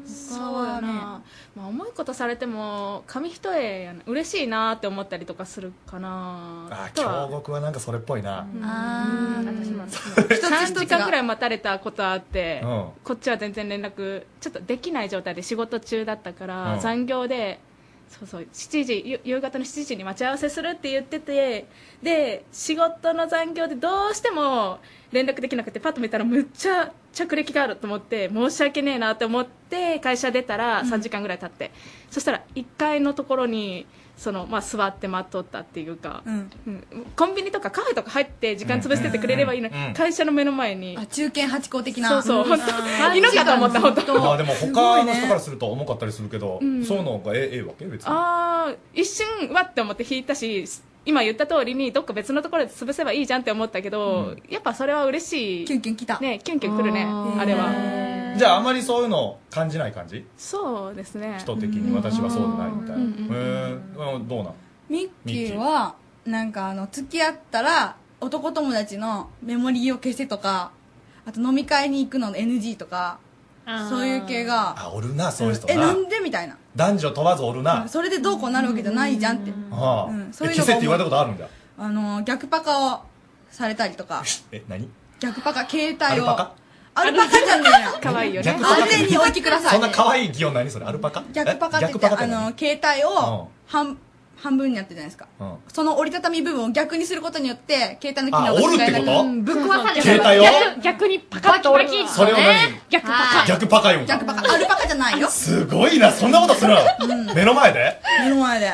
そうだな
まあ、重いことされても紙一重やな嬉しいなって思ったりとかするかな
あ
とは
京極はなんかそれっぽいな、
あ私も3時間くらい待たれたことあって、
うん
こっちは全然連絡ちょっとできない状態で仕事中だったから、
うん
残業でそうそう7時ゆ夕方の7時に待ち合わせするって言っててで仕事の残業でどうしても連絡できなくてパッと見たらむっちゃ着歴があると思って申し訳ねえなと思って会社出たら3時間ぐらい経って、そしたら1階のところにその、まあ、座って待っとったっていうか、うんコンビニとかカフェとか入って時間潰しててくれればいいのに、
うんうん
会社の目の前に
中堅八高的な
そうそう本
あ
当
ー
いいのかと思った本当
まあでも他の人からすると重かったりするけど、
うん
そういうのがええええわけ別に
ああ一瞬わって思って引いたし今言った通りにどっか別のところで潰せばいいじゃんって思ったけど、やっぱそれは嬉しいキュンキュンきたねキュンキュンくるねあれは
じゃああまりそういうの感じない感じ
そうですね
人的に私はそうでないみたいな、
うん
へえうんどうなん
ミッキーはなんかあの付き合ったら男友達のメモリーを消せとかあと飲み会に行くのの NG とかそういう系が
あおるなそういう人
え
な
なんでみたいな
男女問わずおるな、
それでどうこうなるわけじゃないじゃんって
ああ、
うんそう
え
い
消
うのが
せって言われたことあるんだ
あの逆パカをされたりとか
え何
逆パカ携
ア
帯
ル
を
パカ
アルパカじゃねえや
可愛いよね
安全にお置きくださ
そ
い
んな可愛い擬音何それアルパカ
逆パカって
え
言っ
逆
て
パカって
あの携帯を半半分にやってるじゃないですか
何、うん
その折りたたみ部分を逆にすることによって携帯の機能
あ
が
折るってこと
うんぶっ壊され
携帯を
逆逆にパカッと折り切
それを何
逆パカ
逆パカよ
逆パカアルパカじゃないよ
すごいなそんなことするの目の前で
目の前で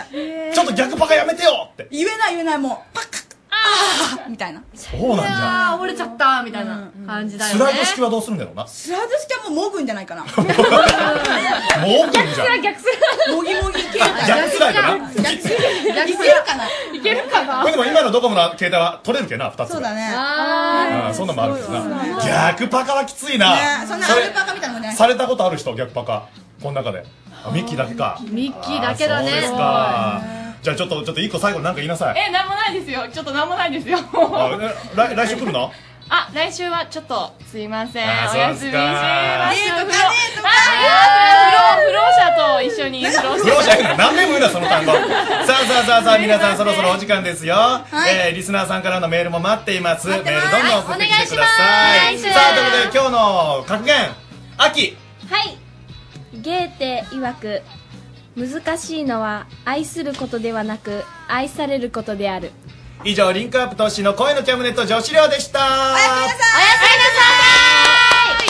ちょっと逆パカやめてよって
言えない言えないもうパカッああみたいな
そうなんじゃん
あ折れちゃったみたいな感じ
スライド式はどうするんだろうな
スライド式はもうもぐんじゃないかな
もうぐんじゃん
逆スラもぎもぎ携
あ逆スライドな
逆スラいけるかないけるかな
これでも今のドコモの携帯は取れるけどな2つ
そうだね
ああそんなのもあるけどな逆パカはきついな、
ねそんなアルパカみたいなもんじゃない
されたことある人逆パカこの中であミッキーだけか
ミッキー
あそうですかじゃあちょっとちょっと一個最後に何か言いなさい
え、なんもないですよ。ちょっとなんもないですよ。
あえ来来週来るの
あ、来週はちょっとすいません。お
あ
休み
そうで
し
すか
ま
デ
す。
ー
不老あ不老不老者と一緒に不老
不老者やな何年も言うなその単語さあさあさあさあ皆さんそろそろお時間ですよ、
い
えーリスナーさんからのメールも待っていますメールどんどん送ってきてくだ
は
さ
いお願い
い
し
さ
ます
あということで今日の格言秋
はいゲーテ曰く難しいのは愛することではなく愛されることである
以上リンクアップ投資の声のキャムネット女子寮でしたおやすみなさい
おやすみなさい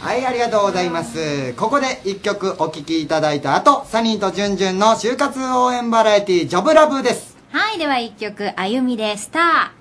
はい、ありがとうございます。ここで一曲お聴きいただいた後、サニーとジュンジュンの就活応援バラエティジョブラブです。
はい、では一曲、あゆみでスタ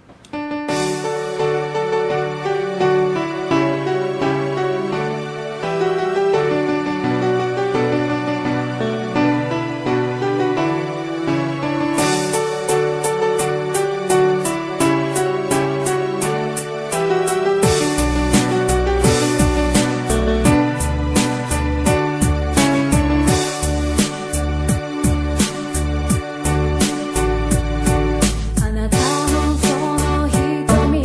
あなたのそ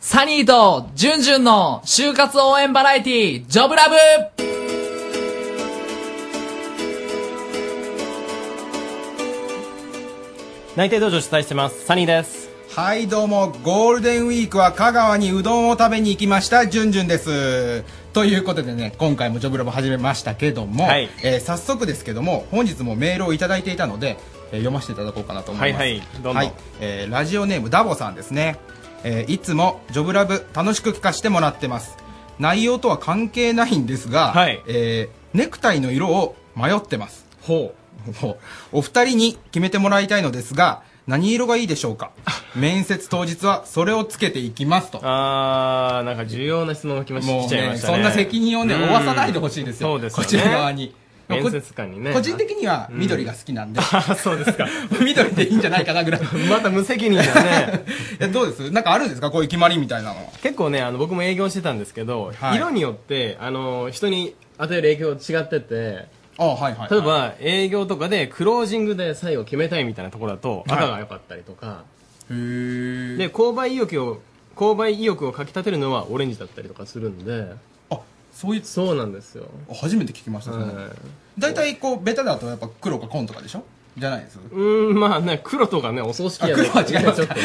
サニーとジュンジュンの就活応援バラエティジョブラブ
内定道場主催してますサニーです
はいどうもゴールデンウィークは香川にうどんを食べに行きましたじゅんじゅんですということでね今回もジョブラボ始めましたけども、
はい
えー早速ですけども本日もメールをいただいていたので、えー読ませていただこうかなと思います
はいはいどんどん
はいえーラジオネームダボさんですね、えーいつもジョブラブ楽しく聞かせてもらってます内容とは関係ないんですが、えーネクタイの色を迷ってますほうお二人に決めてもらいたいのですが何色がいいでしょうか面接当日はそれをつけていきますと
あーなんか重要な質問が来まし
もうね
来ちゃいましたね
そんな責任をね
うん
負わさないでほしいですよ
そうですよね
こちら側に
面接官にね
個人的には緑が好きなんで、
[laughs]
そうですか [laughs] 緑でいいんじゃないかなぐらい
また無責任だ
[laughs]
ね
どうですなんかあるんですかこういう決まりみたいなの
結構ねあの僕も営業してたんですけど、
はい
色によってあの人に与える影響違ってて
あはいはい
例えば営業とかでクロージングで最後決めたいみたいなところだと赤が良かったりとか、で購買意欲を購買意欲をかきたてるのはオレンジだったりとかするんで
あそういう
そうなんですよ
初めて聞きましたその大体こうベタだとやっぱ黒か紺と
[laughs]
かでしょじゃないです
うーんまあね黒とかねお葬式や
あ黒は違います
ちょっとね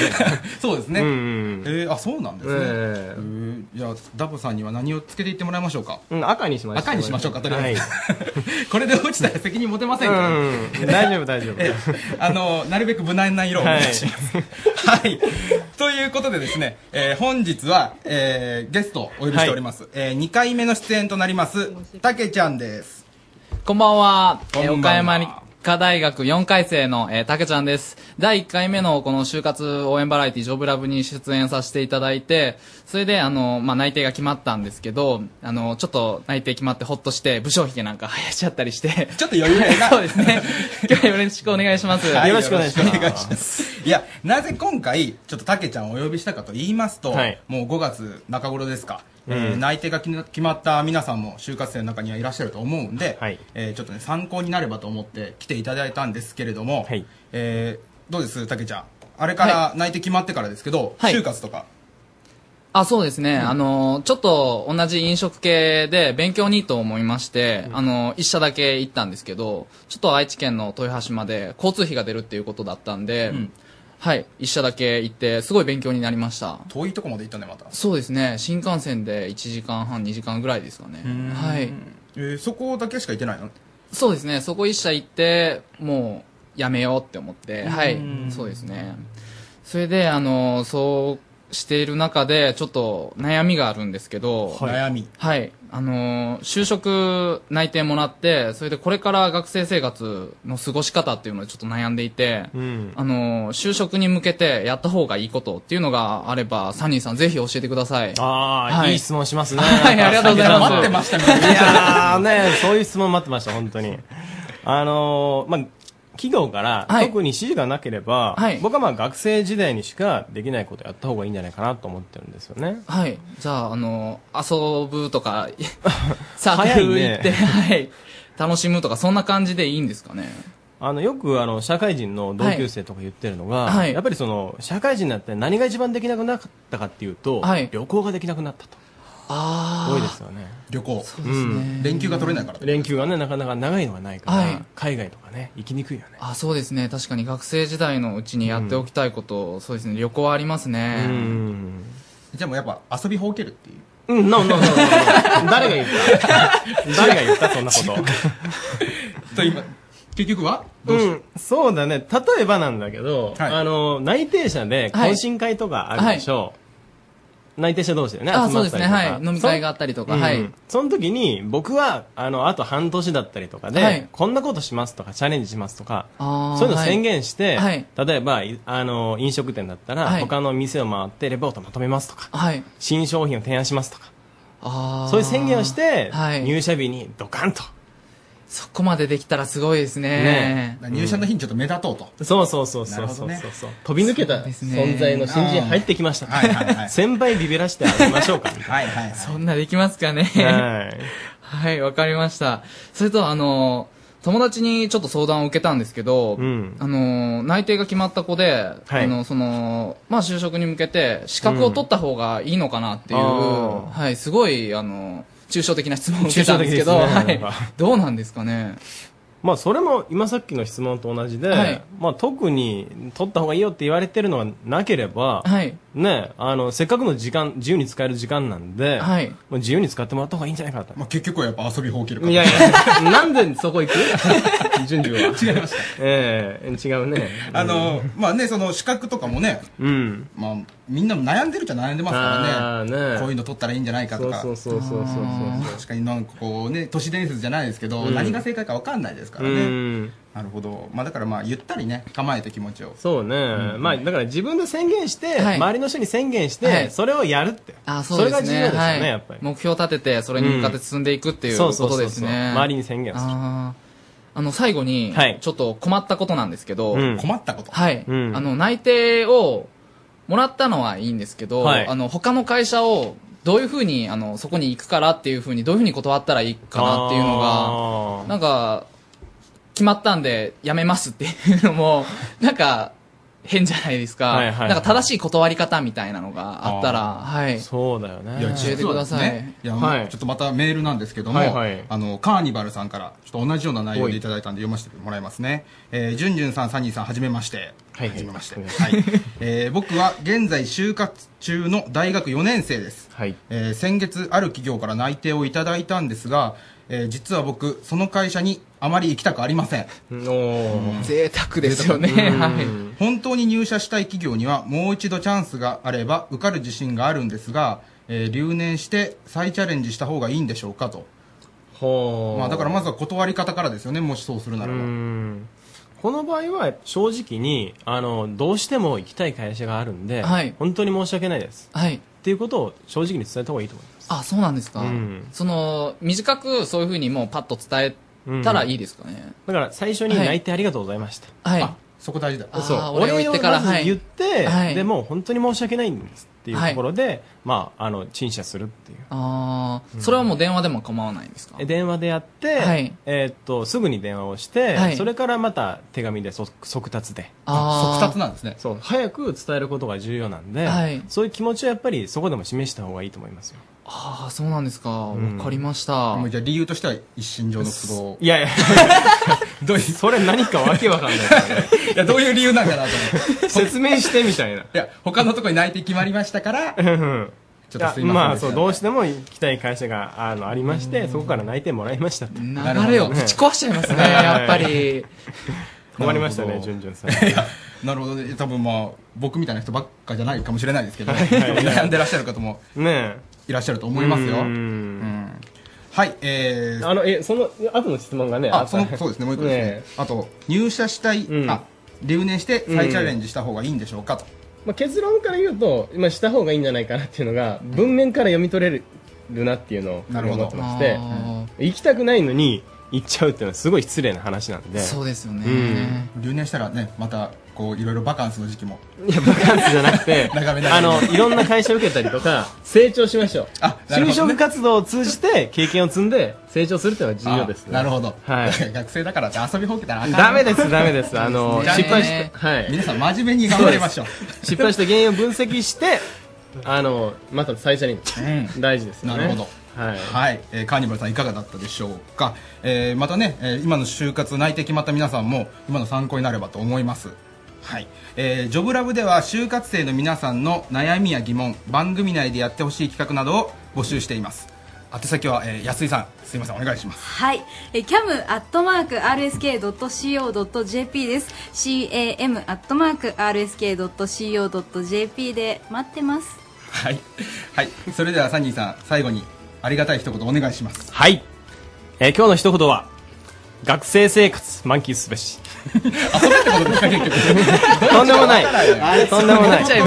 そうですね、
うん
えーあそうなんですね、えーじゃあダボさんには何をつけていってもらいましょうか、
赤にしましょう
赤にしましょうかとりあえず、 [laughs] これで落ちたら責任持てませんから、
うん大丈夫大丈
[laughs]
夫
あのなるべく無難な色をお願いします、はい、 [laughs] ということでですね、えー本日は、えーゲストをお呼びしております、え2回目の出演となりますたけちゃんです
こんばんは。
こんばん
え
は
ー岡山理科大学4回生の、えー、たけちゃんです。第1回目のこの就活応援バラエティジョブラブに出演させていただいて、それで、あの、まあ、内定が決まったんですけど、あの、ちょっと内定決まってほっとして、武将髭なんか生やしちゃったりして。
ちょっと余裕が
[laughs] そうですね。今日はよろしくお願いします。
はいいや、なぜ今回、ちょっとたけちゃんをお呼びしたかと言いますと、
はい
もう5月中頃ですか、
うん
えー内定が決ま決まった皆さんも就活生の中にはいらっしゃると思うんで、えーちょっとね、参考になればと思って来ていただいたんですけれども、えーどうです、たけちゃん。あれから、内定決まってからですけど、就活とか。
あ、そうですね。あの、ちょっと同じ飲食系で勉強にと思いまして、あの、一社だけ行ったんですけど、ちょっと愛知県の豊橋まで交通費が出るっていうことだったんで、はい、一社だけ行って、すごい勉強になりました。
遠いとこまで行ったね、また。
そうですね。新幹線で1時間半、2時間ぐらいですかね。はい。
えーそこだけしか行ってないの
そうですね。そこ一社行って、もう、やめようって思って、は
う
い
ん、
そうですね。それで、あの、そうしている中で、ちょっと悩みがあるんですけど、
はい悩み。
はい。あの、就職内定もらって、それでこれから学生生活の過ごし方っていうのをちょっと悩んでいて、あの、就職に向けてやった方がいいことっていうのがあれば、サニーさんぜひ教えてください。
あーいい質問しますね
はい、ありがとうございます。
待ってましたねいやーねそういう質問待ってました本当にあのーまあ企業から特に指示がなければ、僕はまあ学生時代にしかできないことやった方がいいんじゃないかなと思ってるんですよね
はい。じゃあ、あの、遊ぶ
[laughs]
とか、サー
早
ク
い
ル
ね
行って、はい。楽しむとか、そんな感じでいいんですかね。
あのよくあの社会人の同級生とか言ってるのが、
はいはい
やっぱりその社会人になって何が一番できなくなかったかっていうと、旅行ができなくなったと
あ
多いですよね
旅行そううですね連休が取れないから
連休がねなかなか長いのがないから、
はい
海外とかね行きにくいよね
あ、そうですね。確かに学生時代のうちにやっておきたいこと、そうですね。旅行はありますね。
じゃあもうやっぱ遊びほうけるっていう。。
うん、ノーノーノーノ
[laughs]
ー誰が言った [laughs] 誰が言ったそんなこと
[laughs] と今、結局は
う、ん、そうだね。例えばなんだけど、あの、内定者で懇親会とかあるでしょ。内定者同士でね、集ま
あ
ったりとか。
そうですねはい飲み会があったりとか
そん
はい
うんその時に、僕は、あの、あと半年だったりとかで、
はい
こんなことしますとか、チャレンジしますとか、
あー
そういうのを宣言して、
はい
例えば、いあの、飲食店だったら、
はい
他の店を回ってレポートまとめますとか、
はい。
新商品を提案しますとか、
あー
そういう宣言をして、
はい
入社日にドカンと。
そこまでできたらすごいですね。
入社
の日にちょっと目立とうと。
そうそうそうそうそうそう、飛び抜けた存在の新人入ってきました。はいはいはい。先輩ビビらしてあげましょうか。
[laughs]
はいはい。
そんなできますかね。 [laughs]
は
はい、わかりました。それと、あの、友達にちょっと相談を受けたんですけど、あの内定が決まった子で、
はい
あのそのまあ、就職に向けて資格を取った方がいいのかなっていう、
うんあ
はい、すごいあの抽象的な質問を受けたんですけ
抽
ど
象的ですね
はい、どうなんですかね。
まあそれも今さっきの質問と同じで、
はい
まあ特に取った方がいいよって言われてるのがなければ、
はい
ね、あのせっかくの時間自由に使える時間なんで、
はい
もう自由に使ってもらった方がいいんじゃないかなと。
まあ、結局はやっぱ遊びほうける
[laughs] いやいや、なんでそこ行く [laughs] 順序は。違いました。ええ違うね。
あの、まあね、その資格とかもね、
うん。
まあ、みんな悩んでるっちゃ悩んでますから
あー
ね。
ね
こういうの取ったらいいんじゃないかとか。
そうそうそうそうそうそうあー
確かになんかこうね、都市伝説じゃないですけど、
うん
何が正解かわかんないですから
う
ね。なるほど。まあだからまあ、ゆったりね、構えて気持ちを。
そうね、まあだから自分で宣言して、周りの人に宣言して、
はい
それをやるって。
あそうですね
それが重要ですよね、
はい
やっぱり。
目標を立ててそれに向かって進んでいくっていう
そ
こ
うそうそう
と
そう
ですね、
周りに宣言をする
あーあの最後にちょっと困ったことなんですけど、
うん
困ったこと
はい、
うん
あの内定をもらったのはいいんですけど、
はい
あの他の会社をどういうふうにあのそこに行くからっていうふうにどういうふうに断ったらいいかなっていうのがなんか決まったんでやめますっていうのも [laughs] なんか変じゃないですか、
はいはいはい
なんか正しい断り方みたいなのがあったらはい
そうだよね
いや、
教えて
実
く
は
だ
です
さい、
ね、いや、もうちょっとまたメールなんですけども、
はいはい
あの、カーニバルさんから、ちょっと同じような内容でいただいたんで読ませてもらいますね。えー、じゅんじゅんさん、サニーさん、はじめまして。
はい
はじめまして。はい。えー僕は現在就活中の大学4年生です。
はい。
えー先月ある企業から内定をいただいたんですが、えー実は僕、その会社にあまり行きたくありません。
うん贅沢ですよねはい
本当に入社したい企業にはもう一度チャンスがあれば受かる自信があるんですが、えー留年して再チャレンジした方がいいんでしょうかと。
ほう
まあ、だからまずは断り方からですよね、もしそうするならば。
うんこの場合は正直にあのどうしても行きたい会社があるんで、
はい
本当に申し訳ないです、
はい、
っていうことを正直に伝えた方がいいと思います
あそうなんですか、
うん
その短くそういうふうにもうパッと伝えたらいいですかね、
だから最初に
はい
内定ありがとうございました、
はい
そこ大事だ
あー
そう
お礼を言ってか
お
ら
礼をまず言って、
はい
でもう本当に申し訳ないんですっていうところで、まああの陳謝するっていう
ああ、それはもう電話でも構わないんですか
え電話でやって、
はい
えーっとすぐに電話をして、
はい
それからまた手紙で即即達で
あー即達
なんですね
そう早く伝えることが重要なんで、
はい
そういう気持ちをやっぱりそこでも示した方がいいと思いますよ
ああそうなんですかわ、
ん
かりました
もうじゃあ理由としては一身上の都合。
いやいやどういうそれ何かわけわかんないから
[laughs]
ね
いや、どういう理由なんかなと思って。
[laughs] 説明してみたいな。い
や、他のとこに内定決まりまし
[laughs]
たから、ちょっとすいませんでした
いやまあそうどうしても行きたい会社があのありましてそこから内定もらいましたって
流れをぶち壊しちゃいますねやっぱり
困りましたね順々さん
いやなるほどね。多分まあ、僕みたいな人ばっかじゃないかもしれないですけど、
はいはい
[laughs] 悩んでらっしゃる方も
ね
いらっしゃると思いますよ。
うん
うんはい、えー、
あのえその後の質問がね
あ
った
そのそうですね、もう一個ですね。あと、入社したい、あ、留年して再チャレンジした方がいいんでしょうかと。
まあ、結論から言うと、まあ、した方がいいんじゃないかなっていうのが文面から読み取れるなっていうのを
なるほど
思ってまして行きたくないのに行っちゃうっていうのはすごい失礼な話なんで
そうですよね、
留年したらね、また、こう、いろいろバカンスの時期も。
いやバカンスじゃなく
[laughs]
て
長め長め
あのいろんな会社受けたりとか [laughs] 成長しましょう
なるほど
就
ね
職活動を通じて経験を積んで成長するっていうのは重要です、ね、
あなるほど、
はい
学生だからって遊びほうけたらあかん
ダメですダメですあの
じゃあね
失敗して、はい、
皆さん真面目に頑張りましょう
そです失敗した原因を分析してあのまた再チャレンジ、大事ですよ
な
ね
るほど。
はい、
えーカーニバルさんいかがだったでしょうか。えーまたね、えー今の就活内定決まった皆さんも今の参考になればと思います。はい、えージョブラブでは就活生の皆さんの悩みや疑問、番組内でやってほしい企画などを募集しています。宛先は、えー安井さん、すいませんお願いします。 [laughs]
はい、えー cam.rsk.co.jp です cam.rsk.co.jp で待ってます
はい、はい、それではサニーさん最後にありがたい一言お願いします。
はい、えー今日の一言は学生生活満喫すべし
[laughs]
とんでもないとんでもない
ね
[laughs]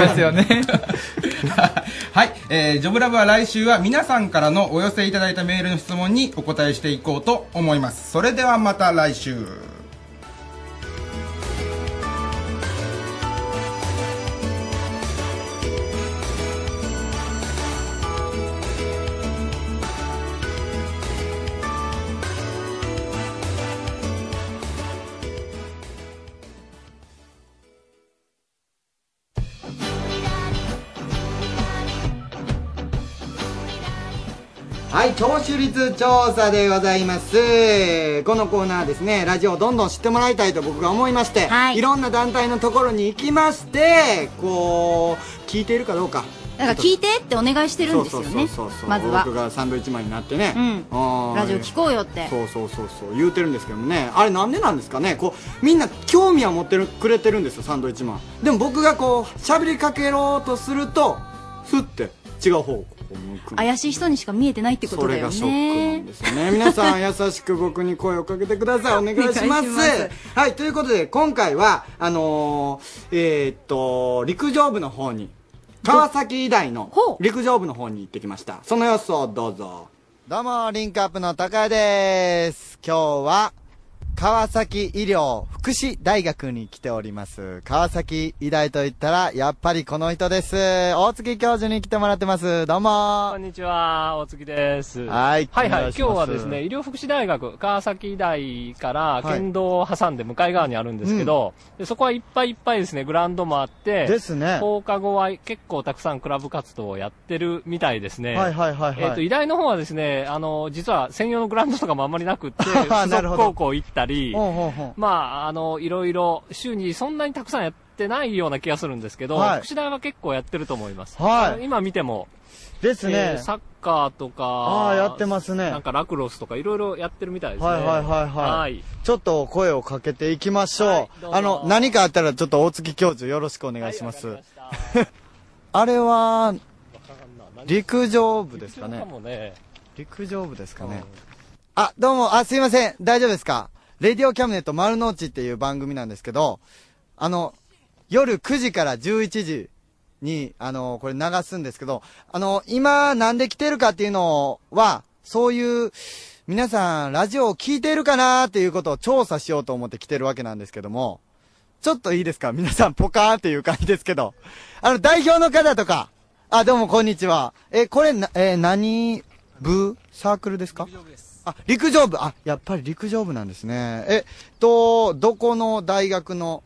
はい、えージョブラブは来週は皆さんからのお寄せいただいたメールの質問にお答えしていこうと思いますそれではまた来週
はい、聴取率調査でございます。このコーナーはですね、ラジオをどんどん知ってもらいたいと僕が思いまして、い、ろんな団体のところに行きまして、こう、聞いているかどうか。
だから聞いてってお願いしてるんですよね
そうそうそうそう
まずは
僕がサンドウィッチマンになってね、
うんラジオ聞こうよって
そうそうそうそう言うてるんですけどもねあれなんでなんですかねこうみんな興味は持ってるくれてるんですよサンドウィッチマンでも僕がこう喋りかけろうとするとふって違う方向を向く
怪しい人にしか見えてないってことだよ
それがシ
ね
ョですよね皆
[laughs]
さん優しく僕に声をかけてくださいお願いしま
お願い
す
します
はいということで今回はあのーえーっと陸上部の方に川崎医大の陸上部の方に行ってきましたその様子をどうぞ
どうも、リンクアップの高谷です。今日は、川崎医療福祉大学に来ております。川崎医大と言ったら、やっぱりこの人です。大月教授に来てもらってます。どうも。
こんにちは、大月です。
はい
はいはい、
お願
今
いし
日
ます
はですね、医療福祉大学、川崎医大から
はい
県道を挟んで向かい側にあるんですけど、でそこはいっぱいいっぱいですね、グラウンドもあって、
ですね
放課後は結構たくさんクラブ活動をやってるみたいですね。
はいはいはいはい
えっ、と、医大の方はですね、あの、実は専用のグラウンドとかもあんまりなくって、
[laughs] あ
附
なる
属
ほど
高校行ったり、
ほうほうほう
まあ、あの、いろいろ、週にそんなにたくさんやってないような気がするんですけど、
はい
福祉大は結構やってると思います。
はい
あの今見ても。
ですね
サッカーとか、
ああ、やってますね。
なんかラクロスとかいろいろやってるみたいですね。
はいはいはいはい。
はい。
ちょっと声をかけていきましょう。
どうぞ
あの、何かあったらちょっと大月教授よろしくお願いします。 [laughs] あれは、陸上部ですかね。陸上部ですかね。あ、どうも、あ、すいません。大丈夫ですかレディオキャムネット丸の内っていう番組なんですけど、あの、夜9時から11時に、あの、これ流すんですけど、あの、今なんで来てるかっていうのは、そういう、皆さん、ラジオを聞いてるかなっていうことを調査しようと思って来てるわけなんですけども、ちょっといいですか皆さん、ポカーンっていう感じですけど。あの、代表の方とか。あ、どうも、こんにちは。え、これ、な、えー何部サークルですか陸上部です。あ、陸上部。あ、やっぱり陸上部なんですね。えっと、どこの大学の、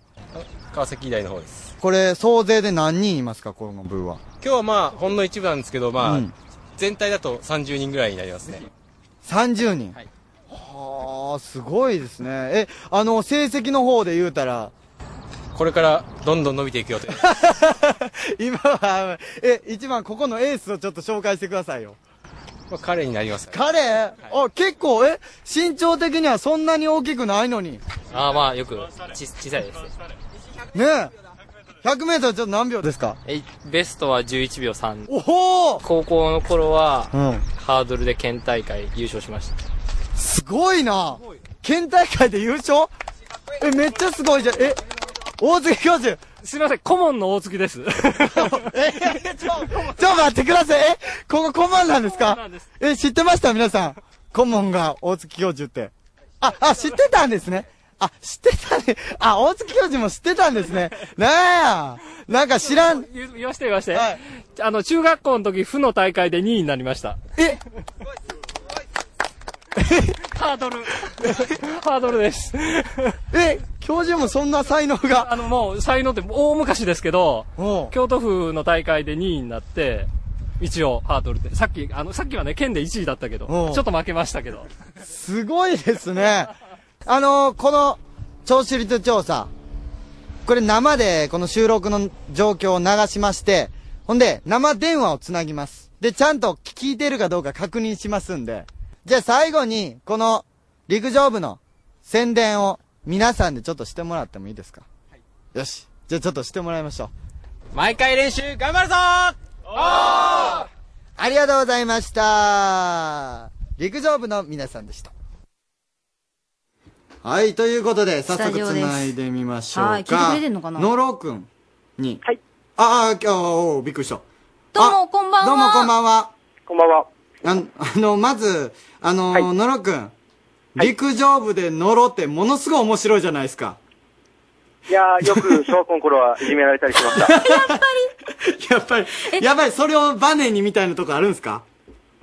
川崎医大の方です
これ、総勢で何人いますかこの部は。
今日はまあほんの一部なんですけどまあ、
うん
全体だと30人ぐらいになりますね
30人。はい。はあ、すごいですね。え、あの、成績の方で言うたら、 [laughs]
これからどんどん伸びていくよと
今は、え、一番ここのエースをちょっと紹介してくださいよ。
まあ彼になりますね
彼、あ、結構、え、身長的にはそんなに大きくないのに。
ああまあよくち小さいですね
ねえ。100メートルちょっと何秒ですか
えベストは11秒3
おほー
高校の頃は、
うん
ハードルで県大会優勝しました
すごいな県大会で優勝え、めっちゃすごいじゃん。え、大月教授。
すみません、顧問の大
[laughs]
月です。
え、ちょ、ちょ、待ってください。え、ここ顧問なんですかえ、知ってました皆さん。顧問が大月教授って。あ、あ、知ってたんですね。あ、知ってたね。あ、大月教授も知ってたんですね。なあ、なんか知らん。
言言わして言わして。あの、中学校の時、府の大会で2位になりました。
え
ハードル。 [laughs] ハードルです。
え、教授もそんな才能が
あの、もう、才能って大昔ですけど、京都府の大会で2位になって、一応、ハードルって。さっき、あの、さっきはね、県で1位だったけど、
おう
ちょっと負けましたけど。
すごいですね。あのーこの、聴取率調査。これ生で、この収録の状況を流しまして、ほんで、生電話をつなぎます。で、ちゃんと聞いてるかどうか確認しますんで。じゃあ最後に、この、陸上部の宣伝を、皆さんでちょっとしてもらってもいいですか、よし。じゃあちょっとしてもらいましょう。毎回練習頑張るぞありがとうございました。陸上部の皆さんでした。
はいということで早
スタ
速
ジオ
つ
です
ないでみましょうか
はい聞いてくれてんのかな
野呂君にはいああ今日おうびっくりした
どうもこんばんは
どうもこんばんは
こんばんは
あのあのまずあの、野呂君陸上部で野呂ってものすごい面白いじゃないですか
いやー、よく小学校の頃はいじめられたりしました。
やっぱりやばいそれをバネにみたいなとこあるんですか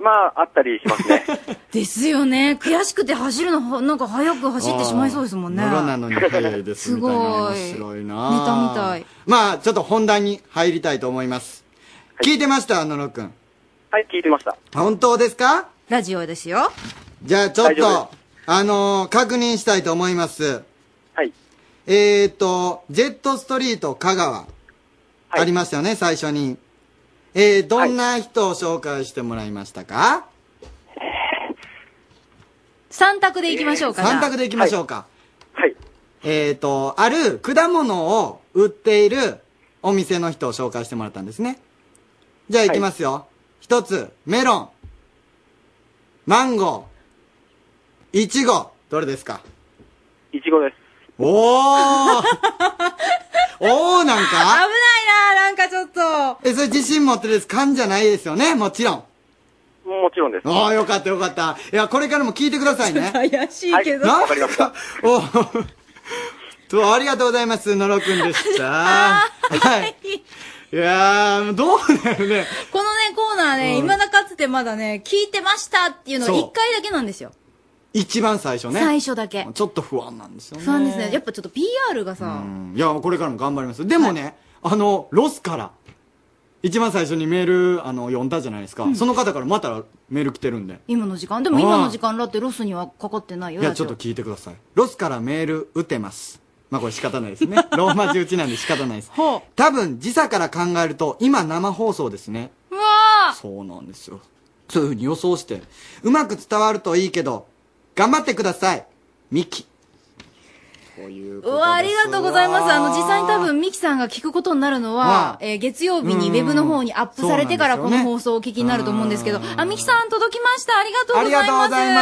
まあ、あったりしますね。
ですよね悔しくて走るのはなんか早く走ってしまいそうですもんね
野呂なのに早いですみたいな面白いな
ネタみたい
まあちょっと本題に入りたいと思います、聞いてました野呂君
はい、聞いてました。
本当ですか
ラジオですよ。
じゃあちょっ
大丈夫
と、あのー確認したいと思います。
はい。
えっ、と、ジェットストリート香川、ありましたよね、最初に。えー、どんな人を紹介してもらいましたか、
三択でいきましょうか。
三択でいきましょうか。はい。えっ、と、ある果物を売っているお店の人を紹介してもらったんですね。じゃあいきますよ。一、つ、メロン。マンゴー。いちご。どれですか
いちごです。
[laughs]
おーおーなん
危ない
か
ななんかちょっと。
え、それ自信持ってです。勘じゃないですよね。もちろん。
もちろん
[laughs]
です。
おーよかったよかった。いや、これからも聞いてくださいね。
[laughs] 怪しいけど。
わかりました。お [laughs] と、ありがとうございます。のろくんでした。
[laughs]
はい。いやー、どうだよね。
このね、コーナーね、
うん
未だかつてまだね、聞いてましたっていうのが
そう
一回だけなんですよ。
一番最初ね。
最初だけ。
ちょっと不安なんですよね。
そうなんですね。やっぱちょっと PR がさ、
うんいや、これからも頑張ります。でもね、あの、ロスから、一番最初にメール、あの、読んだじゃないですか。
うん
その方からまたメール来てるんで。
今の時間。でも今の時間だってロスにはかかってないよ。
いや、
ラ
ち
ジ
ょ
オ
っと聞いてください。ロスからメール打てます。まあこれ仕方ないです
[laughs]
ね。ローマ字打ちなんで仕方ないです。多分、時差から考えると、今生放送ですね。
うわ
そうなんですよ。そういうふうに予想して、うまく伝わるといいけど、頑張ってください。ミキ。という
うわありがとうございます。あの、実際に多
分。
分、ミキさんが聞くことになるの
は
は、えー月曜日にウェブの方にアップされてから
うん
こ
そうな
の
んですよね
放送をお聞きになると思うんですけど、あ、ミキさん届きました。ありがとう
あ
ご
り
ざ
が
い
とう
ま
ご
す。
ざい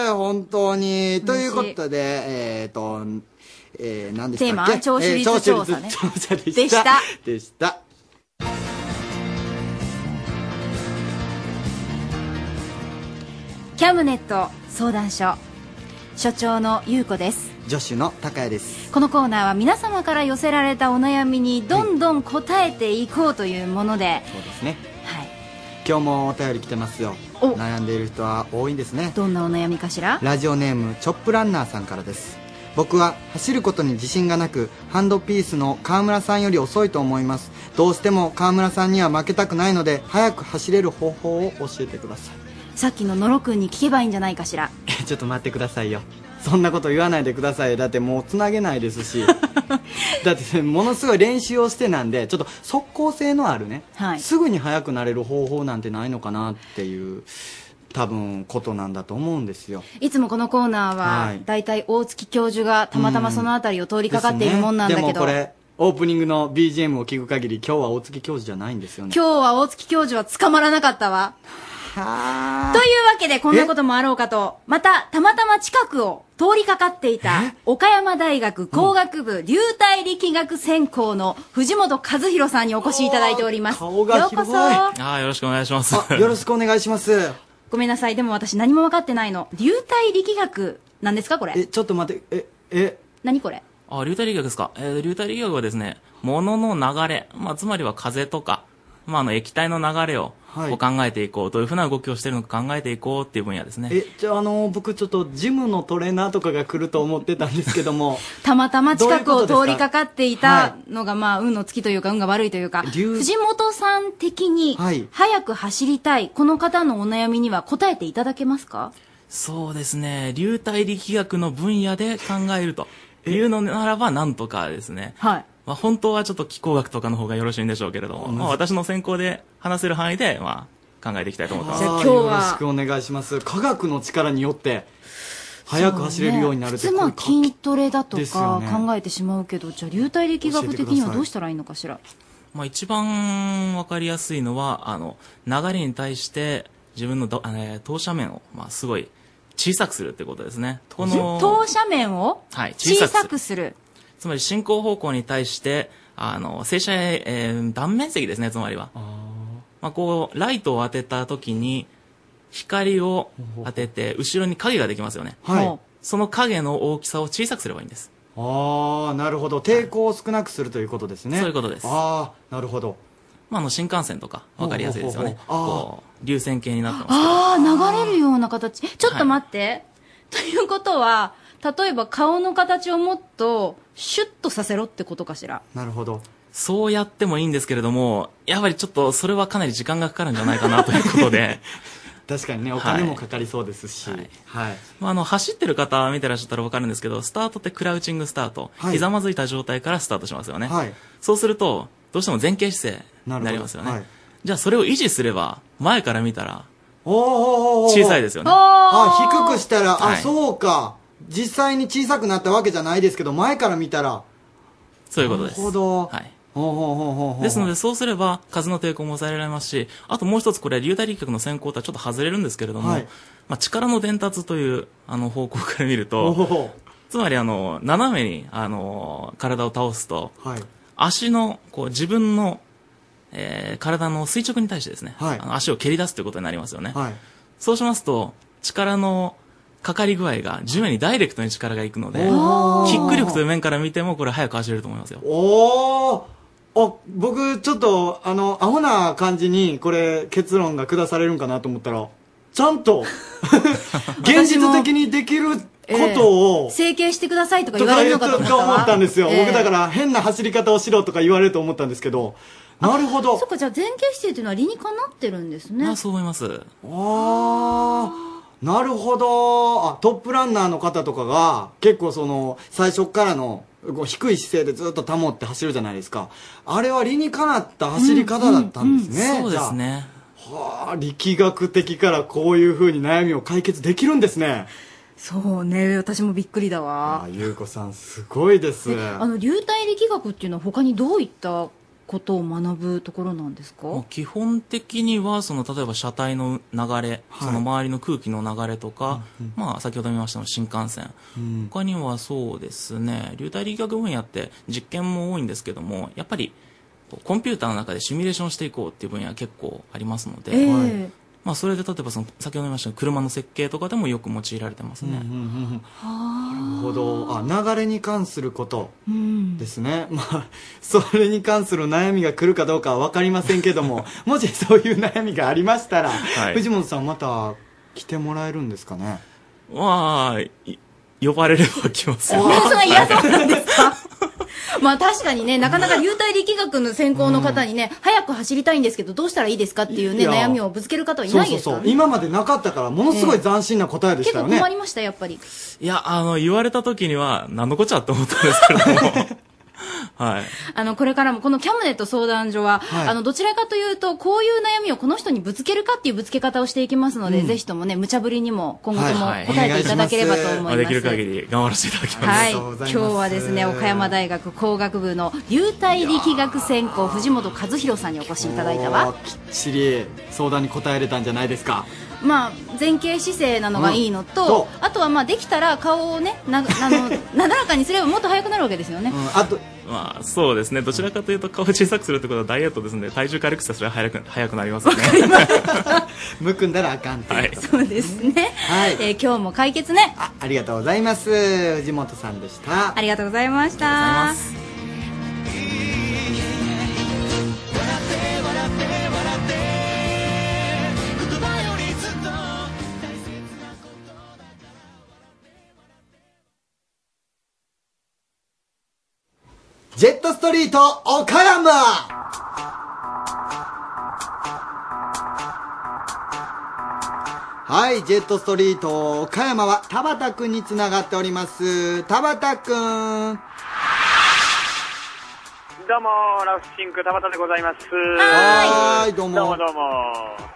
ます。本当に。ということで、えっ、と、えー、何でしたっ
テ
け
ーマ聴取率
えー
調査ね
聴取率調査で
で
し
したた。
でした。
キャムネット相談所、所長のゆうこです。
助手の高谷です。
このコーナーは皆様から寄せられたお悩みにどんどん答えていこうというもので、
そうですね。今日もお便り来てますよ。悩んでいる人は多いんですね。
どんなお悩みかしら
ラジオネームチョップランナーさんからです僕は走ることに自信がなくハンドピースの川村さんより遅いと思いますどうしても川村さんには負けたくないので早く走れる方法を教えてください
さっきの野呂くんに聞けばいいんじゃないかしら。
ちょっと待ってくださいよそんなこと言わないでくださいだってもうつなげないで
[laughs]
すしだってものすごい練習をしてなんでちょっと速攻性のあるね、すぐに速くなれる方法なんてないのかなっていう多分ことなんだと思うんですよ
いつもこのコーナー
は、
はいだいたい大月教授がたまたまそのあたりを通りかかっているもんなんだけど、
ですねでもこれオープニングの BGM を聞く限り今日は大月教授じゃないんですよね
今日は大月教授は捕まらなかったわ。というわけで、こんなこともあろうかと、また、たまたま近くを通りかかっていた、岡山大学工学部流体力学専攻の藤本和弘さんにお越しいただいております。ようこそ。
あーよろしくお願いします。
よろしくお願いします。
ごめんなさい、でも私何も分かってないの。流体力学なんですか、こ
え
れ。
ちょっと待ってええ
何これ
あ、流体力学ですか。えー、流体力学はですね、物の流れ、まあ、つまりは風とか、まあ、あの、液体の流れを、
はい
こう考えていこう、どういうふうな動きをしているのか考えていこうっていう分野ですね。
えじゃああの僕ちょっとジムのトレーナーとかが来ると思ってたんですけど
[laughs]
も
たまたま近くを通
どういうことですか
りかかっていたのが、まあ、運の尽きというか、運が悪いというか、
流
藤本さん的に
はい、
早く走りたい、この方のお悩みには答えていただけますか
そうですね、流体力学の分野で考えるというのならば、なんとかですね。
はい。
まあ、本当はちょっと気候学とかの方がよろしいんでしょうけれども、
うん
まあ、私の専攻で話せる範囲で、まあ、考えていきたいと思ってます。
あーよろしくお願いします科学の力によって速く走れるようになるっ
そ
て
うね
これ
普通まあ筋トレだと
ですよ
か
ね
考えてしまうけど、じゃあ流体力学的にはどうしたらいいのかしら
まあ、一番わかりやすいのは、あの、流れに対して自分のど、えー投射面を、まあ、すごい小さくするってことですね。この、
投射面を
はい、
小さ
する。
くする
つまり進行方向に対して、あの、正射、えー断面積ですね、つまりは。まあ、こう、ライトを当てた時に、光を当てて、後ろに影ができますよね。
はい
その影の大きさを小さくすればいいんです。
ああなるほど抵抗を少なくするということですね
そういうことです
ああなるほど
まあ、あの、新幹線とか、わかりやすいですよね。
ほうほうほうほう
こう、流線形になってますけど。
ああ流れるような形ちょっと待って、 [laughs] ということは例えば顔の形をもっとシュッとさせろってことかしら
なるほど。
そうやってもいいんですけれども、やはりちょっとそれはかなり時間がかかるんじゃないかなということで、
[laughs] 確かにねお金もかかりそうですし、はい
まあ、あの走ってる方見てらっしゃったら分かるんですけどスタートってクラウチングスタート、
はい
ひざまずいた状態からスタートしますよね、
はい
そうするとどうしても前傾姿勢になりますよね、じゃあそれを維持すれば前から見たら
おーおーおー
小さいですよね
あ低くしたら、
は
あ
い
そうか実際に小さくなったわけじゃないですけど前から見たら
そういうことです
なるほど、
はい
ほうほうほうほうほう
ですので、そうすれば、風の抵抗も抑えられますし、あともう一つ、これ、流体力学の先行とはちょっと外れるんですけれども、
はい
まあ、力の伝達というあの方向から見る
おほ
と、
ほ
つまり、あの、斜めに、あの、体を倒すと、
はい
足の、こう、自分の、えー体の垂直に対してですね、あの足を蹴り出すということになりますよね。
はい
そうしますと、力のかかり具合が、地面にダイレクトに力がいくので、キ
おー
ック力という面から見ても、これ、早く走れると思いますよ。
おおあ僕ちょっとあのアホな感じにこれ結論が下されるんかなと思ったらちゃん
[laughs]
と現実的にできることを、
整形してくださいとか
と
言わ
か
れる
言
の
う
かと
と
思っ
と
た
思
わ
ったんですよ、
ええ
僕だから変な走り方をしろとか言われると思ったんですけどなるほど
そっかじゃあ前傾姿勢というのは理にかなってるんですね
あそう思います
ああなるほどあトップランナーの方とかが結構その最初っからのこう低い姿勢でずっと保って走るじゃないですかあれは理にかなった走り方だったんですね、
そうですね。
じゃあはあ力学的からこういうふうに悩みを解決できるんですね
そうね私もびっくりだわ
あ優子さんすごいです
あの流体力学っていうのは他にどういったことを学ぶところなんですか
もう基本的にはその例えば車体の流れ、その周りの空気の流れとか、まあ、先ほど見ましたの新幹線、他にはそうですね流体力学分野って実験も多いんですけどもやっぱりこうコンピューターの中でシミュレーションしていこうっていう分野は結構ありますので、
ええ
まあ、それで例えばその先ほど見ました車の設計とかでもよく用いられてますね。
なるほどあ流れに関すること
うん
ですね、 [laughs] まあそれに関する悩みが来るかどうかは分かりませんけど [laughs] ももしそういう悩みがありましたら、
はい
藤本さんまた来てもらえるんですかね
まあい呼ばれれば来ますよ。
[laughs]
[laughs]
そんな嫌そうなんですか [laughs] まあ確かにね、なかなか流体力学の専攻の方にね、早く走りたいんですけど、どうしたらいいですかっていうね、
いや
悩みをぶつける方はい
そ
な
う
い
そ
で
う
すか
そ
ら
う
ね。
今までなかったからものすごい斬新な答えでし
結
たよ
構
ね、
困りました、やっぱり。
いや、あの、言われた時には、何のこっちゃって思ったんですけれ
[laughs]
ども。はい。
あの、これからもこのキャムネット相談所は、
はい
あの、どちらかというと、こういう悩みをこの人にぶつけるかっていうぶつけ方をしていきますので、
うん
ぜひともね、無茶ぶりにも今後
はい
とも
はい
答えていただければと思います。
できる限り頑張らせていただきます。
はい、今日はですね岡山大学工学部の流体力学専攻藤本和弘さんにお越しいただいたわ
きっちり相談に答えれたんじゃないですか
まあ前傾姿勢なのがいいの
うん
と
そ、
あとはまあできたら顔をねな [laughs] あのなだらかにすればもっと速くなるわけですよね、
あと
まあ、そうですね。どちらかというと、顔を小さくするってことはダイエットですので、体重軽くしたらそれは早く、早くなりますよね。 [laughs]
むくんだらあかんって
はい。
そうですね、
はい
えー今日も解決ねあ
ありがとうございます藤本さんでした
りがとうございました
ジェットストリート岡山はい、ジェットストリート岡山は田畑くんにつながっております。田畑くん。
どうも、ラフシンク田畑でございます。
はーいどうも
どうもどうも。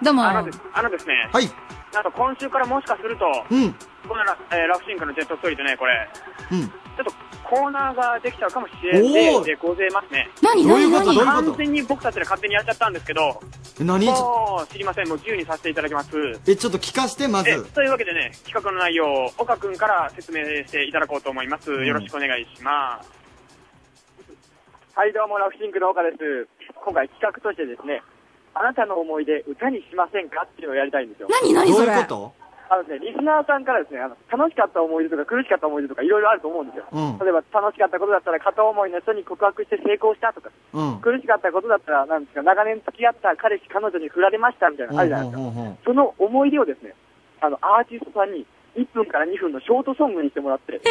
どうも
あのですあのですね。
はい。
なんか今週からもしかすると、
うん。
このラ,、えーラフシンクのジェットストーリーでね、これ、
うん。
ちょっとコーナーができちゃうかもしれない
おー
でございますね。
何どういうこと何どういうこと
完全に僕たちで勝手にやっちゃったんですけど、
え何
もう知りません。もう自由にさせていただきます。
え、ちょっと聞かして、ま
え
ず。
というわけでね、企画の内容を岡君から説明していただこうと思います。よろしくお願いします。
はい、どうも、ラフシンクの岡です。今回企画としてですね、あなたの思い出歌にしませんかっていうのをやりたいんですよ。何
何それどういうこと
あのですね、リスナーさんからですね、あの楽しかった思い出とか苦しかった思い出とかいろいろあると思うんですよ。
うん
例えば楽しかったことだったら片思いの人に告白して成功したとか、
うん。
苦しかったことだったら、なんですか、長年付き合った彼氏、彼女に振られましたみたいなのあるじゃないですか。
ほうほうほうほう
その思い出をですね、あの、アーティストさんに1分から2分のショートソングにしてもらって、1分ト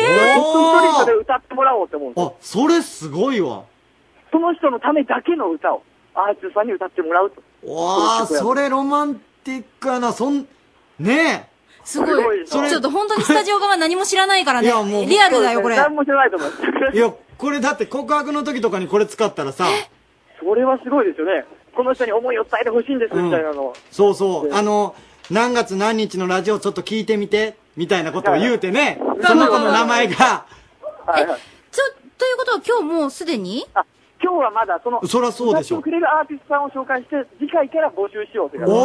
リックで歌ってもらおうと思うんですよ
あ、それすごいわ。
その人のためだけの歌をアーティストさんに歌ってもらうと。
わあ、それロマンティックやな。そん、ねえ。
すごい。
それ
ちょっと本当にスタジオ側何も知らない
[laughs]
からね。リアルだよ、これ。
も知らないと思います。いや、これだって告白の時とかにこれ使ったらさ、
それはすごいですよね。この人に思いを伝えてほしいんです、みたいなのを。
そうそう、あの、何月何日のラジオちょっと聞いてみて、みたいなことを言うてね、その子の名前
ち
が、
ょ、ということは今日もうすでに
今日はまだ、その、
そらそうでしょ
歌ってくれるアーティストさんを紹介して、次回から募集しようって感じ
お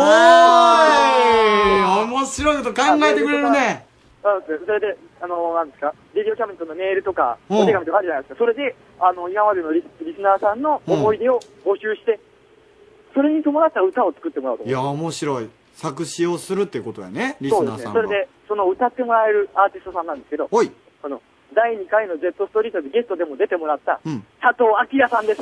ーい面白いこと考えてくれるね。
そうですそれで、あの、なんですか、レディオキャムネットのメールとか、
うん
お手紙とかあるじゃないですか。それで、あの、今までのリリスナーさんの思い出を募集して、それに伴った歌を作ってもらおうと
いや、面白い。作詞をするってことやね、リス
そう
ナ
で
ー
す
さ
ね。
ん
そ
が。
れで、その歌ってもらえるアーティストさんなんですけど、
はい。
その、第2回のジェットストリートでゲストでも出てもらった、
うん
佐藤明さんです。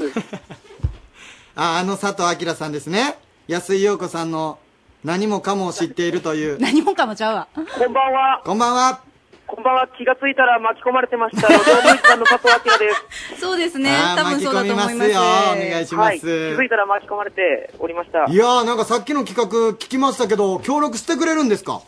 あ、あの佐藤明さんですね。安井陽子さんの何もかもを知っていると
[laughs]
いう。
何もかもちゃうわ。
こんばんは。
こんばんは。
こんばんは。気がついたら巻き込まれてました。ロドブリさんの加藤明で
[laughs]
す。
そうですね。
あ
多
ー
分そうだと思います。
巻き込みますよお願いします
はい。気づいたら巻き込まれておりました。
いやー、なんかさっきの企画聞きましたけど、協力してくれるんですか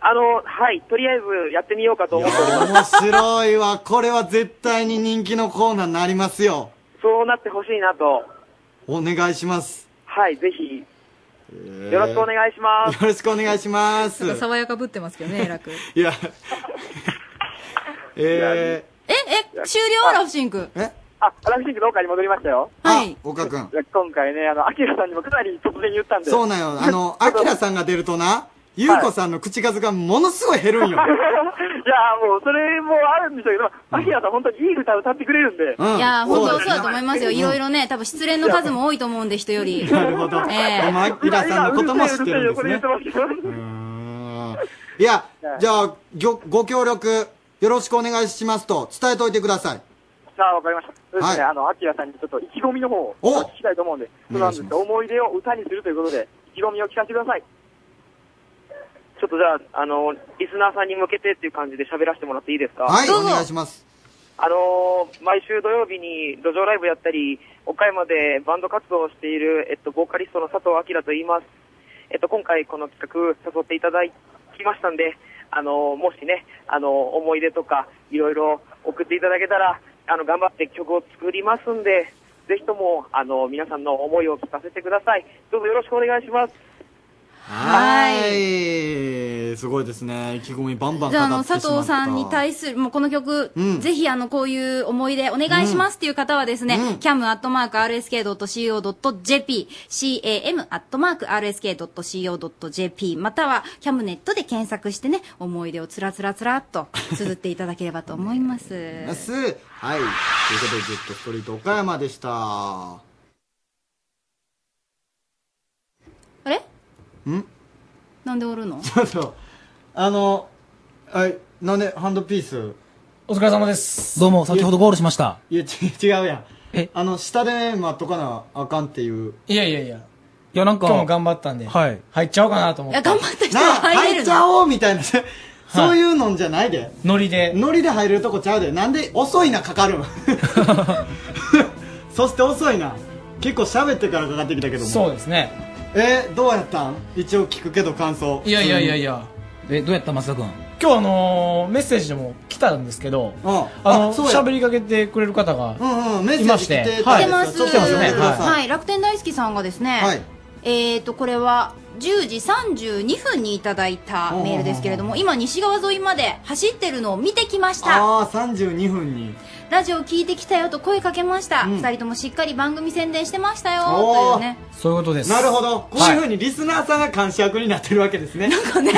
あの、はい。とりあえずやってみようかと思っております。
面白いわ。 [laughs] これは絶対に人気のコーナーになりますよ。
そうなってほしいなと。
お願いします。
はい。ぜひ、
よ
よろしくお願いします。
よろしくお願いします。
なんか爽やかぶってますけどね、
[laughs]
楽。
いや、え
え、え、終了ラフシンク。
え
あ、ラフシンクの岡に戻りましたよ。
はい。岡くん。
今回ね、あの、アキラさんにもかなり突然言ったんで。
そうなんよ。あの、アキラさんが出るとな、ゆうこさんの口数がものすごい減るんよ。
[laughs] いや、もう、それもあるんでしょうけど、アキラさん本当にいい歌歌ってくれるんで。
うん
いやー、本当そうだと思いますよ。
うん
いろいろね、多分失恋の数も多いと思うんで、人より。
なるほど。
え
でも、アキラさんのことも知ってるんですね。いや、じゃあ、ぎょご協力、よろしくお願いしますと、伝えといてください。
さあ、わかりました。そうですね、
は
あの、アキラさんにちょっと意気込みの方を
お
聞きたいと思うんで、そうなんですよ思い出を歌にするということで、意気込みを聞かせてください。ちょっとじゃあ、あの、リスナーさんに向けてっていう感じで喋らせてもらっていいですか
はい、お願いします。
あのー毎週土曜日に路上ライブやったり、岡山でバンド活動をしている、えっと、ボーカリストの佐藤明と言います。えっと、今回この企画誘っていただきましたんで、あのーもしね、あのー思い出とか、いろいろ送っていただけたら、あの、頑張って曲を作りますんで、ぜひとも、あのー皆さんの思いを聞かせてください。どうぞよろしくお願いします。
はい。すごいですね。意気込みバンバン
じゃあ、あ
語
の、
ってしまった。
佐藤さんに対する、もうこの曲、
うん
ぜひ、あの、こういう思い出お願いしますっていう方はですね、cam.rsk.co.jp、cam.rsk.co.jp、または、キャムネットで検索してね、思い出をつらつらつらっと綴っていただければと思い
[laughs]
ます。
ます。はい。ということで、ジェットストリート岡山でした。あ
あれ
ん
なんでおるの
ちょっと、あの、はい、なんで、ハンドピース。
お疲れ様です。どうも、先ほどゴールしました。
いや、ち違 [laughs] うやん。えあの、下で待っとかなあかんっていう。
いやいやいや。いや、なんか。
今日も
頑張ったんで。はい。入っちゃおうかなと思って。
頑張った
人は入れるなあ入っちゃおうみたいな。 [laughs] そういうのんじゃないで。
ノリで。
ノリで入れるとこちゃうで。なんで遅いな、か
[laughs]
かるん。そして遅いな。結構喋ってからかかってきたけども。
そうですね。
えー、どうやったん一応聞くけど感想。
いやいやいやいや。え、どうやった松田君今日あのー、メッセージでも来たんですけど、あの、
そうや
喋りかけてくれる方がいまして、
うんうんメッセージ来て
はい
来てます。
来てますよね。
は、
はい
楽天大好きさんがですね、
はい
えっ、と、これは、10時32分にいただいたメールですけれど
おうおうおう
も、
おう
今西側沿いまで走ってるのを見てきました。
ああ、32分に。
ラジオ聞いてきたよと声かけました。二、人ともしっかり番組宣伝してましたよ、というね。
そういうことです。
なるほど。こういうふうにリスナーさんが監視役になってるわけですね。なん
かね、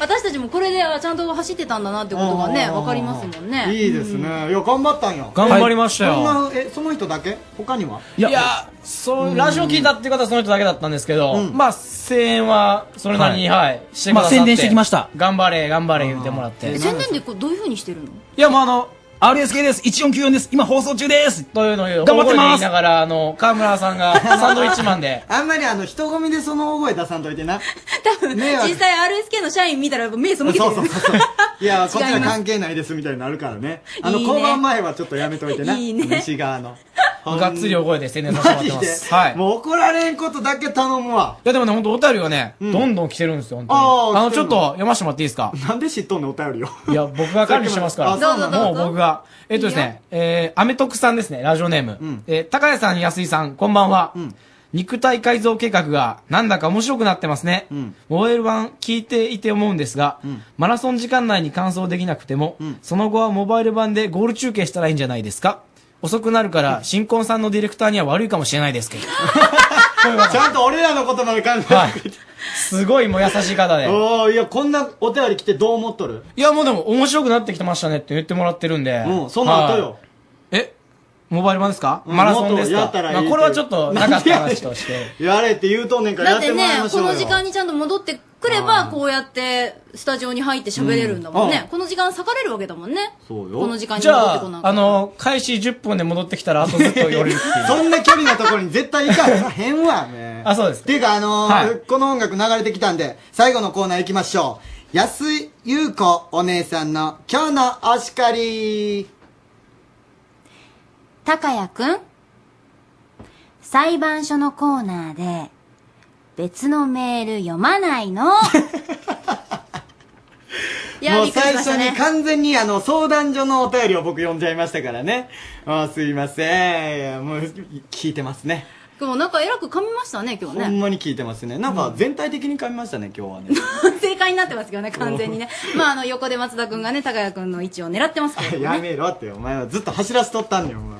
私たちもこれであちゃんと走ってたんだなってことがね、わかりますもんね。
いいですね。いや、頑張ったんよ。
頑張りましたよ
そんなえ、その人だけ他にはい
や、そうう、
ん
ラジオ聞いたっていう方はその人だけだったんですけど、まあ、声援は、それなりに、
は
はいい、してくださって
まあ宣伝してきました。
頑張れ、頑張れ、言ってもらって。
宣伝でこうどういうふうにしてるの
いや、もうあの、
RSK です !1494 です今放送中です
というのを
頑張ってます
大声で言いながら、あの、河村さ
[laughs]
ん
[laughs]
がサンドウィッチマンで。
あんまりあの人混みでその大声出さんといてな。多分迷惑
実際 RSK の社員見たらやっぱ目背けてる。
そうそうそうそう。いや、こっち
違い
は
ます
関係ないですみたいになるからね。あの、
いいね
交番前はちょっとやめといてな。
いいね
西側の。
がっつり大声で宣伝させてもらってます。はい。
もう怒られんことだけ頼むわ。
いやでもね、本当お便りがね、どんどん来てるんですよ、本当に。
あー
あの、
来て
ち
る
ょっ
の
と読ませてもらっていいですか
なんで知っとんねんお便りを。
いや、僕が管理してますから。
[laughs] あそうなの
も
ど
う
うぞどうぞ
僕が。えっとですね、えー、アメトクさんですね、ラジオネーム。えー高谷さん、安井さん、こんばんは。肉体改造計画がなんだか面白くなってますね。OL1 聞いていて思うんですが、マラソン時間内に完走できなくても、その後はモバイル版でゴール中継したらいいんじゃないですか遅くなるから、新婚さんのディレクターには悪いかもしれないです
[laughs]
けど。
ちゃんと俺らのことまで考えて、
すごいもう優しい方で。
おーいや、こんなお便り来てどう思っとる
いや、もうでも、面白くなってきてましたねって言ってもらってるんで。
うんその後よ
はい。えモバイル版ですか
うん
マラソンです
も
か
っとやったらいい
まあ、これはちょっと、なかった話として。
やれって言うとんねんか
だ
らや
っ
って
て
も
ね
らいま、し
こ
ょうよ。
の時間にちゃんと戻ってくれば、こうやってスタジオに入って喋れるんだもん
うんあ
ね。この時間割かれるわけだもんね。
そう。
よこの時間に
じ
戻
ゃ
ってこな
あ
い、
あの、開始10分で戻ってきたら、あとずっと寄れるっていう
そんな距離のところに絶対行かへん
[laughs]
わ、ね。
あ、そうです。
っていうか、あのー
は
この音楽流れてきたんで、最後のコーナー行きましょう。安井優子お姉さんの今日のお叱り。
高谷くん裁判所のコーナーで別のメール読まないの
[laughs]
いや
もう
びっくりし
最
まし
初
たね
に完全にあの相談所のお便りを僕読んじゃいましたからね。あーすいません。いやもう聞いてますね。
でもなんかえらく噛みましたね、今日
ほん
ね。
まに聞いてますね。なんか全体的に噛みましたね、今日はね。
[laughs] 正解になってますけどね、完全にね。 [laughs] まあ、あの、横で松田くんがね、高谷くんの位置を狙ってますけどね。
やめろって、お前はずっと走らせとったんだよ、お前。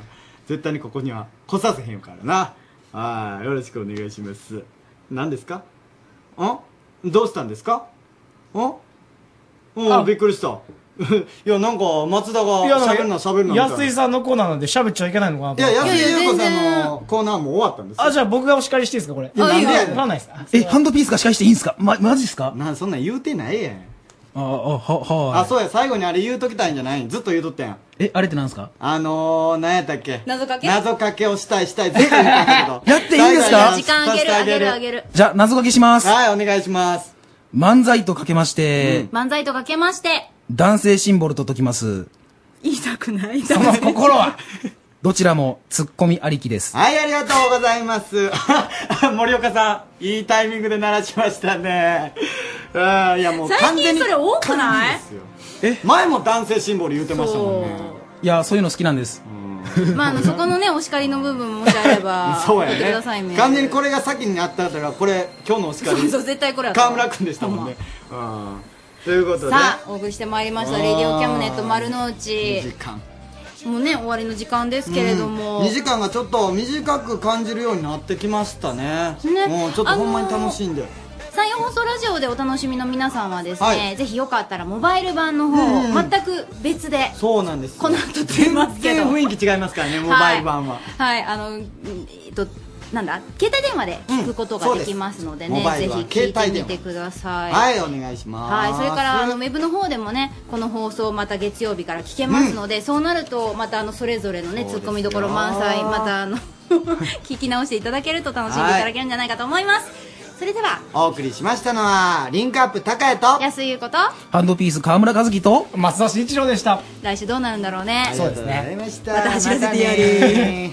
絶対にここには来させへんからな。はい、よろしくお願いします。何ですかんどうしたんですかんうん、びっくりした。 [laughs] いや、なんか、松田が
いやなんか
喋るな、喋るなみたいな。
安井さんのコーナーなんで喋っちゃいけないのかなと
いや、
思っ
安
て
井優子さんのコーナーも終わったんですよ。
あ、じゃあ僕がお叱りしていいですか、これ。
いやなんでやねん
わかんないですか
え、ハンドピースが司会していいんすかま、マジっすか
なんそんなん言うてないやん。
ああ、は、は
あ、そうや、最後にあれ言うときたいんじゃないずっと言うとったやん。
え、あれってなんすか
あのー、何やったっけ
謎かけ
謎かけをしたい、したい、ずっと言って [laughs] たけど。
やっていいんですか
時間あげる、あげる、あげる。
じゃあ、謎かけします。
はい、お願いします。
漫才とかけまして、
漫才とかけまして
男性シンボルと解きます。
言いたくない。
その心は [laughs] どちらもツッコミありきです。
はい、ありがとうございます。 [laughs] 森岡さん、いいタイミングで鳴らしましたね。あーいや、もう
最
完全
近
に
それ多くない
え前も男性シンボル言うてましたもんね。、
いや、そういうの好きなんです。
[laughs] まあ、あの、そこのね、お叱りの部分もしあれば
[laughs] そう
送ってく
や
ださい
ね。
ね。
完全にこれが先にあったから、これ、今日のお叱
そう
り
そ、う、絶対これは。
河村くんでしたもんね。うん。ということで。
さあ、お送りしてまいりました、レディオキャムネット丸の
2
内
時。間
もうね、終わりの時間ですけれども。
2時間がちょっと短く感じるようになってきましたね
ね
もうちょっとほんまに楽しんで、
山陽放送ラジオでお楽しみの皆さんはですね、
はい
ぜひよかったらモバイル版の方を全く別で、
そうなんです
この後出ますけど
全然雰囲気違いますからねモバイル版は、
はいあのうんえっとなんだ携帯電話で聞くことができますのでね、
うんそうで
ぜ
すモバイルは
ひ聞いてみてください。
はい、お願いしま
は
す
い、それからあのウェブの方でもねこの放送また月曜日から聞けますので、そうなるとまたあのそれぞれのね
そ
ツ
うですよ
ッコミどころ満載またあ
[laughs]
の聞き直していただけると楽しんでいただけるんじゃないかと思います。それでは
お送りしましたのはリンクアップ高谷と
安井優子と
ハンドピース河村和樹と
松田慎一郎でした。
来週どうなるんだろうね。
そうですねありがとうございました
また走らせてや
また
る。
ね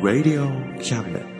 Radio Cabinet.